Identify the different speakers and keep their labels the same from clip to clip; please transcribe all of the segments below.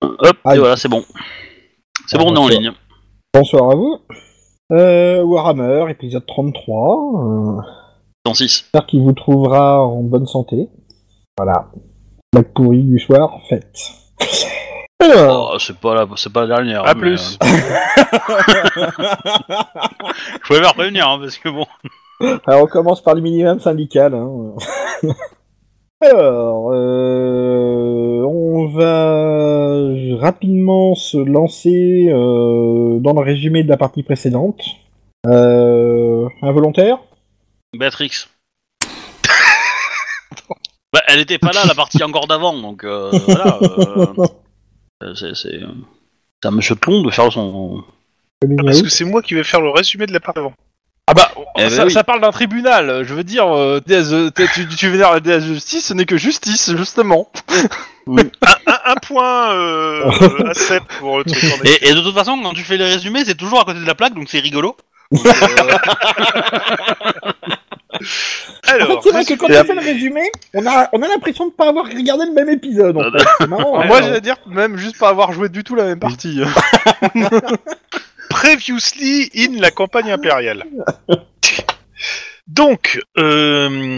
Speaker 1: Hop,
Speaker 2: Aïe.
Speaker 1: et voilà, c'est bon. C'est
Speaker 2: Ah,
Speaker 1: bon, on est en
Speaker 2: bonsoir.
Speaker 1: ligne.
Speaker 2: Bonsoir à vous. Euh, Warhammer, épisode 33. euh,
Speaker 1: Dans 6.
Speaker 2: J'espère qu'il vous trouvera en bonne santé. Voilà. La pourrie du soir, fête. Alors,
Speaker 1: Oh, c'est pas la, c'est pas la dernière.
Speaker 3: A
Speaker 1: hein, mais,
Speaker 3: plus.
Speaker 1: euh, Je pouvais pas prévenir, hein, parce que bon.
Speaker 2: alors, on commence par le minimum syndical. hein. alors, euh, on va rapidement se lancer euh, dans le résumé de la partie précédente. Euh, un volontaire
Speaker 1: Béatrix. bah, elle était pas là la partie encore d'avant, donc euh, voilà. euh, euh, c'est, c'est, euh, c'est à Monsieur Tlon de faire son.
Speaker 2: Ah
Speaker 3: Parce que c'est moi qui vais faire le résumé de la part d'avant. Ah bah,
Speaker 1: Eh
Speaker 3: ça,
Speaker 1: ben oui.
Speaker 3: ça parle d'un tribunal. Je veux dire, euh, DS, t'es- tu, tu vénères la DS Justice, ce n'est que justice, justement.
Speaker 4: un, un point euh, euh, à sept pour le truc en effet.
Speaker 1: Et, et de toute façon, quand tu fais les résumés, c'est toujours à côté de la plaque, donc c'est rigolo.
Speaker 2: En fait,
Speaker 4: Alors,
Speaker 2: c'est vrai que quand
Speaker 3: Et
Speaker 2: on fait le résumé, on a, on a l'impression de pas avoir regardé le même épisode. En fait. C'est marrant. hein.
Speaker 3: moi, j'allais dire, même juste pas avoir joué du tout la même partie. euh.
Speaker 4: previously in la campagne impériale. Donc, euh,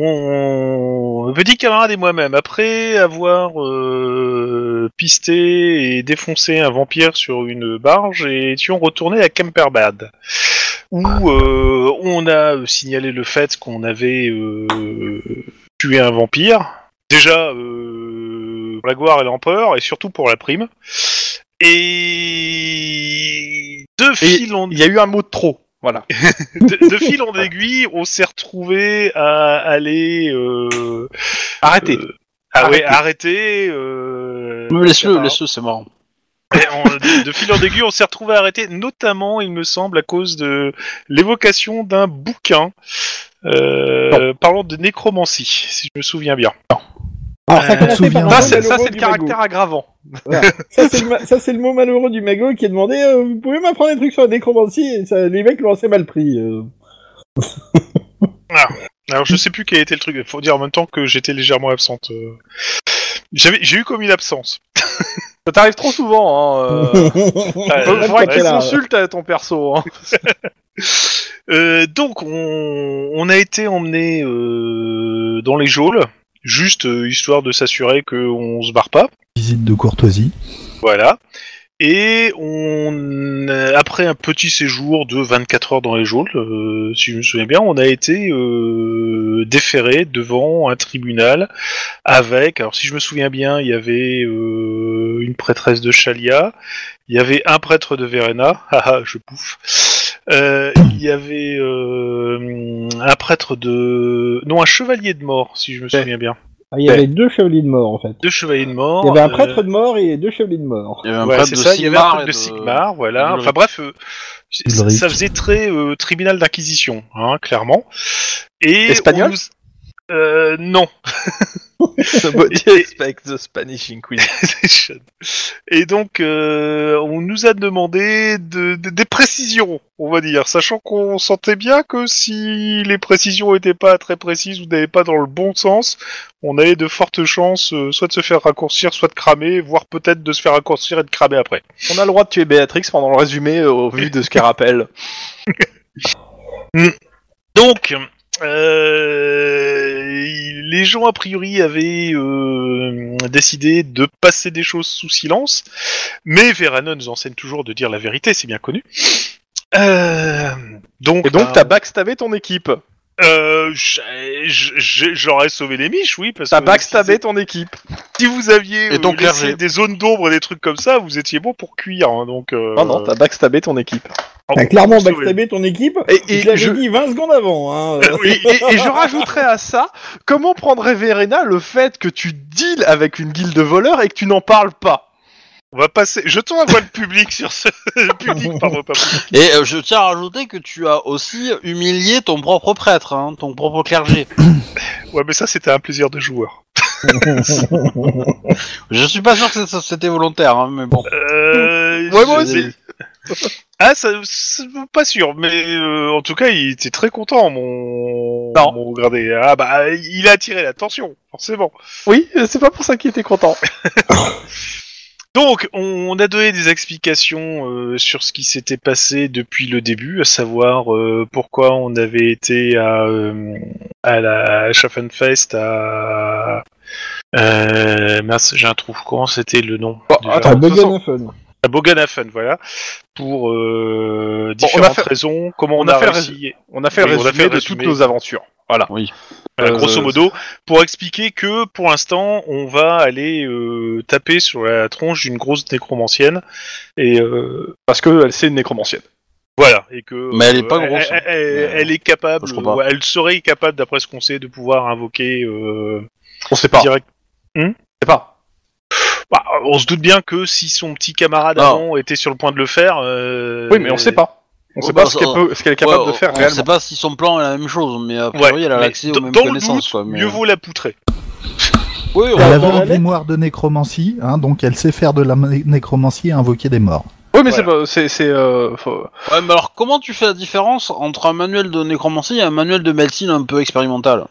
Speaker 4: on... petit camarade et moi-même, après avoir euh, pisté et défoncé un vampire sur une barge, et étions retournés à Camperbad, où euh, on a signalé le fait qu'on avait euh, tué un vampire. Déjà, euh, pour la gloire et l'empereur, et surtout pour la prime. Et de fil en
Speaker 3: Il y a eu un mot de trop. Voilà.
Speaker 4: de, de fil en aiguille, on s'est retrouvé à aller euh,
Speaker 3: Arrêtez.
Speaker 4: euh, ah ouais,
Speaker 3: Arrêter.
Speaker 4: arrêter. euh,
Speaker 1: laisse-le,
Speaker 4: enfin,
Speaker 1: laisse-le, c'est marrant.
Speaker 4: et on- de, de fil en aiguille, on s'est retrouvé arrêté, notamment, il me semble, à cause de l'évocation d'un bouquin euh, parlant de nécromancie, si je me souviens bien.
Speaker 2: Alors, ça,
Speaker 4: Euh,
Speaker 2: commençait
Speaker 3: souviens.
Speaker 2: par un
Speaker 3: Ah, Non,
Speaker 2: mot
Speaker 3: c'est-
Speaker 2: malheureux
Speaker 3: ça, c'est le
Speaker 2: du
Speaker 3: caractère aggravant.
Speaker 2: magot. Ça, c'est le, ma- ça, c'est le mot malheureux du magot qui a demandé euh, Vous pouvez m'apprendre des trucs sur la nécromancie Et ça, Les mecs l'ont assez mal pris. euh.
Speaker 4: Alors je sais plus quel était le truc. Faut dire en même temps que j'étais légèrement absente. euh. J'avais, j'ai eu comme une absence.
Speaker 3: Ça t'arrive trop souvent. Hein, euh...
Speaker 4: Ah,
Speaker 3: Faudrait
Speaker 2: Même
Speaker 3: que
Speaker 2: quand
Speaker 3: tu
Speaker 2: elle a-
Speaker 3: consultes euh, ton perso. Hein.
Speaker 4: Euh, donc on, on a été emmené euh, dans les geôles, juste euh, histoire de s'assurer qu'on se barre pas.
Speaker 5: Visite de courtoisie.
Speaker 4: Voilà. Et on, euh, après un petit séjour de 24 heures dans les geôles, euh, si je me souviens bien, on a été euh, déféré devant un tribunal avec, alors si je me souviens bien, il y avait euh, une prêtresse de Chalia, il y avait un prêtre de Verena, haha, je pouffe, Euh, il y avait euh, un prêtre de, non, un chevalier de mort, si je me
Speaker 3: Ouais.
Speaker 4: souviens bien,
Speaker 2: Ah, Il y avait deux chevaliers de mort en fait.
Speaker 4: deux chevaliers de mort.
Speaker 2: Il y avait
Speaker 3: Oh,
Speaker 2: un
Speaker 4: euh,
Speaker 2: prêtre de mort et deux chevaliers de mort.
Speaker 1: Il y avait un
Speaker 4: Ouais,
Speaker 1: prêtre
Speaker 4: c'est
Speaker 1: de
Speaker 4: ça, il y avait un
Speaker 1: Sigmar
Speaker 4: truc
Speaker 1: et
Speaker 4: de Sigmar, voilà.
Speaker 1: Ulrich.
Speaker 4: Enfin bref, euh, c-
Speaker 5: Ulrich.
Speaker 4: ça faisait très euh, tribunal d'inquisition, hein, clairement. Et
Speaker 3: Espagnol
Speaker 4: on nous- Euh, non.
Speaker 3: Somebody
Speaker 4: Et-
Speaker 3: expect the Spanish Inquisition.
Speaker 4: Et donc, euh, on nous a demandé de- de- des précisions, on va dire, sachant qu'on sentait bien que si les précisions n'étaient pas très précises ou n'allaient pas dans le bon sens, on avait de fortes chances euh, soit de se faire raccourcir, soit de cramer, voire peut-être de se faire raccourcir et de cramer après.
Speaker 3: On a le droit de tuer Béatrix pendant le résumé euh, au vu de ce qu'elle rappelle.
Speaker 4: Donc, euh, il- les gens a priori avaient euh, décidé de passer des choses sous silence, mais Verana nous enseigne toujours de dire la vérité, c'est bien connu. Euh, donc,
Speaker 3: Et donc,
Speaker 4: bah,
Speaker 3: t'as backstabé ton équipe.
Speaker 4: euh, j'ai- j'ai- j'aurais sauvé les miches, oui, parce
Speaker 3: T'as
Speaker 4: que
Speaker 3: backstabé ton équipe.
Speaker 4: si, si vous aviez
Speaker 1: Et
Speaker 4: euh,
Speaker 1: donc
Speaker 4: laissé
Speaker 1: Hergé.
Speaker 4: des zones d'ombre et des trucs comme ça, vous étiez bon pour cuire. hein, donc, euh,
Speaker 3: Non, non, t'as backstabé ton équipe.
Speaker 4: en-
Speaker 2: T'as clairement
Speaker 4: sauvé.
Speaker 2: backstabé ton équipe.
Speaker 3: Et,
Speaker 2: Et
Speaker 3: et
Speaker 2: je l'avais
Speaker 3: je,
Speaker 2: dit 20 secondes avant. Hein. euh.
Speaker 3: et, et- et je rajouterais à ça, comment prendrait Verena le fait que tu deals avec une guilde de voleurs et que tu n'en parles pas
Speaker 4: On va passer. Jetons un voile public sur ce public, pardon, pas
Speaker 1: Et euh, je tiens à rajouter que tu as aussi humilié ton propre prêtre, hein, ton propre clergé.
Speaker 4: Ouais, mais ça, c'était un plaisir de joueur.
Speaker 1: Je suis pas sûr que ça- c'était volontaire, hein, mais bon.
Speaker 4: Euh,
Speaker 3: Ouais, moi
Speaker 4: je-
Speaker 3: aussi.
Speaker 4: Ah, ça, c'est pas sûr, mais euh, en tout cas, il était très content, mon.
Speaker 3: Non.
Speaker 4: mon gradé. Ah, bah, il
Speaker 3: euh,
Speaker 4: a attiré l'attention, forcément.
Speaker 3: Oui, c'est pas pour ça qu'il était content.
Speaker 4: Donc, on a donné des explications euh, sur ce qui s'était passé depuis le début, à savoir euh, pourquoi on avait été à, euh, à la Schaffenfest à... Euh, mince, j'ai un trou. Comment c'était le nom déjà
Speaker 2: Ah,
Speaker 3: de toute façon,
Speaker 2: Buggenhafen.
Speaker 4: À Boganhafen, voilà. Pour euh,
Speaker 3: on a
Speaker 4: différentes
Speaker 3: fait-
Speaker 4: raisons, comment on,
Speaker 3: on a
Speaker 4: a,
Speaker 3: fait le
Speaker 4: réussi...
Speaker 3: on a fait
Speaker 4: Oui,
Speaker 3: le
Speaker 4: on a
Speaker 3: résumé
Speaker 4: fait le
Speaker 3: de
Speaker 4: résumé.
Speaker 3: toutes nos aventures. Voilà.
Speaker 1: Oui.
Speaker 4: Voilà,
Speaker 3: Euh,
Speaker 4: grosso modo, pour expliquer que pour l'instant, on va aller euh, taper sur la tronche d'une grosse nécromancienne et euh,
Speaker 3: Parce que elle, c'est une nécromancienne.
Speaker 4: voilà et que
Speaker 1: Mais elle est
Speaker 4: euh,
Speaker 1: pas grosse, hein.
Speaker 4: Elle, elle- elle est capable,
Speaker 1: Je crois pas.
Speaker 4: ouais, elle serait capable, d'après ce qu'on sait, de pouvoir invoquer euh,
Speaker 3: On sait pas.
Speaker 4: direct.
Speaker 3: On sait pas.
Speaker 4: Bah, on se doute bien que si son petit camarade
Speaker 1: Ah.
Speaker 4: avant était sur le point de le faire, euh,
Speaker 3: Oui, mais on sait pas. On
Speaker 1: Ouais,
Speaker 3: sait
Speaker 1: bah,
Speaker 3: pas ce qu'elle
Speaker 1: ça-
Speaker 3: peut- ce qu'elle est capable
Speaker 1: Ouais,
Speaker 3: de faire
Speaker 1: on
Speaker 3: réellement.
Speaker 1: sait pas si son plan est la même chose, mais a
Speaker 4: Ouais,
Speaker 1: priori, elle a
Speaker 4: mais
Speaker 1: l'accès aux
Speaker 4: dans-
Speaker 1: mêmes
Speaker 4: dans le
Speaker 1: connaissances.
Speaker 4: doute,
Speaker 1: quoi, mais-
Speaker 4: Mieux vaut la poutrer.
Speaker 1: Oui, on-
Speaker 2: Ah,
Speaker 5: Elle
Speaker 2: dans la
Speaker 5: avait une
Speaker 2: lettre
Speaker 5: mémoire de nécromancie, hein, donc elle sait faire de la ma- nécromancie et invoquer des morts.
Speaker 3: Oui, mais c'est pas- c'est c'est euh, faut-
Speaker 1: ouais, mais alors comment tu fais la différence entre un manuel de nécromancie et un manuel de médecine un peu expérimental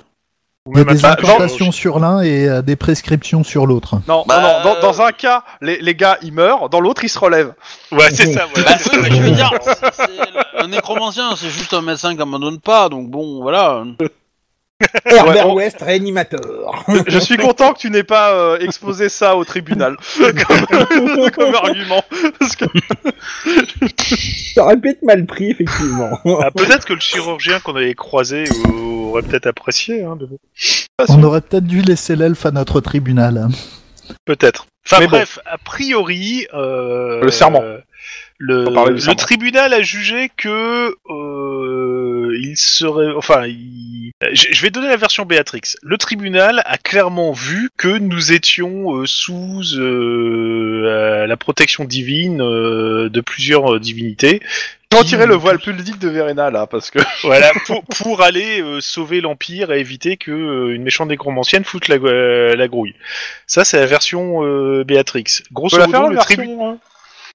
Speaker 4: Ou
Speaker 5: Il y a
Speaker 4: même
Speaker 5: des
Speaker 4: à-
Speaker 5: incantations sur l'un et euh, des prescriptions sur l'autre.
Speaker 3: Non,
Speaker 1: Bah,
Speaker 3: non, non, dans,
Speaker 1: euh,
Speaker 3: dans un cas, les, les gars, ils meurent, dans l'autre, ils se relèvent.
Speaker 4: Ouais, c'est ça. Voilà,
Speaker 1: Bah,
Speaker 4: c'est
Speaker 1: oui,
Speaker 4: ça.
Speaker 1: mais je veux dire, c'est- c'est- un nécromancien, c'est juste un médecin qui abandonne pas, donc bon, voilà.
Speaker 2: Herbert
Speaker 3: on-
Speaker 2: West, réanimateur.
Speaker 3: Je suis content que tu n'aies pas euh, exposé ça au tribunal comme, comme argument. Parce que-
Speaker 2: Ça aurait pu être mal pris, effectivement.
Speaker 4: Ah, peut-être que le chirurgien qu'on avait croisé euh, aurait peut-être apprécié. Hein, mais bon.
Speaker 5: On aurait peut-être dû laisser l'elfe à notre tribunal.
Speaker 4: Peut-être. Enfin
Speaker 3: Mais bon.
Speaker 4: bref, a priori, euh,
Speaker 3: Le serment.
Speaker 4: euh, le,
Speaker 3: On parlait du
Speaker 4: le
Speaker 3: serment.
Speaker 4: tribunal a jugé que euh, il serait, enfin, il- je je vais donner la version Béatrix. Le tribunal a clairement vu que nous étions euh, sous euh, euh, la protection divine euh, de plusieurs euh, divinités.
Speaker 3: J'ai retiré le voile pudique de Verena, là, parce que...
Speaker 4: Voilà, pour, pour aller euh, sauver l'Empire et éviter que euh, une méchante nécromancienne foute la, euh, la grouille. Ça, c'est la version euh, Béatrix. Grosso
Speaker 3: Faut la
Speaker 4: modo,
Speaker 3: faire,
Speaker 4: le
Speaker 3: la version,
Speaker 4: tribu-
Speaker 3: hein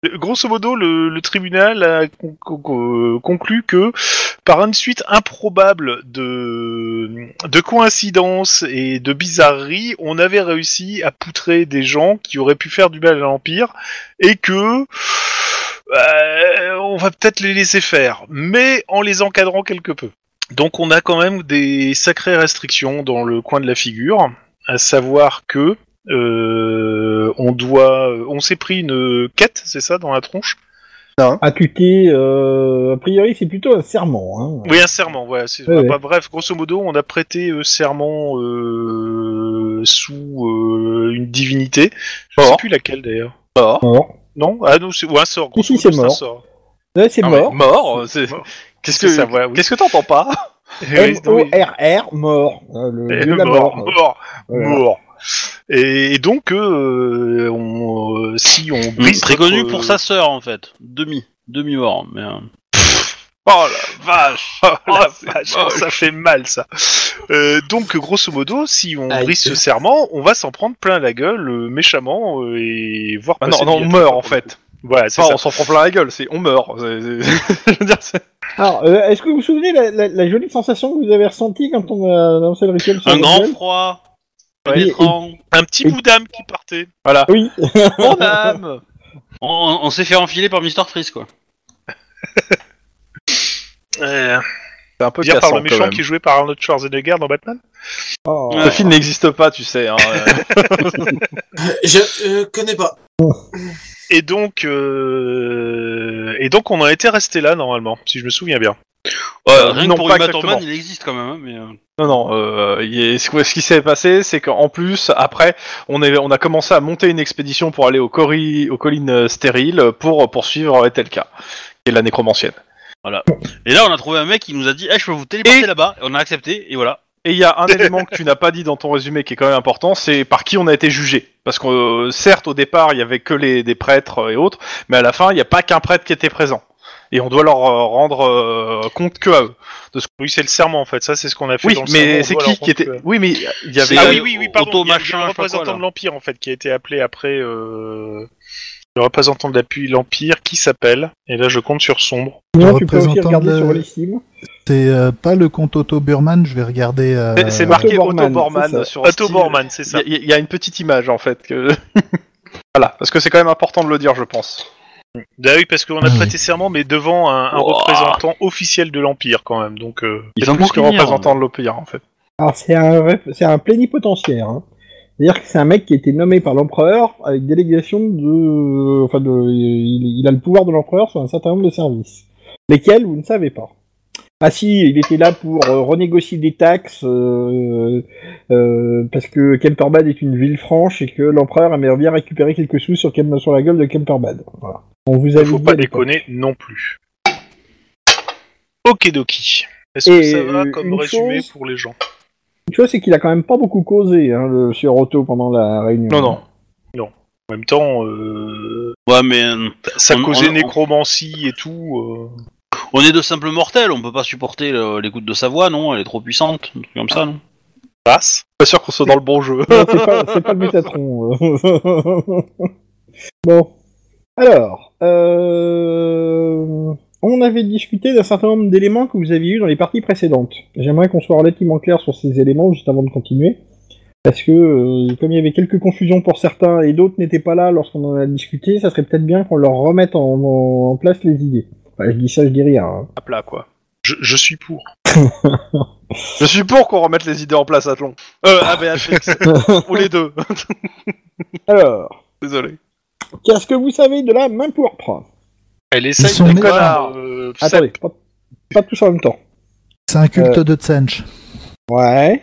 Speaker 4: le- grosso modo, le, le tribunal a con- con- con- euh, conclu que, par une suite improbable de, de coïncidences et de bizarreries, on avait réussi à poutrer des gens qui auraient pu faire du mal à l'Empire et que euh, on va peut-être les laisser faire, mais en les encadrant quelque peu. Donc on a quand même des sacrées restrictions dans le coin de la figure, à savoir que euh, on doit, euh, on s'est pris une euh, quête, c'est ça, dans la tronche.
Speaker 2: Accuté, euh, a priori, c'est plutôt un serment. Hein.
Speaker 4: Oui, un serment. Voilà. c'est-
Speaker 2: Ouais, ouais.
Speaker 4: bah, bref, grosso modo, on a prêté euh, serment euh, sous euh, une divinité. Je sais
Speaker 3: Mort.
Speaker 4: plus laquelle d'ailleurs.
Speaker 2: Mort.
Speaker 4: Non, ah non, c'est ou un sort. grosso
Speaker 2: Si, si,
Speaker 4: modo,
Speaker 2: c'est
Speaker 4: un
Speaker 2: mort.
Speaker 4: sort.
Speaker 2: Ouais, Euh, c'est
Speaker 3: Ah ouais,
Speaker 2: mort.
Speaker 3: Mort, c'est-
Speaker 4: Mort. euh,
Speaker 3: Qu'est-ce
Speaker 4: C'est ça,
Speaker 3: que...
Speaker 4: voilà, oui.
Speaker 3: Qu'est-ce que t'entends pas
Speaker 2: Eh
Speaker 4: Oui, non, oui.
Speaker 2: M-O-R-R, mort. Euh, Le
Speaker 4: Eh,
Speaker 2: dieu de la mort.
Speaker 4: mort, mort,
Speaker 2: Voilà.
Speaker 4: mort. Et, et donc, euh, on, euh, si on brise
Speaker 1: Mm, Très
Speaker 4: notre-
Speaker 1: connu pour sa sœur, en fait. Demi. Demi-mort, mais... euh,
Speaker 4: Oh la vache, oh la
Speaker 3: Oh, c'est
Speaker 4: vache,
Speaker 3: moche.
Speaker 4: ça fait mal ça. Euh, donc grosso modo, si on
Speaker 1: Aïe.
Speaker 4: brise ce serment, on va s'en prendre plein la gueule euh, méchamment euh, et voir.
Speaker 3: Ah
Speaker 4: passer
Speaker 3: Non, non, on
Speaker 4: le
Speaker 3: meurt,
Speaker 4: gâteau.
Speaker 3: en fait.
Speaker 4: Voilà, c'est
Speaker 3: Enfin,
Speaker 4: ça.
Speaker 3: on s'en prend plein la gueule, c'est... On meurt. c'est- c'est- Je veux dire, c'est-
Speaker 2: Alors, euh, est-ce que vous vous souvenez la, la- la jolie sensation que vous avez ressentie quand on a lancé le rituel sur
Speaker 1: Un
Speaker 2: le
Speaker 1: grand
Speaker 2: duel
Speaker 1: froid.
Speaker 2: Ouais.
Speaker 1: pénétrant.
Speaker 4: Un petit bout d'âme qui partait.
Speaker 3: Voilà.
Speaker 2: Oui.
Speaker 3: Mon âme
Speaker 1: On, on s'est fait enfiler par Mister Freeze, quoi.
Speaker 4: Euh,
Speaker 3: C'est un peu
Speaker 4: dire
Speaker 3: cassant,
Speaker 4: par le
Speaker 3: quand
Speaker 4: méchant
Speaker 3: même.
Speaker 4: qui est joué par Arnold Schwarzenegger dans Batman.
Speaker 2: Oh.
Speaker 1: Ouais.
Speaker 3: Le film n'existe pas, tu sais. hein, euh.
Speaker 6: Je euh, connais pas.
Speaker 4: Et donc, euh, et donc on en était resté là normalement, si je me souviens bien.
Speaker 3: Euh,
Speaker 1: Rien
Speaker 3: non,
Speaker 1: que pour
Speaker 3: pas
Speaker 1: Uma
Speaker 3: exactement.
Speaker 1: Thurman, il existe quand même, hein, mais... euh,
Speaker 3: Non, non. Euh, il est- ce que- ce qui s'est passé, c'est qu'en plus, après, on, est, on a commencé à monter une expédition pour aller aux, cori- aux collines euh, stériles pour poursuivre euh, Etelka, qui est la nécromancienne.
Speaker 1: Et là, on a trouvé un mec qui nous a dit, Eh, je peux vous téléporter
Speaker 3: Et-
Speaker 1: là-bas. Et on a accepté, et voilà.
Speaker 3: Et il y a un élément que tu n'as pas dit dans ton résumé qui est quand même important, c'est par qui on a été jugé. Parce que euh, certes, au départ, il y avait que les, des prêtres et autres, mais à la fin, il n'y a pas qu'un prêtre qui était présent. Et on doit leur euh, rendre euh, compte que à eux.
Speaker 4: Oui, c'est le serment en fait. Ça, c'est ce qu'on a fait.
Speaker 3: Oui,
Speaker 4: dans le serment,
Speaker 3: mais
Speaker 4: on
Speaker 3: c'est
Speaker 4: doit
Speaker 3: qui
Speaker 4: leur
Speaker 3: qui était
Speaker 4: rendre-
Speaker 3: Oui, mais il
Speaker 1: C'est-
Speaker 3: y avait.
Speaker 4: Ah
Speaker 1: euh,
Speaker 4: oui, oui, oui, pardon.
Speaker 1: auto,
Speaker 4: il y a- il y
Speaker 1: machin,
Speaker 4: a
Speaker 1: je
Speaker 4: le
Speaker 1: sais pas
Speaker 4: représentant
Speaker 1: quoi, là.
Speaker 4: de l'Empire, en fait, qui a été appelé après. euh, Le représentant de l'appui l'Empire, qui s'appelle. Et là, je compte sur Sombre.
Speaker 2: Sinon,
Speaker 5: Le
Speaker 2: tu peux aussi
Speaker 5: représentant
Speaker 2: regarder
Speaker 5: de-
Speaker 2: sur les cimes.
Speaker 5: C'est euh, pas le compte Otto Burman, je vais regarder. euh,
Speaker 3: C'est c'est marqué
Speaker 2: Otto
Speaker 3: Otto
Speaker 2: Bormann,
Speaker 3: Bormann
Speaker 2: c'est ça.
Speaker 3: sur
Speaker 4: Otto
Speaker 3: Steam.
Speaker 4: Bormann, c'est ça.
Speaker 3: Il y, a- il y a une petite image en fait que Voilà, parce que c'est quand même important de le dire, je pense.
Speaker 4: Bah oui, parce qu'on a
Speaker 5: Ah oui.
Speaker 4: prêté serment, mais devant un, un
Speaker 1: Ouah.
Speaker 4: représentant officiel de l'Empire, quand même. Donc, euh,
Speaker 1: Ils
Speaker 3: C'est
Speaker 1: ont
Speaker 3: plus que
Speaker 1: convenir.
Speaker 3: représentant de l'OPIR, en fait.
Speaker 2: Alors c'est un, ref- c'est un plénipotentiaire. hein. C'est-à-dire que c'est un mec qui a été nommé par l'empereur avec délégation de... Enfin, de... Il, il a le pouvoir de l'empereur sur un certain nombre de services. Lesquels, vous ne savez pas. Ah si, il était là pour euh, renégocier des taxes euh, euh, parce que Kemperbad est une ville franche et que l'empereur aimerait bien récupérer quelques sous sur, Kem- sur la gueule de Kemperbad. Voilà. On vous
Speaker 4: il
Speaker 2: avait
Speaker 4: faut
Speaker 2: dit
Speaker 4: pas
Speaker 2: à l'époque.
Speaker 4: déconner non plus. Okidoki. Est-ce
Speaker 2: Et,
Speaker 4: que ça va
Speaker 2: euh,
Speaker 4: comme
Speaker 2: une
Speaker 4: résumé
Speaker 2: chose-
Speaker 4: pour les gens
Speaker 2: Une chose, c'est qu'il a quand même pas beaucoup causé, hein, le sur Otto pendant la réunion.
Speaker 3: Non, non.
Speaker 4: En même temps, euh,
Speaker 1: Ouais, mais euh,
Speaker 4: ça
Speaker 1: On-
Speaker 4: causait
Speaker 1: on-
Speaker 4: nécromancie et tout. euh.
Speaker 1: on est de simples mortels, on peut pas supporter le- l'écoute de sa voix, non Elle est trop puissante, un truc comme ça, non
Speaker 4: Passe.
Speaker 3: Pas sûr qu'on soit dans le bon jeu.
Speaker 2: Non, c'est pas, c'est pas le Métatron. euh. bon. Alors, euh, on avait discuté d'un certain nombre d'éléments que vous aviez eu dans les parties précédentes. J'aimerais qu'on soit relativement clair sur ces éléments juste avant de continuer. Parce que, euh, comme il y avait quelques confusions pour certains et d'autres n'étaient pas là lorsqu'on en a discuté, ça serait peut-être bien qu'on leur remette en, en- en place les idées. Enfin, je dis ça, je dis rien. hein.
Speaker 3: À plat, quoi.
Speaker 4: Je, je suis pour.
Speaker 3: Je suis pour qu'on remette les idées en place, Athlon. Euh, ABHX. Ou les deux.
Speaker 2: Alors,
Speaker 3: Désolé.
Speaker 2: qu'est-ce que vous savez de la main pourpre
Speaker 4: Elle
Speaker 5: Ils
Speaker 4: essaye
Speaker 5: sont
Speaker 4: de
Speaker 5: méchants.
Speaker 4: voir, euh,
Speaker 2: Attendez, pas, pas tous en même temps.
Speaker 5: C'est un culte
Speaker 3: Euh.
Speaker 5: de Tsench.
Speaker 2: Ouais.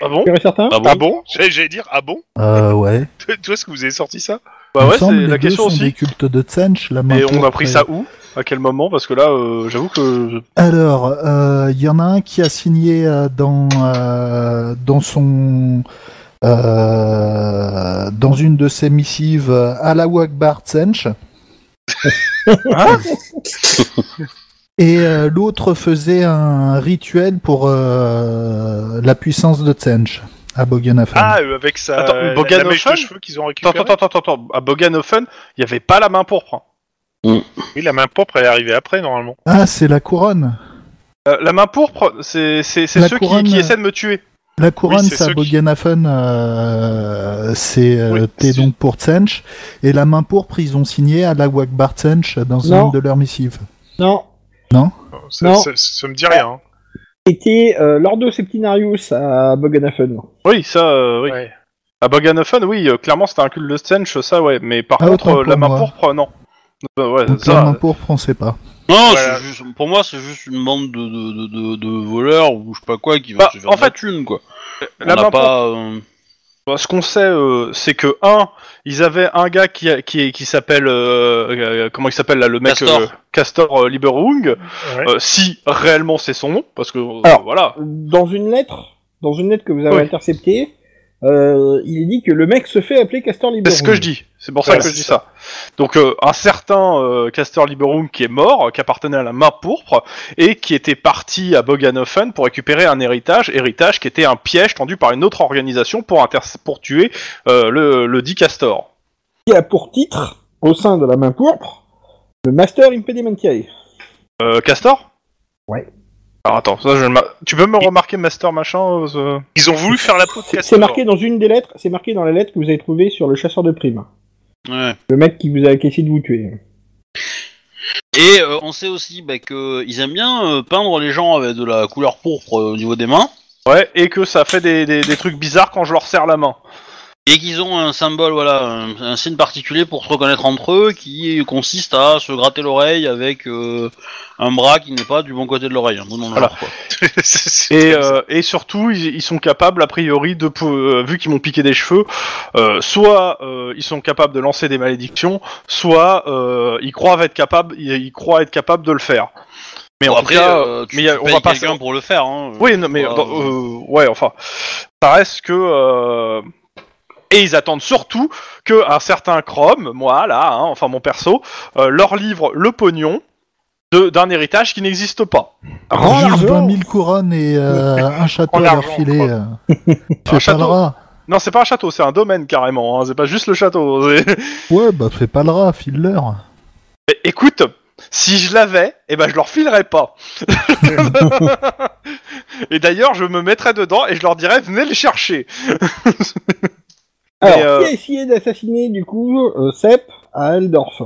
Speaker 4: Ah bon
Speaker 2: Tu es certain
Speaker 4: Ah bon J'allais j'allais dire, ah bon
Speaker 5: Euh, ouais.
Speaker 4: Toi, est-ce que vous avez sorti ça
Speaker 3: Bah
Speaker 5: Il
Speaker 3: ouais,
Speaker 5: semble
Speaker 3: c'est
Speaker 5: les
Speaker 3: la
Speaker 5: deux
Speaker 3: question
Speaker 5: sont
Speaker 3: aussi.
Speaker 5: des cultes de Tsench, la main euh,
Speaker 3: Et on a
Speaker 5: pourpre
Speaker 3: pris
Speaker 5: et-
Speaker 3: ça où À quel moment Parce que là, euh, j'avoue que.
Speaker 5: Alors, euh, il y en a un qui a signé euh, dans, euh, dans son. euh, dans une de ses missives euh, Allahu Akbar Tsench. Et euh, l'autre faisait un rituel pour euh, la puissance de Tsench à Bogdanafan.
Speaker 4: Ah, euh, avec sa
Speaker 3: Attends,
Speaker 4: la- la
Speaker 3: Bogdanophen
Speaker 4: mèche de cheveux qu'ils ont récupérée.
Speaker 3: Attends, attends, attends, attends. À Boganofen, il n'y avait pas la main pourpre. hein.
Speaker 4: Oui, la main propre, elle est arrivée après, normalement.
Speaker 5: Ah, c'est la couronne.
Speaker 3: Euh, la main pourpre, c'est c'est- c'est
Speaker 5: La
Speaker 3: ceux qui-
Speaker 5: couronne,
Speaker 3: qui,
Speaker 5: euh,
Speaker 3: essaient de me tuer.
Speaker 5: La couronne,
Speaker 4: Oui, c'est
Speaker 5: c'est à
Speaker 4: ceux qui-
Speaker 5: Bogdanafan, euh, c'est euh,
Speaker 4: Oui,
Speaker 5: t'es
Speaker 4: c'est-
Speaker 5: donc pour Tsench. Et la main pourpre, ils ont signé à la Wakbar Tsench dans
Speaker 2: Non.
Speaker 5: une de leurs missives.
Speaker 2: Non.
Speaker 4: Ça,
Speaker 2: Non.
Speaker 4: ça- ça me dit rien. hein.
Speaker 2: C'était euh, Lordo Septinarius à Boganafen.
Speaker 3: Oui, ça, euh, oui.
Speaker 4: Ouais.
Speaker 3: À Boganofen, oui, euh, clairement, c'était un culte de Stench, ça, ouais. Mais par
Speaker 5: Ah,
Speaker 3: contre,
Speaker 5: autant
Speaker 3: euh,
Speaker 5: pour
Speaker 3: la main
Speaker 5: moi.
Speaker 3: pourpre, non. Euh, ouais,
Speaker 5: Donc
Speaker 3: ça,
Speaker 5: la main pourpre, on sait pas.
Speaker 1: Non,
Speaker 4: Voilà.
Speaker 1: c'est juste- pour moi, c'est juste une bande de, de, de, de- de voleurs ou je sais pas quoi qui veulent
Speaker 3: Bah,
Speaker 1: se faire
Speaker 3: en
Speaker 1: de la
Speaker 3: fait,
Speaker 1: thune, quoi. On
Speaker 3: la
Speaker 1: n'a
Speaker 3: main pourpre,
Speaker 1: pas. euh,
Speaker 3: Bah, Ce qu'on sait, euh, c'est que un, ils avaient un gars qui a- qui, qui s'appelle euh, euh, comment il s'appelle là, le mec
Speaker 1: Castor.
Speaker 3: euh, Castor euh, Lieberung.
Speaker 4: Ouais.
Speaker 3: Euh, si réellement c'est son nom, parce que euh,
Speaker 2: Alors.
Speaker 3: voilà.
Speaker 2: Dans une lettre, dans une lettre que vous avez
Speaker 3: Oui.
Speaker 2: interceptée, euh, il est dit que le mec se fait appeler Castor Libre.
Speaker 3: C'est ce que je dis. C'est pour ça
Speaker 4: Voilà,
Speaker 3: que je
Speaker 4: c'est
Speaker 3: dis ça. Donc euh, un certain euh, Castor Liberum qui est mort, euh, qui appartenait à la main pourpre et qui était parti à Boganofen pour récupérer un héritage, héritage qui était un piège tendu par une autre organisation pour inter pour tuer euh, le, le dit Castor.
Speaker 2: Qui a pour titre, au sein de la main pourpre, le Master Impedimentiae.
Speaker 3: Euh, Castor.
Speaker 2: Ouais.
Speaker 3: Alors attends, ça, je le ma- tu peux me remarquer Master machin euh, ce-
Speaker 4: Ils ont voulu faire la peau de
Speaker 2: C'est-
Speaker 4: Castor.
Speaker 2: C'est marqué dans une des lettres, c'est marqué dans la lettre que vous avez trouvée sur le chasseur de primes.
Speaker 1: ouais.
Speaker 2: Le mec qui vous a qui a essayé de vous tuer.
Speaker 1: Et euh, on sait aussi bah, qu'ils aiment bien euh, peindre les gens avec de la couleur pourpre euh, au niveau des mains
Speaker 3: Ouais, et que ça fait des, des- des trucs bizarres quand je leur serre la main.
Speaker 1: et qu'ils ont un symbole, voilà, un, un signe particulier pour se reconnaître entre eux qui consiste à se gratter l'oreille avec euh, un bras qui n'est pas du bon côté de l'oreille. hein, dans le genre,
Speaker 3: Voilà.
Speaker 1: quoi.
Speaker 4: C'est- c'est-
Speaker 3: Et, euh, et surtout, ils, ils sont capables, a priori, de pou- euh, vu qu'ils m'ont piqué des cheveux, euh, soit euh, ils sont capables de lancer des malédictions, soit euh, ils croient être capables, ils, ils croient être capables de le faire. Mais
Speaker 1: Bon,
Speaker 3: en
Speaker 1: après,
Speaker 3: tout cas,
Speaker 1: euh, tu,
Speaker 3: mais y a-
Speaker 1: tu
Speaker 3: on
Speaker 1: payes
Speaker 3: va pas-
Speaker 1: quelqu'un pour le faire. Hein,
Speaker 3: oui, non, mais
Speaker 1: euh,
Speaker 3: dans- euh, ouais, enfin, ça reste que. euh, et ils attendent surtout que un certain Chrome, moi là, hein, enfin mon perso, euh, leur livre le pognon de- d'un héritage qui n'existe pas.
Speaker 2: Rends
Speaker 5: Juste
Speaker 2: l'argent.
Speaker 5: 20 000 couronnes et euh, un château
Speaker 4: Rends
Speaker 5: à leur
Speaker 4: l'argent,
Speaker 5: filet.
Speaker 4: quoi.
Speaker 5: euh. Tu fais pas
Speaker 3: château.
Speaker 5: le rat.
Speaker 3: Non, c'est pas un château, c'est un domaine carrément. hein, c'est pas juste le château. c'est-
Speaker 5: Ouais, bah fais pas le rat, file-leur.
Speaker 3: Mais écoute, si je l'avais, eh ben je leur filerais pas. et d'ailleurs, je me mettrais dedans et je leur dirais venez le chercher.
Speaker 2: Alors,
Speaker 3: Mais, euh,
Speaker 2: qui a essayé d'assassiner du coup euh, Sepp à Aldorf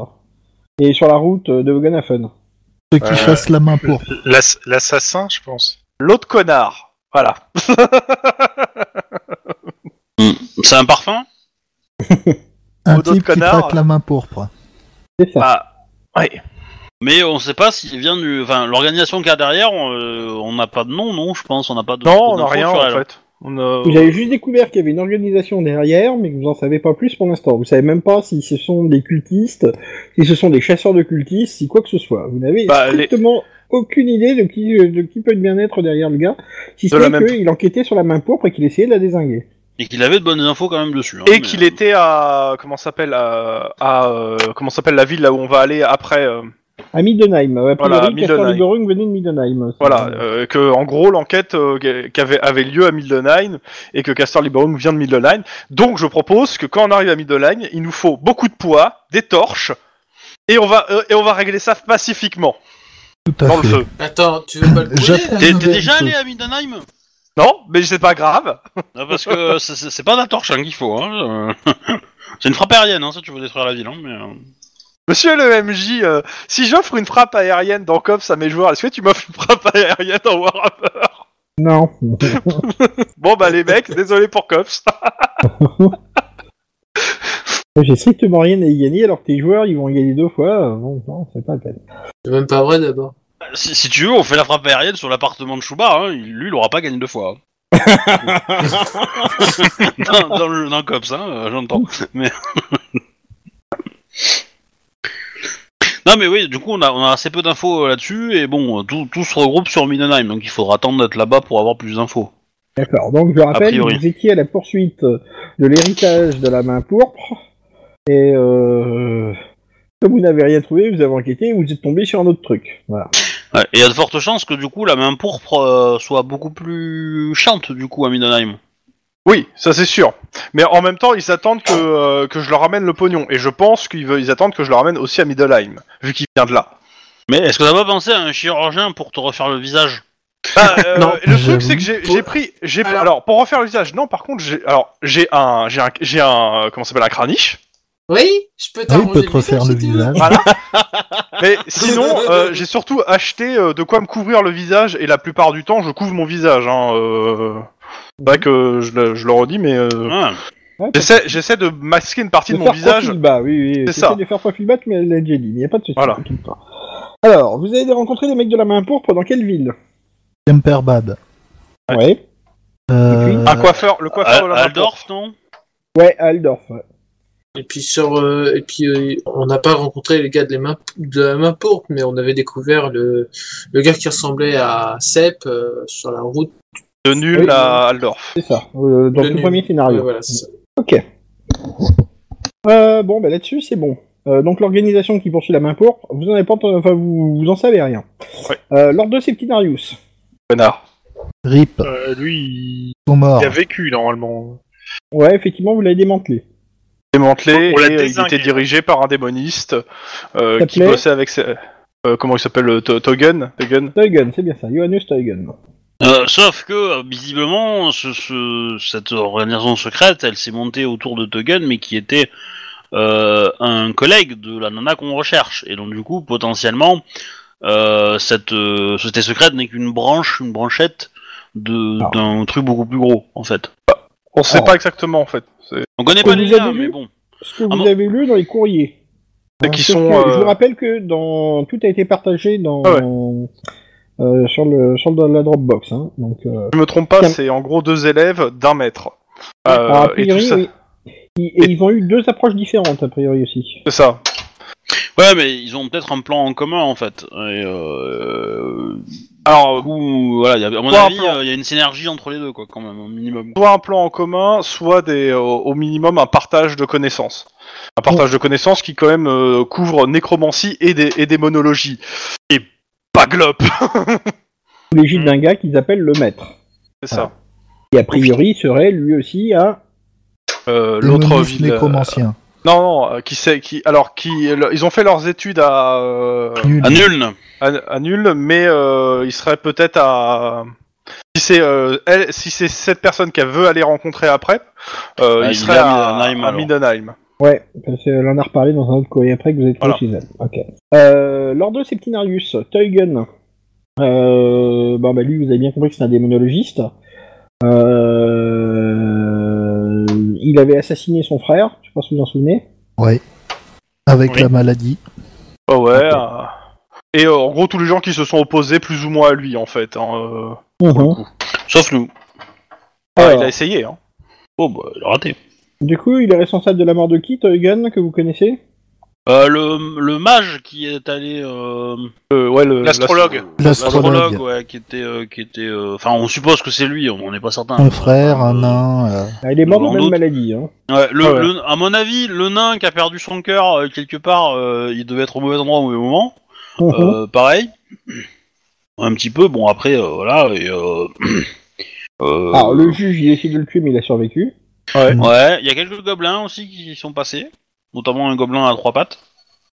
Speaker 2: Et sur la route euh, de Hoganhafen
Speaker 5: Ceux qui
Speaker 4: Euh,
Speaker 5: chassent la main pour.
Speaker 4: L'ass- L'assassin, je pense.
Speaker 3: L'autre connard. Voilà.
Speaker 1: C'est un parfum
Speaker 5: Un
Speaker 3: d'autres
Speaker 5: type qui
Speaker 3: connards.
Speaker 5: traque la main pourpre.
Speaker 2: C'est ça.
Speaker 3: Bah, ouais.
Speaker 1: mais on sait pas s'il vient du. Enfin, l'organisation qu'il y a derrière, on euh, on n'a pas de nom, non Je pense, on n'a pas de.
Speaker 3: Ah, Non, on n'a
Speaker 1: d'infos
Speaker 3: rien
Speaker 1: sur
Speaker 3: en
Speaker 1: elle.
Speaker 3: fait. On euh, a-
Speaker 2: Vous avez juste découvert qu'il y avait une organisation derrière, mais que vous en savez pas plus pour l'instant. Vous savez même pas si ce sont des cultistes, si ce sont des chasseurs de cultistes, si quoi que ce soit. Vous n'avez
Speaker 3: Bah, les-
Speaker 2: strictement aucune idée de qui, euh, de qui peut bien être derrière le gars, si ce
Speaker 3: De la
Speaker 2: n'est
Speaker 3: même-
Speaker 2: qu'il enquêtait sur la main pourpre et qu'il essayait de la désinguer.
Speaker 1: Et qu'il avait de bonnes infos quand même dessus. hein,
Speaker 3: Et
Speaker 1: mais-
Speaker 3: qu'il était à comment s'appelle à, à, euh, comment s'appelle la ville là où on va aller après euh,
Speaker 2: À Middenheim. A priori,
Speaker 3: Voilà, à
Speaker 2: Castor
Speaker 3: Middenheim.
Speaker 2: Lieberung venait de Middenheim.
Speaker 3: voilà euh, que en gros l'enquête euh, qu'avait- avait lieu à Middenheim et que Castor Liberum vient de Middenheim donc je propose que quand on arrive à Middenheim il nous faut beaucoup de poids des torches et on va euh, et on va régler ça pacifiquement
Speaker 5: Tout à
Speaker 3: dans le
Speaker 5: fait.
Speaker 3: feu
Speaker 6: Attends, tu veux pas le couler
Speaker 5: J'apprends
Speaker 1: T'es
Speaker 5: une
Speaker 1: euh, t'es
Speaker 5: nouvelle
Speaker 1: déjà
Speaker 5: chose.
Speaker 1: allé à Mindenheim
Speaker 3: non mais c'est pas grave
Speaker 1: Ah, Parce que c'est- c'est c'est pas la torche hein, qu'il faut. Hein. euh. c'est une frappe aérienne, hein, ça tu veux détruire la ville. Hein, mais, euh.
Speaker 3: Monsieur le MJ, euh, si j'offre une frappe aérienne dans Cops à mes joueurs, est-ce que tu m'offres une frappe aérienne en Warhammer
Speaker 2: Non.
Speaker 3: Bon bah les mecs, désolé pour Cops.
Speaker 2: J'ai strictement rien à y gagner, alors que tes joueurs, ils vont y gagner deux fois. euh, Bon, non, c'est pas la peine.
Speaker 6: C'est même pas vrai d'abord.
Speaker 1: Si, si tu veux, on fait la frappe aérienne sur l'appartement de Chouba. Hein. il- Lui, il aura pas gagné deux fois. hein. dans, dans le dans le Cops, hein, euh, j'entends. Mais... non, mais oui, du coup, on a, on a assez peu d'infos euh, là-dessus. Et bon, euh, tout, tout se regroupe sur Mindenheim. Donc il faudra attendre d'être là-bas pour avoir plus d'infos.
Speaker 2: D'accord, donc je rappelle,
Speaker 1: priori.
Speaker 2: vous étiez à la poursuite de l'héritage de la main pourpre, et euh, comme vous n'avez rien trouvé, vous avez enquêté et vous êtes tombé sur un autre truc. Voilà.
Speaker 1: Ouais, et il y a de fortes chances que du coup, la main pourpre euh, soit beaucoup plus chiante du coup à Mindenheim.
Speaker 3: Oui, ça c'est sûr. Mais en même temps, ils attendent que, euh, que je leur ramène le pognon. Et je pense qu'ils veulent- ils attendent que je leur ramène aussi à Middelheim, vu qu'il vient de là.
Speaker 1: Mais est-ce que t'as pas pensé à un chirurgien pour te refaire le visage
Speaker 3: Bah, euh,
Speaker 5: Non,
Speaker 3: le truc
Speaker 5: j'avoue.
Speaker 3: c'est que j'ai j'ai pris, j'ai alors...
Speaker 6: Alors-
Speaker 3: pour refaire l'usage, non. Par contre, j'ai alors j'ai un, j'ai un, j'ai un, euh, comment ça s'appelle un craniche.
Speaker 6: Oui, je peux
Speaker 5: Ah,
Speaker 6: t'arranger
Speaker 5: il peut te refaire le
Speaker 6: si tu veux.
Speaker 5: visage.
Speaker 3: Voilà. Mais sinon, euh, j'ai surtout acheté euh, de quoi me couvrir le visage, et la plupart du temps, je couvre mon visage. Hein, euh... C'est
Speaker 2: Mhm.
Speaker 3: vrai que je, le- je le redis, mais euh,
Speaker 1: Ah,
Speaker 3: j'essaie j'essaie de masquer une partie de,
Speaker 2: De
Speaker 3: mon
Speaker 2: faire
Speaker 3: visage.
Speaker 2: profil bas, oui, oui.
Speaker 3: C'est
Speaker 2: j'essaie
Speaker 3: ça.
Speaker 2: de faire profil bas, mais elle a déjà dit, il n'y a pas de souci.
Speaker 3: Voilà.
Speaker 2: t'inquiète pas. Alors, vous avez rencontré des mecs de la main pourpre dans quelle ville
Speaker 5: Kemperbad.
Speaker 2: Ouais.
Speaker 3: Ouais.
Speaker 2: Ouais,
Speaker 5: Euh,
Speaker 3: Un coiffeur, le
Speaker 2: Oh
Speaker 3: coiffeur de la main
Speaker 1: Aldorf, non
Speaker 2: à Aldorf. ouais.
Speaker 6: Et puis sur, euh, et puis euh, on n'a pas rencontré les gars de, les mains, de la main pourpre, mais on avait découvert le, le gars qui ressemblait à Sepp euh, sur la route.
Speaker 3: de nul
Speaker 2: Oui.
Speaker 3: à Aldorf.
Speaker 2: C'est ça, euh, dans
Speaker 6: de
Speaker 2: le
Speaker 6: nul.
Speaker 2: premier
Speaker 5: Ah
Speaker 2: scénario.
Speaker 6: Ouais, voilà, c'est ça.
Speaker 2: Euh, bon, bah là-dessus, c'est bon. Euh, donc l'organisation qui poursuit la main pourpre, vous en avez pas, ent- enfin vous, vous en savez rien.
Speaker 3: Ouais.
Speaker 2: Euh, Lord de Septinarius.
Speaker 3: Connard.
Speaker 5: Rip, ils
Speaker 4: Euh, lui, il-
Speaker 5: sont morts.
Speaker 4: il a vécu normalement.
Speaker 2: Ouais, effectivement, vous l'avez démantelé.
Speaker 3: Démantelé,
Speaker 4: On l'a
Speaker 3: et il
Speaker 4: désingué.
Speaker 3: était dirigé par un démoniste euh, qui
Speaker 2: S'appelait
Speaker 3: bossait avec. ses- euh, comment il s'appelle euh, To- Togen Togen
Speaker 2: Stuygen, c'est bien ça, Johannes Stuygen.
Speaker 1: Euh, Sauf que, euh, visiblement, ce, ce- cette organisation secrète, elle s'est montée autour de Tuggen, mais qui était euh, un collègue de la nana qu'on recherche. Et donc, du coup, potentiellement, euh, cette euh, société secrète n'est qu'une branche, une branchette de-
Speaker 2: Ah.
Speaker 1: d'un truc beaucoup plus gros, en fait.
Speaker 3: On sait
Speaker 2: Oh.
Speaker 3: pas exactement en fait. C'est
Speaker 1: On connaît
Speaker 2: Vous
Speaker 1: pas
Speaker 2: les
Speaker 1: les liens,
Speaker 2: avez vus
Speaker 1: mais bon.
Speaker 2: Ce que
Speaker 1: Ah
Speaker 2: vous
Speaker 1: bon
Speaker 2: avez lu dans les courriers.
Speaker 3: Ceux
Speaker 2: Hein,
Speaker 3: qui
Speaker 2: sauf
Speaker 3: sont,
Speaker 2: que
Speaker 3: euh,
Speaker 2: Je vous rappelle que dans tout a été partagé dans
Speaker 3: Ah
Speaker 2: euh, sur le sur le- la Dropbox. Hein. Donc, euh,
Speaker 3: Je me trompe pas,
Speaker 2: Tiens.
Speaker 3: c'est en gros deux élèves d'un maître. Euh,
Speaker 2: alors, a
Speaker 3: et tout
Speaker 2: priori,
Speaker 3: ça.
Speaker 2: oui. Ils, et ils ont eu deux approches différentes a priori aussi.
Speaker 3: C'est ça.
Speaker 1: Ouais, mais ils ont peut-être un plan en commun, en fait. Et, euh, du
Speaker 3: Alors,
Speaker 1: coup, voilà, y a- à mon
Speaker 3: Pas un
Speaker 1: avis, euh, il
Speaker 3: plan.
Speaker 1: y a une synergie entre les deux, quoi, quand même, au minimum.
Speaker 3: soit un plan en commun, soit des, euh, au minimum un partage de connaissances. Un partage de connaissances qui quand même euh, couvre nécromancie et des, et des monologies. Et pas glop
Speaker 2: Sous
Speaker 3: Hmm.
Speaker 2: l'égide d'un gars qu'ils appellent le maître.
Speaker 3: C'est ça.
Speaker 2: Qui a priori serait lui aussi un
Speaker 3: Euh, L'autre
Speaker 5: Démoniste
Speaker 3: ville. euh,
Speaker 5: nécromancien.
Speaker 3: Non, non, euh, qui sait, qui. Alors, qui. le- ils ont fait leurs études à. euh,
Speaker 5: Nul.
Speaker 1: À Ah, nul
Speaker 3: à, à nul, mais euh, ils seraient peut-être à. Ils c'est euh, elle, si c'est cette personne qu'elle veut aller rencontrer après, euh,
Speaker 1: Ah,
Speaker 3: il
Speaker 1: il
Speaker 3: serait
Speaker 1: est à
Speaker 3: à,
Speaker 1: Mindenheim,
Speaker 3: à
Speaker 1: alors.
Speaker 3: Mindenheim.
Speaker 2: Ouais, parce que elle en a reparlé dans un autre courrier après que vous êtes
Speaker 3: Voilà.
Speaker 2: chez elle. Ok. Euh, Lord de Septinarius, Teugen. Euh, bon, bah lui, vous avez bien compris que c'est un démonologiste. Euh, il avait assassiné son frère, je sais pas si vous vous en souvenez.
Speaker 5: Avec
Speaker 4: Oui.
Speaker 5: la maladie.
Speaker 3: Ah ouais. euh, Et euh, en gros, tous les gens qui se sont opposés plus ou moins à lui, en fait. hein, euh.
Speaker 1: Sauf nous.
Speaker 3: Ah,
Speaker 2: Alors,
Speaker 3: il a essayé. Hein.
Speaker 1: Oh, bah, il a raté.
Speaker 2: Du coup, il est responsable de la mort de qui, Teugen, que vous connaissez
Speaker 1: Euh, le, le mage qui est allé. euh,
Speaker 3: Euh, ouais, le-
Speaker 4: L'astrologue.
Speaker 1: L'astrologue,
Speaker 5: L'astrologue.
Speaker 1: ouais, qui était. euh, qui était euh, Enfin, on suppose que c'est lui, on n'en est pas certain.
Speaker 5: Un frère, un
Speaker 1: Euh,
Speaker 5: nain. euh,
Speaker 2: Ah, Il est mort de
Speaker 1: En
Speaker 2: la même
Speaker 1: doute.
Speaker 2: maladie. Hein.
Speaker 1: Ouais, le,
Speaker 3: Ah ouais.
Speaker 1: le- à mon avis, le nain qui a perdu son cœur euh, quelque part, euh, il devait être au mauvais endroit au mauvais moment.
Speaker 5: Oh.
Speaker 2: Mhm.
Speaker 1: Euh, pareil. Un petit peu, bon après, euh, voilà. Et, euh, euh,
Speaker 2: Alors, le juge, il décide de le tuer, mais il a survécu.
Speaker 1: Ouais, il y a quelques gobelins aussi qui sont passés. Notamment un gobelin à trois pattes.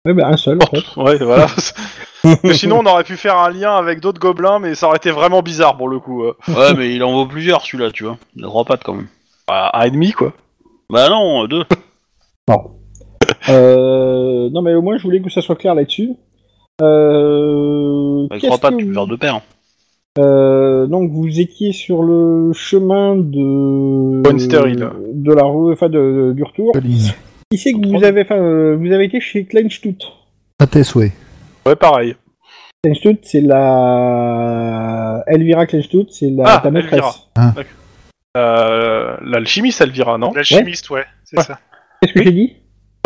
Speaker 2: Ouais, bah, un seul, en fait.
Speaker 3: Ouais, voilà. Parce que Sinon, on aurait pu faire un lien avec d'autres gobelins, mais ça aurait été vraiment bizarre pour le coup. euh.
Speaker 1: Ouais, mais il en vaut plusieurs celui-là, tu vois. Il a trois pattes quand même.
Speaker 3: À, à ennemi, quoi.
Speaker 1: Bah non, euh, deux.
Speaker 2: Euh, non, mais au moins, je voulais que ça soit clair là-dessus. Euh,
Speaker 1: Avec
Speaker 2: qu'est-ce
Speaker 1: trois pattes,
Speaker 2: que
Speaker 1: tu peux faire
Speaker 2: vous-
Speaker 1: deux paires.
Speaker 2: euh, donc, vous étiez sur le chemin de.
Speaker 3: Bonne stérile.
Speaker 2: De la rue, enfin, de, du retour.
Speaker 5: Colline.
Speaker 2: Qui c'est que vous avez, enfin, euh, vous avez été chez Kleinstut.
Speaker 5: À tes souhaits.
Speaker 3: Ouais, pareil.
Speaker 2: Kleinstut, c'est la. Elvira Kleinstut, c'est la...
Speaker 3: Ah,
Speaker 2: ta maîtresse.
Speaker 3: Elvira. Euh, L'alchimiste Elvira, non
Speaker 4: L'alchimiste, ouais, c'est
Speaker 3: Ouais.
Speaker 4: ça.
Speaker 2: Qu'est-ce que j'ai dit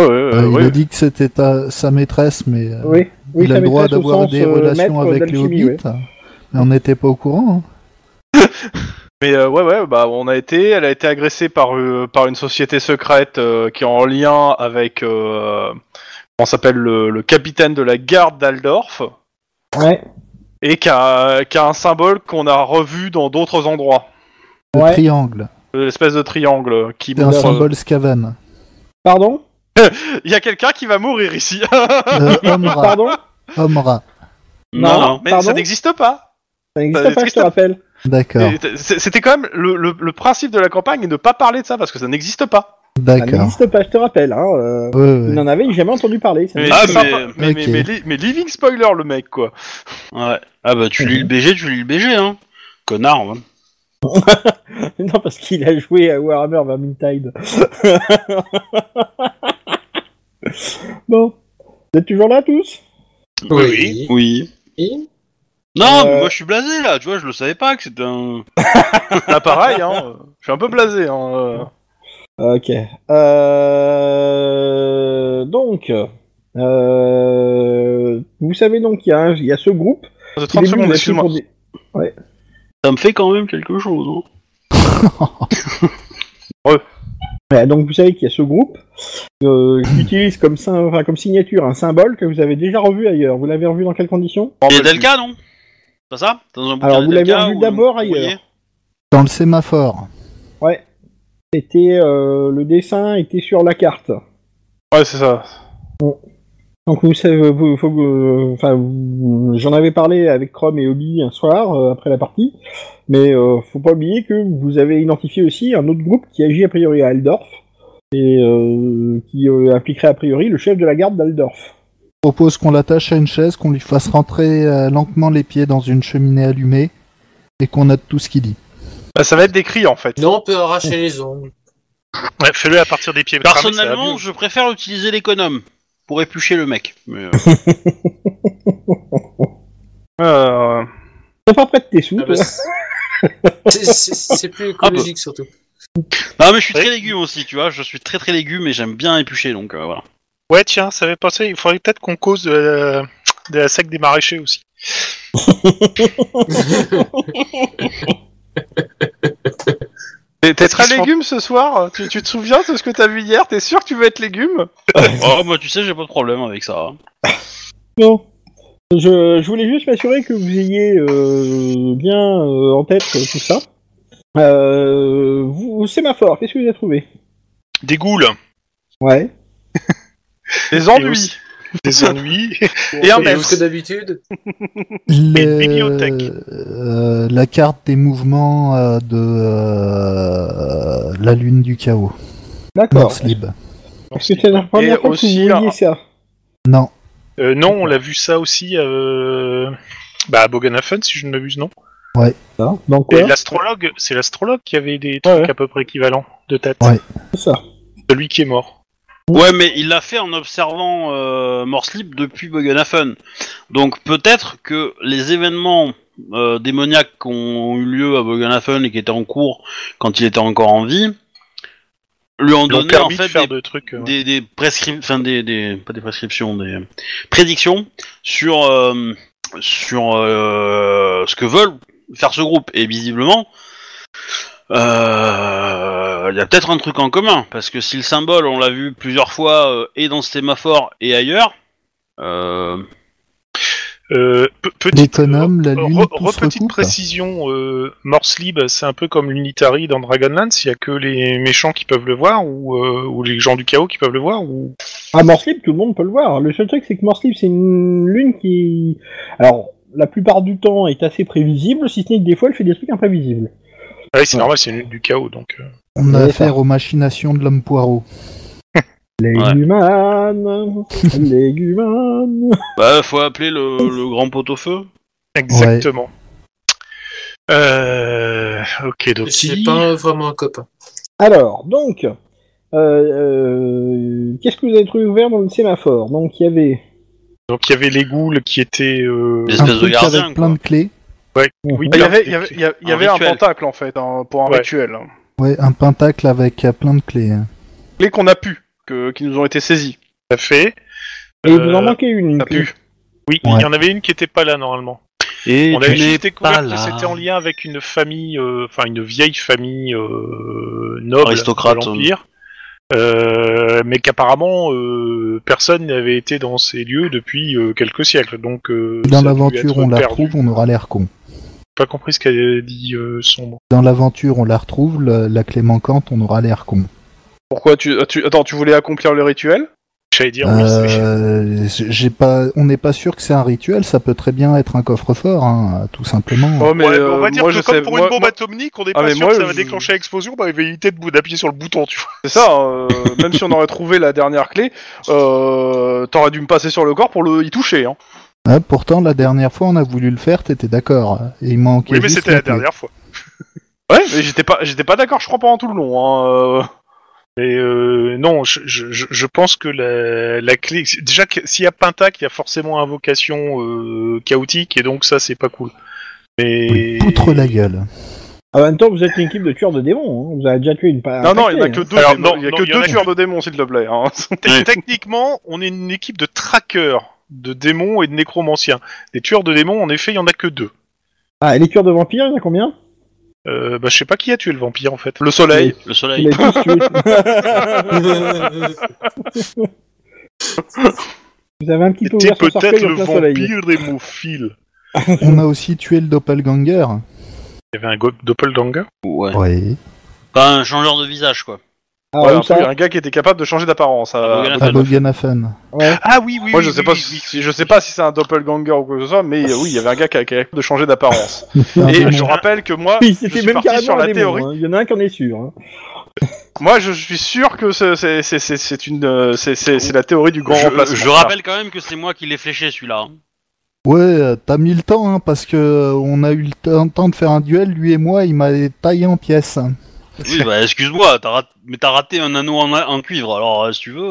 Speaker 3: Ouais, ouais,
Speaker 5: Euh,
Speaker 3: ouais,
Speaker 5: il
Speaker 3: ouais.
Speaker 5: a dit que c'était ta- sa maîtresse, mais euh,
Speaker 2: Oui. Oui,
Speaker 5: il a
Speaker 2: sa
Speaker 5: le droit
Speaker 2: maîtresse au
Speaker 5: d'avoir
Speaker 2: sens,
Speaker 5: des
Speaker 2: euh,
Speaker 5: relations
Speaker 2: maître
Speaker 5: avec les
Speaker 2: d'alchimie,
Speaker 5: hobbits.
Speaker 2: ouais.
Speaker 5: Mais on n'était pas au courant. hein.
Speaker 3: Mais euh, ouais, ouais, bah on a été, elle a été agressée par euh, par une société secrète euh, qui est en lien avec euh, comment s'appelle le, le capitaine de la garde d'Aldorf
Speaker 2: Ouais.
Speaker 3: et qui a, qui a un symbole qu'on a revu dans d'autres endroits,
Speaker 5: Le
Speaker 2: Ouais.
Speaker 5: triangle.
Speaker 3: l'espèce de triangle qui
Speaker 5: C'est un
Speaker 3: montre- euh,
Speaker 5: symbole Scavan.
Speaker 2: Pardon
Speaker 3: Il y a quelqu'un qui va mourir ici.
Speaker 5: Euh, homme rat.
Speaker 2: Pardon
Speaker 5: Homme rat.
Speaker 2: Non,
Speaker 3: mais
Speaker 2: pardon
Speaker 3: ça n'existe pas.
Speaker 2: Ça
Speaker 3: Ça
Speaker 2: n'existe pas, je te
Speaker 3: n'existe
Speaker 2: rappelle.
Speaker 5: D'accord.
Speaker 3: Et c'est- C'était quand même le, le- le principe de la campagne, ne pas parler de ça parce que ça n'existe pas.
Speaker 2: Ça
Speaker 5: D'accord.
Speaker 2: n'existe pas, je te rappelle. Hein, euh,
Speaker 5: Ouais, ouais.
Speaker 2: Vous n'en avez jamais entendu parler. ça
Speaker 3: Mais,
Speaker 1: Ah,
Speaker 3: ça-
Speaker 1: mais-
Speaker 3: mais- mais-
Speaker 5: ok.
Speaker 3: mais li- mais living spoiler le mec quoi.
Speaker 1: Ouais. Ah bah tu lis le BG, tu lis le BG, hein. Connard, hein.
Speaker 2: Non, parce qu'il a joué à Warhammer Vermintide. bon. Vous êtes toujours là, tous
Speaker 6: Oui.
Speaker 1: Oui.
Speaker 6: Oui.
Speaker 1: Non,
Speaker 2: Euh,
Speaker 1: mais moi je suis blasé là, tu vois, je le savais pas que c'était un.
Speaker 3: Ah, pareil, hein. Je suis un peu blasé. Hein. euh.
Speaker 2: Ok. Euh, Donc... euh, Vous savez donc qu'il y, a un- il y a ce groupe...
Speaker 3: De
Speaker 2: qui
Speaker 3: 30
Speaker 2: début,
Speaker 3: secondes,
Speaker 2: vous a pris
Speaker 3: excuse-moi.
Speaker 2: pour des-
Speaker 1: Ça me fait quand même quelque chose, hein.
Speaker 2: Ouais, donc vous savez qu'il y a ce groupe euh, qui utilise comme, sym- enfin, comme signature un symbole que vous avez déjà revu ailleurs. Vous l'avez revu dans quelles conditions
Speaker 3: bah,
Speaker 1: Et Delca, non C'est pas ça Dans un bouquin
Speaker 2: Alors, vous l'avez
Speaker 1: d'Edelka
Speaker 2: revu
Speaker 1: ou-
Speaker 2: d'abord
Speaker 1: vous voyez
Speaker 2: ailleurs.
Speaker 5: Dans le sémaphore.
Speaker 2: Ouais. C'était euh, le dessin était sur la carte.
Speaker 3: Ouais, c'est ça.
Speaker 2: Donc vous savez, vous- faut que- enfin, vous- j'en avais parlé avec Chrome et Obi un soir euh, après la partie, mais euh, faut pas oublier que vous avez identifié aussi un autre groupe qui agit a priori à Aldorf et euh, qui euh, impliquerait a priori le chef de la garde d'Aldorf.
Speaker 5: Propose qu'on l'attache à une chaise, qu'on lui fasse rentrer euh, lentement les pieds dans une cheminée allumée et qu'on note tout ce qu'il dit.
Speaker 3: Bah, ça va être décrit en fait.
Speaker 6: Non, on peut arracher les ongles.
Speaker 4: Ouais, Fais-le à partir des pieds.
Speaker 1: Personnellement, je préfère utiliser l'économe pour éplucher le mec. Mais, euh,
Speaker 3: Euh,
Speaker 2: T'es pas près de tes hein. sous,
Speaker 6: Ah
Speaker 2: toi
Speaker 6: bah, c'est- c'est- C'est c'est
Speaker 2: Ah
Speaker 6: plus
Speaker 2: bah.
Speaker 6: écologique surtout.
Speaker 1: Non, mais je suis
Speaker 4: Oui.
Speaker 1: très légume aussi, tu vois. Je suis très très légume et j'aime bien éplucher, donc euh, voilà.
Speaker 4: Ouais, tiens, ça avait pensé, il faudrait peut-être qu'on cause de la... de la sac des maraîchers aussi.
Speaker 3: T'es t'es très
Speaker 4: qu'ils sont-
Speaker 3: légume ce soir tu, tu te souviens de ce que t'as vu hier T'es sûr que tu veux être légume
Speaker 1: oh, moi, tu sais, j'ai pas de problème avec ça. hein.
Speaker 2: Non. Je, je voulais juste m'assurer que vous ayez euh, bien euh, en tête euh, tout ça. Euh, vous, sémaphore, qu'est-ce que vous avez trouvé
Speaker 4: Des goules.
Speaker 2: Ouais.
Speaker 3: Des
Speaker 4: Et
Speaker 3: ennuis
Speaker 4: aussi- des ennuis.
Speaker 3: Et un
Speaker 6: Plus
Speaker 3: même.
Speaker 6: que d'habitude.
Speaker 5: Le-
Speaker 4: bibliothèque.
Speaker 5: euh, la carte des mouvements euh, de euh, la lune du chaos.
Speaker 2: D'accord.
Speaker 5: North Lib.
Speaker 2: Est-ce que c'est la première fois
Speaker 3: aussi,
Speaker 2: que vous
Speaker 3: un-
Speaker 2: voyez ça
Speaker 5: Non.
Speaker 4: Euh, non, on l'a vu ça aussi euh, bah, à Bogenhafen, si je ne m'abuse, non
Speaker 2: Dans
Speaker 4: Et
Speaker 2: quoi
Speaker 4: l'astrologue, c'est l'astrologue qui avait des trucs à peu près équivalents de tête.
Speaker 5: Ouais.
Speaker 2: C'est ça.
Speaker 4: Celui qui est mort.
Speaker 1: Ouais, mais il l'a fait en observant euh, Morslip depuis Buggenhafen. Donc peut-être que les événements euh, démoniaques qui ont eu lieu à Buggenhafen et qui étaient en cours quand il était encore en vie lui ont
Speaker 4: Ils l'ont
Speaker 1: donné en
Speaker 4: permis de
Speaker 1: fait
Speaker 4: faire
Speaker 1: des,
Speaker 4: de trucs. euh,
Speaker 1: des, des prescrip- enfin des, des- pas des prescriptions, des prédictions sur euh, sur euh, ce que veulent faire ce groupe. Et visiblement, euh, il y a peut-être un truc en commun parce que si le symbole, on l'a vu plusieurs fois euh, et dans ce thémaphore et ailleurs. euh,
Speaker 4: Euh, pe- petite,
Speaker 5: L'économe, la lune,
Speaker 4: Re-
Speaker 5: tout
Speaker 4: re-
Speaker 5: se
Speaker 4: petite
Speaker 5: recoupe.
Speaker 4: précision, euh, Morse Lib, c'est un peu comme l'Unitary dans Dragonlance, il n'y a que les méchants qui peuvent le voir, ou, euh, ou les gens du chaos qui peuvent le voir, ou...
Speaker 2: Ah, Morslip, tout le monde peut le voir. Le seul truc, c'est que Morslip, c'est une lune qui, alors, la plupart du temps est assez prévisible, si ce n'est que des fois, elle fait des trucs imprévisibles.
Speaker 4: Ah oui, c'est
Speaker 2: Ouais.
Speaker 4: normal, c'est une- du chaos, donc... euh.
Speaker 5: On a
Speaker 2: Ouais,
Speaker 5: affaire aux machinations de l'homme poireau.
Speaker 2: Les
Speaker 1: Ouais.
Speaker 2: humaines, les humaines.
Speaker 1: bah, faut appeler le, le grand pot au feu.
Speaker 4: Exactement. Euh... Ok, donc...
Speaker 6: C'est pas vraiment un copain.
Speaker 2: Alors, donc, euh, euh, qu'est-ce que vous avez trouvé ouvert dans le sémaphore Donc, il y avait.
Speaker 4: Donc il y avait les ghouls qui étaient... euh,
Speaker 1: Des-
Speaker 5: Un
Speaker 1: Espèce de
Speaker 5: truc
Speaker 1: gardien,
Speaker 5: avec plein de clés.
Speaker 4: oui,
Speaker 2: Mhm.
Speaker 3: Ah, Il y
Speaker 4: plein
Speaker 3: avait,
Speaker 4: de-
Speaker 3: il y avait, il y a- il y
Speaker 1: Un
Speaker 3: avait un
Speaker 1: rituel.
Speaker 3: pentacle en fait hein, pour un
Speaker 4: Ouais.
Speaker 3: rituel. hein.
Speaker 5: Ouais, un pentacle avec euh, plein de clés. hein.
Speaker 3: Les qu'on a pu, que, qui nous ont été saisis.
Speaker 4: tout à fait.
Speaker 2: Et vous en
Speaker 4: Euh,
Speaker 2: manquez une. une
Speaker 3: a
Speaker 2: clé.
Speaker 3: pu.
Speaker 4: Oui, il y en avait une qui n'était pas là, normalement.
Speaker 1: Et
Speaker 4: On avait juste découvert que c'était en lien avec une famille, euh, enfin une vieille famille euh, noble
Speaker 1: Aristocrate.
Speaker 4: de l'Empire, euh, mais qu'apparemment euh, personne n'avait été dans ces lieux depuis euh, quelques siècles. Donc euh, ça a
Speaker 5: Dans
Speaker 4: dû
Speaker 5: l'aventure,
Speaker 4: être
Speaker 5: on la
Speaker 4: perdu.
Speaker 5: retrouve, on aura l'air con.
Speaker 4: Pas compris ce qu'a dit euh, Sombre.
Speaker 5: Dans l'aventure, on la retrouve, le- la clé manquante, on aura l'air con.
Speaker 3: Pourquoi tu, ah, tu- attends, tu voulais accomplir le rituel
Speaker 4: J'allais dire oui. c'est-
Speaker 5: Euh, j'ai pas, on n'est pas sûr que c'est un rituel, ça peut très bien être un coffre-fort, hein, tout simplement.
Speaker 3: Oh,
Speaker 7: Ouais, mais on va dire
Speaker 3: moi,
Speaker 7: que
Speaker 3: je
Speaker 7: comme
Speaker 3: sais-
Speaker 7: pour
Speaker 3: moi-
Speaker 7: une bombe
Speaker 3: moi-
Speaker 7: atomique, on n'est
Speaker 3: Ah,
Speaker 7: pas
Speaker 3: mais
Speaker 7: sûr
Speaker 3: moi,
Speaker 7: que ça va
Speaker 3: je-
Speaker 7: déclencher l'explosion, bah, il va éviter de bou- d'appuyer sur le bouton, tu vois.
Speaker 3: C'est ça. euh, même si on aurait trouvé la dernière clé, euh, t'aurais dû me passer sur le corps pour le y toucher. Hein.
Speaker 5: Hein, pourtant, la dernière fois, on a voulu le faire, t'étais d'accord. hein. Il manquait.
Speaker 7: Oui, mais
Speaker 5: juste
Speaker 7: c'était la
Speaker 5: clé.
Speaker 7: dernière fois.
Speaker 3: Ouais, mais j'étais pas, j'étais pas d'accord. Je crois pendant tout le long. Hein, euh.
Speaker 4: Mais euh, non, je, je- je- je pense que la, la clé. Déjà, que s'il y a Pentac, il y a forcément invocation euh, chaotique, et donc ça, c'est pas cool. Mais.
Speaker 5: Oui, poutre la gueule.
Speaker 2: Ah, En même temps, vous êtes une équipe de tueurs de démons. hein. Vous avez déjà tué une. pa-
Speaker 3: Non, non,
Speaker 2: un
Speaker 3: il y en a
Speaker 2: paquet,
Speaker 3: que
Speaker 2: hein.
Speaker 3: deux.
Speaker 7: Alors,
Speaker 3: démons-
Speaker 7: non,
Speaker 3: il y a
Speaker 7: non,
Speaker 3: que
Speaker 7: il y en
Speaker 3: deux
Speaker 7: a
Speaker 3: tueurs de démons, s'il te plaît. hein.
Speaker 7: Te-
Speaker 1: Ouais.
Speaker 7: Techniquement, on est une équipe de traqueurs,
Speaker 4: de démons et de nécromanciens. Des tueurs de démons, en effet, il y en a que deux.
Speaker 2: Ah, et les tueurs de vampires, il y en a combien
Speaker 4: Euh, bah, je sais pas qui a tué le vampire en fait.
Speaker 2: Ah,
Speaker 3: Le soleil.
Speaker 1: Le
Speaker 2: Vous
Speaker 1: soleil.
Speaker 2: l'avez tous tués. Vous avez un petit peu
Speaker 4: C'était
Speaker 2: ouvert son
Speaker 4: peut-être
Speaker 2: cercueil
Speaker 4: le
Speaker 2: en plein soleil.
Speaker 4: vampire hémophile.
Speaker 5: On a aussi tué le doppelganger.
Speaker 4: Il y avait un go- doppelganger
Speaker 1: Ouais.
Speaker 5: Oui.
Speaker 1: Pas un changeur de visage, quoi.
Speaker 2: Ah,
Speaker 3: Voilà,
Speaker 2: où ça
Speaker 3: un peu, un gars qui était capable de changer d'apparence. euh,
Speaker 1: Ah,
Speaker 5: À Boganafen.
Speaker 2: Ouais.
Speaker 4: Ah oui, oui,
Speaker 3: Moi,
Speaker 4: oui,
Speaker 3: je sais
Speaker 4: oui,
Speaker 3: pas
Speaker 4: oui, oui.
Speaker 3: si je sais pas si c'est un doppelganger ou quoi que ce soit,
Speaker 2: Ah,
Speaker 3: mais euh, oui, il y avait un gars qui a qui a de changer d'apparence. Et je rappelle que moi,
Speaker 2: Oui,
Speaker 3: je
Speaker 2: c'était
Speaker 3: suis
Speaker 2: même
Speaker 3: parti
Speaker 2: carrément
Speaker 3: sur
Speaker 2: un
Speaker 3: la
Speaker 2: démon,
Speaker 3: théorie.
Speaker 2: hein. Il y en a un qui en est sûr. hein.
Speaker 3: Moi, je suis sûr que c'est- c'est- c'est c'est- c'est une euh, c'est- c'est c'est la théorie du grand
Speaker 1: Je,
Speaker 3: remplacement.
Speaker 1: je rappelle quand même que c'est moi qui l'ai fléché celui-là. hein.
Speaker 5: Ouais, euh, t'as mis le temps, hein, parce que euh, on a eu le temps- temps de faire un duel, lui et moi, il m'a taillé en pièces.
Speaker 1: Oui, bah excuse-moi, t'as rat- mais t'as raté un anneau en, en cuivre, alors euh, si tu veux. euh,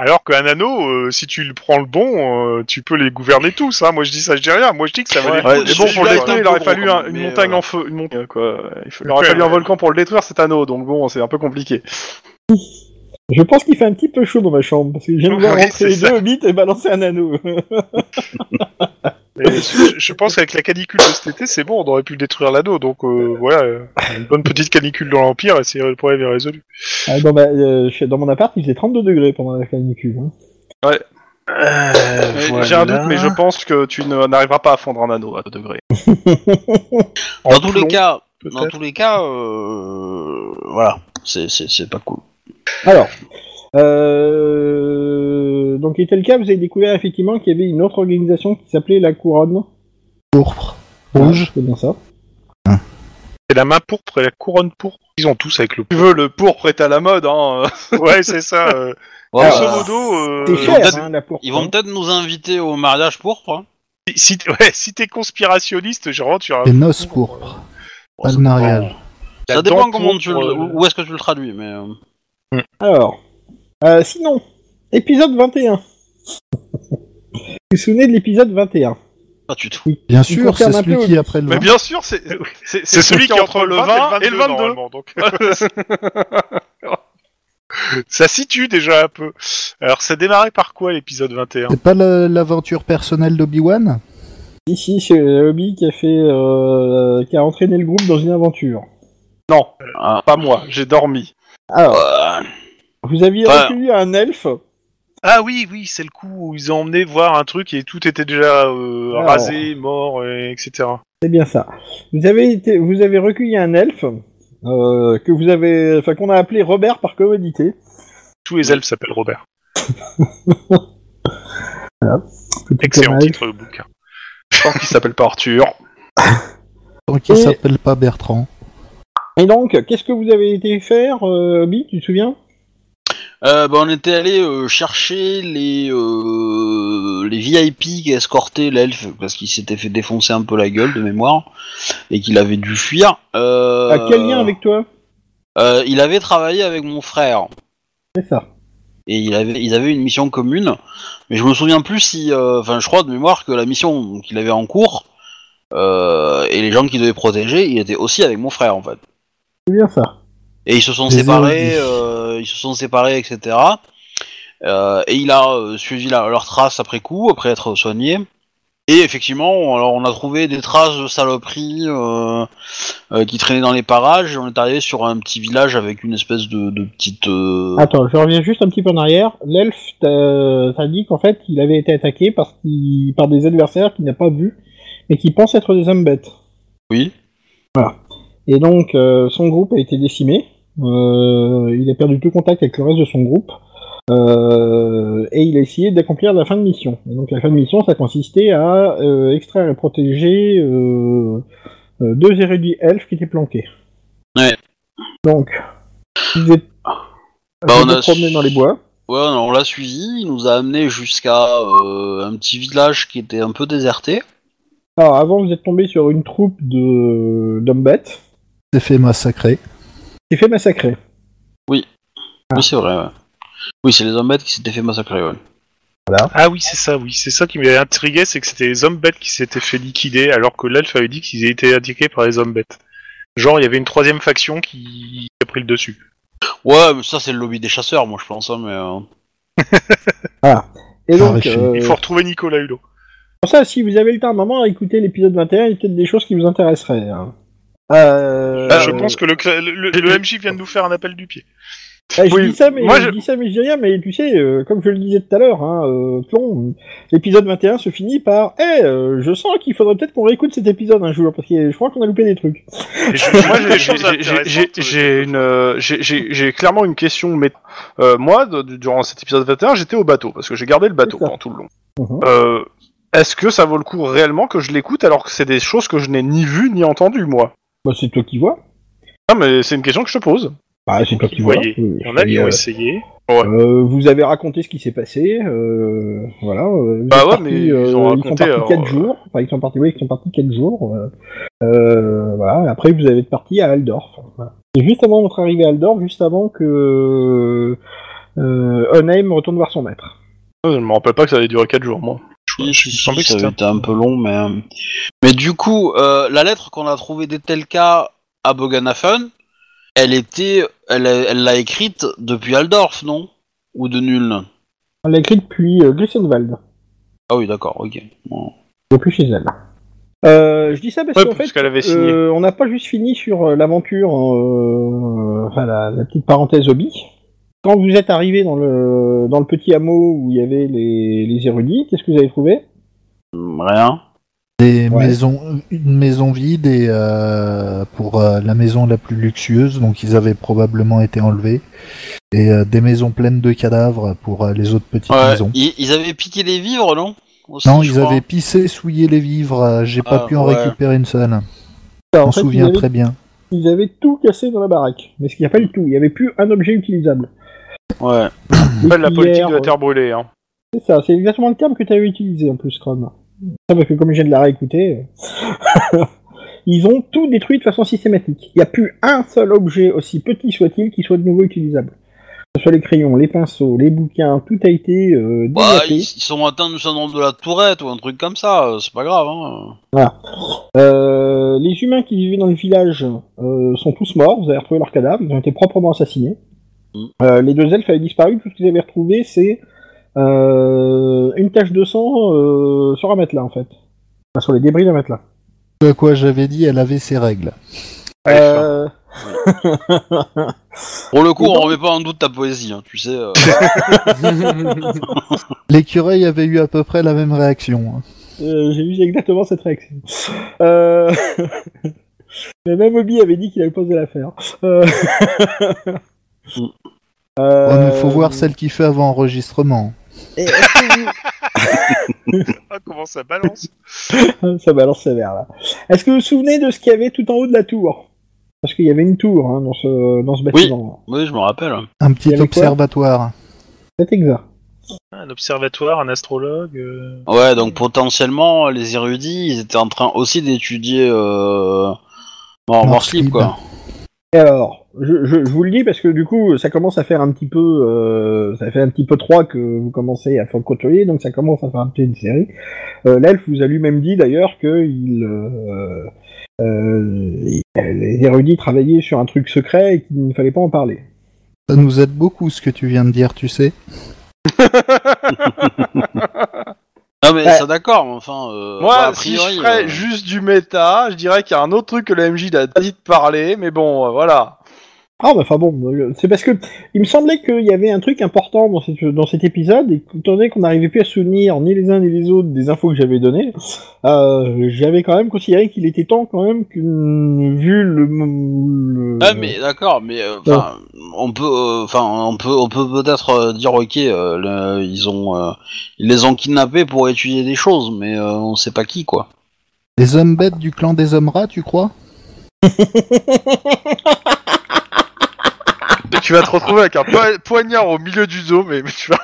Speaker 4: Alors qu'un anneau, euh, si tu le prends le bon, euh, tu peux les gouverner tous. hein. Moi je dis ça, je dis rien. Moi je dis que ça va
Speaker 3: Ouais,
Speaker 4: les
Speaker 3: ouais, mais
Speaker 1: je-
Speaker 3: bon,
Speaker 1: je
Speaker 3: pour le
Speaker 1: vais
Speaker 3: détruire,
Speaker 1: être un
Speaker 3: il aurait
Speaker 1: peu
Speaker 3: fallu
Speaker 1: gros,
Speaker 3: un- une
Speaker 1: mais,
Speaker 3: montagne
Speaker 1: euh,
Speaker 3: en feu, une montagne quoi. Il, faut- il aurait fallu
Speaker 4: Ouais,
Speaker 3: un
Speaker 4: ouais.
Speaker 3: volcan pour le détruire cet anneau, donc bon, c'est un peu compliqué.
Speaker 2: Je pense qu'il fait un petit peu chaud dans ma chambre, parce que j'aime bien
Speaker 7: Oui,
Speaker 2: rentrer
Speaker 7: c'est
Speaker 2: les
Speaker 7: ça.
Speaker 2: deux bites et balancer un anneau.
Speaker 4: Et je, je pense qu'avec la canicule de cet été, c'est bon, on aurait pu détruire l'anneau. Donc euh, voilà, euh, une bonne petite canicule dans l'Empire et c'est le problème est résolu.
Speaker 2: Ah, dans, ma- euh, chez- dans mon appart, il faisait 32 degrés pendant la canicule. hein.
Speaker 3: Mais Euh, J'ai un doute, mais je pense que tu ne- n'arriveras pas à fondre un anneau à 2 degrés.
Speaker 1: dans, tous les
Speaker 4: plomb,
Speaker 1: cas,
Speaker 4: peut-être.
Speaker 1: dans tous les cas, euh, voilà, c'est- c'est c'est pas cool.
Speaker 2: Alors, Euh, donc, était le cas, vous avez découvert effectivement qu'il y avait une autre organisation qui s'appelait la Couronne.
Speaker 5: Pourpre.
Speaker 2: Rouge. C'est bien ça.
Speaker 4: C'est la main pourpre et la couronne pourpre. Ils ont tous avec le
Speaker 3: Tu veux, le pourpre est à la mode, hein. Ah.
Speaker 4: Ouais, c'est ça. euh,
Speaker 1: Ouais,
Speaker 4: grosso
Speaker 1: bah,
Speaker 4: modo, euh,
Speaker 2: C'est
Speaker 1: ils vont
Speaker 2: cher,
Speaker 1: peut-être-
Speaker 2: hein, la pourpre.
Speaker 1: Ils vont peut-être nous inviter au mariage pourpre. hein.
Speaker 4: si, ouais, si t'es conspirationniste, genre, tu as.
Speaker 5: Les noces pourpres. Pas le mariage.
Speaker 4: La
Speaker 1: Ça dépend
Speaker 4: dent
Speaker 1: comment tu
Speaker 4: pourpre,
Speaker 1: le-
Speaker 4: euh,
Speaker 1: où est-ce que tu le traduis, mais euh,
Speaker 2: Alors, euh, sinon, épisode 21. vous vous souvenez de l'épisode 21
Speaker 1: pas du tout.
Speaker 5: Bien
Speaker 2: Ils
Speaker 5: sûr, c'est
Speaker 2: confirment un
Speaker 5: celui
Speaker 2: peu,
Speaker 5: qui après le
Speaker 3: Mais
Speaker 5: vin.
Speaker 3: bien sûr, c'est c'est- c'est celui qui est entre le 20 et le 22.
Speaker 4: normalement, donc. ça situe déjà un peu. Alors, ça démarrait par quoi l'épisode 21
Speaker 5: C'est pas le- l'aventure personnelle d'Obi-Wan
Speaker 2: Ici, c'est Obi qui a fait, euh, qui a entraîné le groupe dans une aventure.
Speaker 3: Non,
Speaker 1: Ah.
Speaker 3: pas moi, j'ai dormi.
Speaker 2: Alors,
Speaker 1: Euh,
Speaker 2: vous aviez
Speaker 1: Bah.
Speaker 2: recueilli un elfe.
Speaker 4: Ah oui, oui, c'est le coup où ils ont emmené voir un truc et tout était déjà euh,
Speaker 3: Ah.
Speaker 2: Alors.
Speaker 4: rasé, mort, et etc.
Speaker 2: C'est bien ça. Vous avez été, vous avez recueilli un elfe euh, que vous avez, enfin qu'on a appelé Robert par commodité.
Speaker 4: Tous les elfes s'appellent Robert.
Speaker 2: Plutôt pas
Speaker 4: Excellent
Speaker 2: mal.
Speaker 4: titre de bouquin.
Speaker 3: Tant qu'il s'appelle pas Arthur.
Speaker 5: Tant qu'il
Speaker 2: Et-
Speaker 5: s'appelle pas Bertrand.
Speaker 2: Et donc, qu'est-ce que vous avez été faire, euh, Obi Tu te souviens
Speaker 1: euh, bah, on était allé euh, chercher les euh, les VIP qui escortaient l'elfe parce qu'il s'était fait défoncer un peu la gueule de mémoire et qu'il avait dû fuir. Euh,
Speaker 2: À quel lien avec toi
Speaker 1: euh, Il avait travaillé avec mon frère.
Speaker 2: C'est ça.
Speaker 1: et il avait, ils avaient une mission commune. Mais je me souviens plus si, euh, enfin, je crois de mémoire que la mission qu'il avait en cours euh, et les gens qu'il devait protéger, il était aussi avec mon frère en fait.
Speaker 2: C'est bien ça.
Speaker 1: Et ils se sont
Speaker 5: Des
Speaker 1: séparés,
Speaker 5: érudits.
Speaker 1: euh, ils se sont séparés, etc. Euh, et il a euh, suivi la- leurs traces après coup, après être soigné. Et effectivement, alors on a trouvé des traces de saloperies euh, euh, qui traînaient dans les parages. Et on est arrivé sur un petit village avec une espèce de, de petite. euh,
Speaker 2: Attends, je reviens juste un petit peu en arrière. L'elfe t'a t'a dit qu'en fait, il avait été attaqué par, qui- par des adversaires qu'il n'a pas vus, mais qui pensent être des hommes bêtes.
Speaker 1: Oui.
Speaker 2: Et donc, euh, son groupe a été décimé. Euh, il a perdu tout contact avec le reste de son groupe. Euh, et il a essayé d'accomplir la fin de mission. Et donc, la fin de mission, ça consistait à euh, extraire et protéger euh, euh, deux érudits elfes qui étaient planqués.
Speaker 1: Ouais.
Speaker 2: Donc, vous êtes,
Speaker 1: Bah,
Speaker 2: vous
Speaker 1: on a
Speaker 2: êtes promené
Speaker 1: su-
Speaker 2: dans les bois.
Speaker 1: Ouais, on on l'a suivi, il nous a amené jusqu'à euh, un petit village qui était un peu déserté.
Speaker 2: Alors, Ah, avant, vous êtes tombé sur une troupe de d'hommes bêtes
Speaker 5: C'est fait massacrer.
Speaker 2: qui s'est fait massacrer.
Speaker 1: Oui, c'est vrai, ouais. Oui, c'est les hommes bêtes qui s'étaient fait massacrer, ouais.
Speaker 4: Ah oui, c'est ça, oui. C'est ça qui m'avait intrigué, c'est que c'était les hommes bêtes qui s'étaient fait liquider, alors que l'elfe avait dit qu'ils étaient indiqués par les hommes bêtes. Genre, il y avait une troisième faction qui a pris le dessus.
Speaker 1: Ouais, mais ça, c'est le lobby des chasseurs, moi, je pense, hein, mais... euh,
Speaker 2: Et donc,
Speaker 5: Arraché.
Speaker 2: euh,
Speaker 4: Il faut retrouver Nicolas Hulot.
Speaker 2: pour ça, si vous avez le temps un moment à écouter l'épisode 21, il y a peut-être des choses qui vous intéresseraient. hein. Euh,
Speaker 4: Ah,
Speaker 7: je pense que le, cra- le, le- le MJ vient de nous faire un appel du pied.
Speaker 2: Ah, je,
Speaker 7: oui,
Speaker 2: dis ça, mais,
Speaker 7: moi,
Speaker 2: je...
Speaker 7: je-
Speaker 2: dis ça, mais je dis rien, mais tu sais, euh, comme je le disais tout à l'heure, hein, euh, Tlon, l'épisode 21 se finit par Eh, euh, je sens qu'il faudrait peut-être qu'on réécoute cet épisode un jour, parce que je crois qu'on a loupé des trucs.
Speaker 4: Et je-
Speaker 3: Moi,
Speaker 4: je-
Speaker 3: j'ai-
Speaker 4: des
Speaker 3: j'ai-
Speaker 4: choses
Speaker 3: j'ai- j'ai-
Speaker 4: intéressantes, euh,
Speaker 3: j'ai une, euh, j'ai- j'ai j'ai clairement une question. Mais euh, moi, de- de- durant cet épisode 21, j'étais au bateau parce que j'ai gardé le bateau
Speaker 2: C'est ça.
Speaker 3: pendant tout le long.
Speaker 2: Mhm.
Speaker 3: Euh, Est-ce que ça vaut le coup réellement que je l'écoute alors que c'est des choses que je n'ai ni vues ni entendues moi
Speaker 2: Bah, c'est toi qui vois.
Speaker 3: Non, mais c'est une question que je te pose.
Speaker 2: Bah, c'est toi qui
Speaker 4: Vous
Speaker 2: vois.
Speaker 4: voyez,
Speaker 2: Oui,
Speaker 4: Il y en a
Speaker 2: et,
Speaker 4: qui
Speaker 2: euh,
Speaker 4: ont essayé.
Speaker 2: Euh, vous avez raconté ce qui s'est passé, euh, voilà. euh, vous
Speaker 3: Bah
Speaker 2: êtes
Speaker 3: ouais,
Speaker 2: partis,
Speaker 3: mais ils ont raconté,
Speaker 2: sont partis
Speaker 3: alors,
Speaker 2: 4
Speaker 3: euh,
Speaker 2: jours. Enfin, ils sont partis, oui, ils sont partis 4 jours. euh, euh, voilà. Après, vous avez parti à Aldorf. Voilà. Et juste avant votre arrivée à Aldorf, juste avant que euh, Onheim retourne voir son maître.
Speaker 3: Je me rappelle pas que ça allait durer 4 jours, moi.
Speaker 1: si, si,
Speaker 4: je- il
Speaker 1: si,
Speaker 4: semblait que
Speaker 1: ça
Speaker 4: c'était
Speaker 1: avait été un peu long, mais... euh, Mais du coup, euh, la lettre qu'on a trouvée d'Etelka à Boganafen, elle était... Elle a- elle l'a écrite depuis Aldorf, non Ou de Nuln
Speaker 2: Elle l'a écrit depuis euh, Grissenwald,
Speaker 1: Ah oui, d'accord, ok. Bon.
Speaker 2: depuis chez elle. Euh, je dis ça parce
Speaker 3: Ouais,
Speaker 2: qu'en
Speaker 3: parce
Speaker 2: fait,
Speaker 3: qu'elle avait signé.
Speaker 2: Euh, on n'a pas juste fini sur euh, l'aventure, euh, enfin la, la petite parenthèse hobby. Quand vous êtes arrivé dans le, dans le petit hameau où il y avait les, les érudits, qu'est-ce que vous avez trouvé
Speaker 1: Hum, Rien.
Speaker 5: Des
Speaker 2: Ouais.
Speaker 5: maisons, une maison vide et euh, pour euh, la maison la plus luxueuse, donc ils avaient probablement été enlevés. Et euh, des maisons pleines de cadavres pour euh, les autres petites
Speaker 1: Ouais,
Speaker 5: maisons.
Speaker 1: ils, ils avaient piqué les vivres, non Aussi,
Speaker 5: Non,
Speaker 1: je
Speaker 5: ils
Speaker 1: crois.
Speaker 5: avaient pissé, souillé les vivres. euh, J'ai pas
Speaker 1: Ah,
Speaker 5: pu en
Speaker 1: ouais.
Speaker 5: récupérer une seule.
Speaker 2: Alors,
Speaker 5: Je
Speaker 2: Bah, en
Speaker 5: m'en
Speaker 2: fait,
Speaker 5: souviens
Speaker 2: ils avaient-
Speaker 5: très bien.
Speaker 2: ils avaient tout cassé dans la baraque. Mais ce qu'il n'y a pas du tout, il n'y avait plus un objet utilisable.
Speaker 1: Ouais.
Speaker 3: Ouais, la politique
Speaker 2: Hier,
Speaker 3: de la terre brûlée. Hein.
Speaker 2: C'est ça, c'est exactement le terme que tu avais utilisé en plus, Chrome. Ça, parce que comme je viens de la réécouter, euh, ils ont tout détruit de façon systématique. Il n'y a plus un seul objet, aussi petit soit-il, qui soit de nouveau utilisable. Que ce soit les crayons, les pinceaux, les bouquins, tout a été euh,
Speaker 1: Bah,
Speaker 2: délaté.
Speaker 1: ils, ils sont atteints du syndrome de la tourette ou un truc comme ça, euh, c'est pas grave. Hein.
Speaker 2: Euh, les humains qui vivaient dans le village euh, sont tous morts, vous avez retrouvé leurs cadavres, ils ont été proprement assassinés.
Speaker 1: Mm.
Speaker 2: Euh, les deux elfes avaient disparu, tout ce que vous avez retrouvé c'est euh, une tache de sang euh, sur un matelas en fait. Enfin, sur les débris d'un matelas.
Speaker 5: Ce à quoi j'avais dit, elle avait ses règles.
Speaker 1: Ah,
Speaker 2: Euh,
Speaker 1: Pour le coup,
Speaker 2: Et
Speaker 1: on
Speaker 2: donc-
Speaker 1: remet pas en doute ta poésie, hein, tu sais. euh.
Speaker 5: L'écureuil avait eu à peu près la même réaction. hein.
Speaker 2: euh, J'ai eu exactement cette réaction. Euh... Mais même Obi avait dit qu'il avait posé l'affaire. Euh...
Speaker 1: Mm.
Speaker 5: Ouais,
Speaker 2: euh,
Speaker 5: mais Oh, faut voir celle qui fait avant enregistrement.
Speaker 2: Et est-ce que vous-
Speaker 7: Ah, comment ça balance
Speaker 2: Ça balance sévère là. Est-ce que vous vous souvenez de ce qu'il y avait tout en haut de la tour Parce qu'il y avait une tour hein, dans, ce, dans ce bâtiment.
Speaker 1: Oui, je me rappelle.
Speaker 5: Un
Speaker 2: Il y
Speaker 5: petit
Speaker 2: avait quoi
Speaker 5: observatoire.
Speaker 2: C'est exact.
Speaker 7: Un observatoire, un astrologue. euh,
Speaker 1: Ouais, donc potentiellement, les érudits, ils étaient en train aussi d'étudier euh, Mort,
Speaker 5: Mort
Speaker 1: mort slip, quoi.
Speaker 2: Et alors, je, je, je vous le dis parce que du coup, ça commence à faire un petit peu, euh, ça fait un petit peu trois que vous commencez à faire côtoyer, donc ça commence à faire un peu une série. Euh, L'elfe vous a lui-même dit d'ailleurs que il, euh, euh, il- les érudits travaillaient sur un truc secret et qu'il ne fallait pas en parler.
Speaker 5: Ça nous aide beaucoup ce que tu viens de dire, tu sais.
Speaker 1: Non, mais
Speaker 2: Ouais.
Speaker 1: ça d'accord, mais enfin. euh,
Speaker 3: Moi,
Speaker 1: bah, a
Speaker 3: si
Speaker 1: priori,
Speaker 3: je ferais
Speaker 1: euh,
Speaker 3: juste du méta, je dirais qu'il y a un autre truc que la MJ n'a pas dit de parler, mais bon, euh, voilà.
Speaker 2: Ah, bah, enfin bon, euh, c'est parce que il me semblait qu'il y avait un truc important dans, cette- dans cet épisode, et étant donné qu'on n'arrivait plus à se souvenir ni les uns ni les autres des infos que j'avais données, euh, j'avais quand même considéré qu'il était temps quand même qu'une vu le, le-
Speaker 3: Ah,
Speaker 1: Ouais, mais d'accord, mais euh, 'fin, on peut, euh, 'fin, on peut, on peut peut-être euh, dire ok, euh, le- ils ont, euh, ils les ont kidnappés pour étudier des choses, mais euh, on sait pas qui quoi.
Speaker 5: Les hommes bêtes du clan des hommes rats, tu crois
Speaker 3: Et tu vas te retrouver avec un po- poignard au milieu du dos, mais, mais tu vas...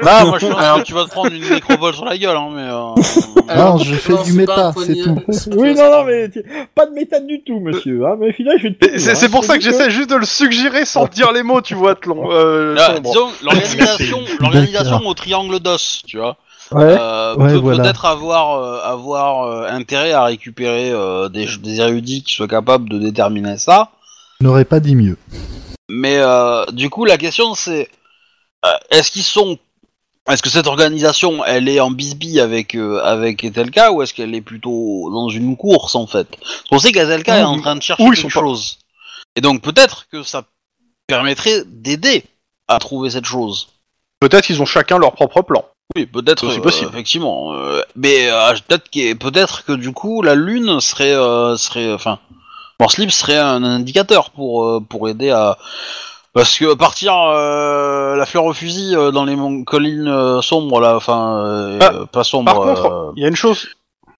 Speaker 1: Bah, moi je pense que tu vas te prendre une nécropole sur la gueule, hein, mais. euh,
Speaker 5: Non, je fais du
Speaker 6: c'est
Speaker 5: méta,
Speaker 6: pas un
Speaker 5: c'est
Speaker 6: poignard,
Speaker 5: tout.
Speaker 6: c'est-
Speaker 2: Oui, non, non, mais tu- pas de méthode du tout, monsieur. Hein, mais finalement, je vais te.
Speaker 3: Et C'est c'est pour ça que j'essaie juste de le suggérer sans te dire les mots, tu vois, Tlon. Euh,
Speaker 1: là,
Speaker 3: sombre.
Speaker 1: disons, l'organisation, l'organisation au triangle d'os, tu vois,
Speaker 2: Ouais.
Speaker 1: euh,
Speaker 5: Ouais,
Speaker 1: peut
Speaker 5: voilà.
Speaker 1: peut-être avoir, euh, avoir euh, intérêt à récupérer euh, des, des érudits qui soient capables de déterminer ça.
Speaker 5: Je n'aurais pas dit mieux.
Speaker 1: Mais euh, du coup, la question c'est euh, est-ce qu'ils sont, est-ce que cette organisation, elle est en bisbille avec euh, avec Etelka ou est-ce qu'elle est plutôt dans une course en fait On sait qu'Etelka est en train de chercher
Speaker 3: Ou Mmh. ils
Speaker 1: quelque
Speaker 3: sont pas-
Speaker 1: chose, et donc peut-être que ça permettrait d'aider à trouver cette chose.
Speaker 3: Peut-être qu'ils ont chacun leur propre plan.
Speaker 1: Oui, peut-être.
Speaker 3: C'est aussi
Speaker 1: euh,
Speaker 3: possible.
Speaker 1: effectivement. euh, mais euh, peut-être que peut-être que du coup, la lune serait euh, serait enfin. Morslip serait un indicateur pour euh, pour aider à parce que partir euh, la fleur au fusil euh, dans les mon- collines euh, sombres là, enfin euh,
Speaker 3: Ah,
Speaker 1: euh, pas sombres,
Speaker 3: Par contre,
Speaker 1: euh,
Speaker 3: il y a une chose...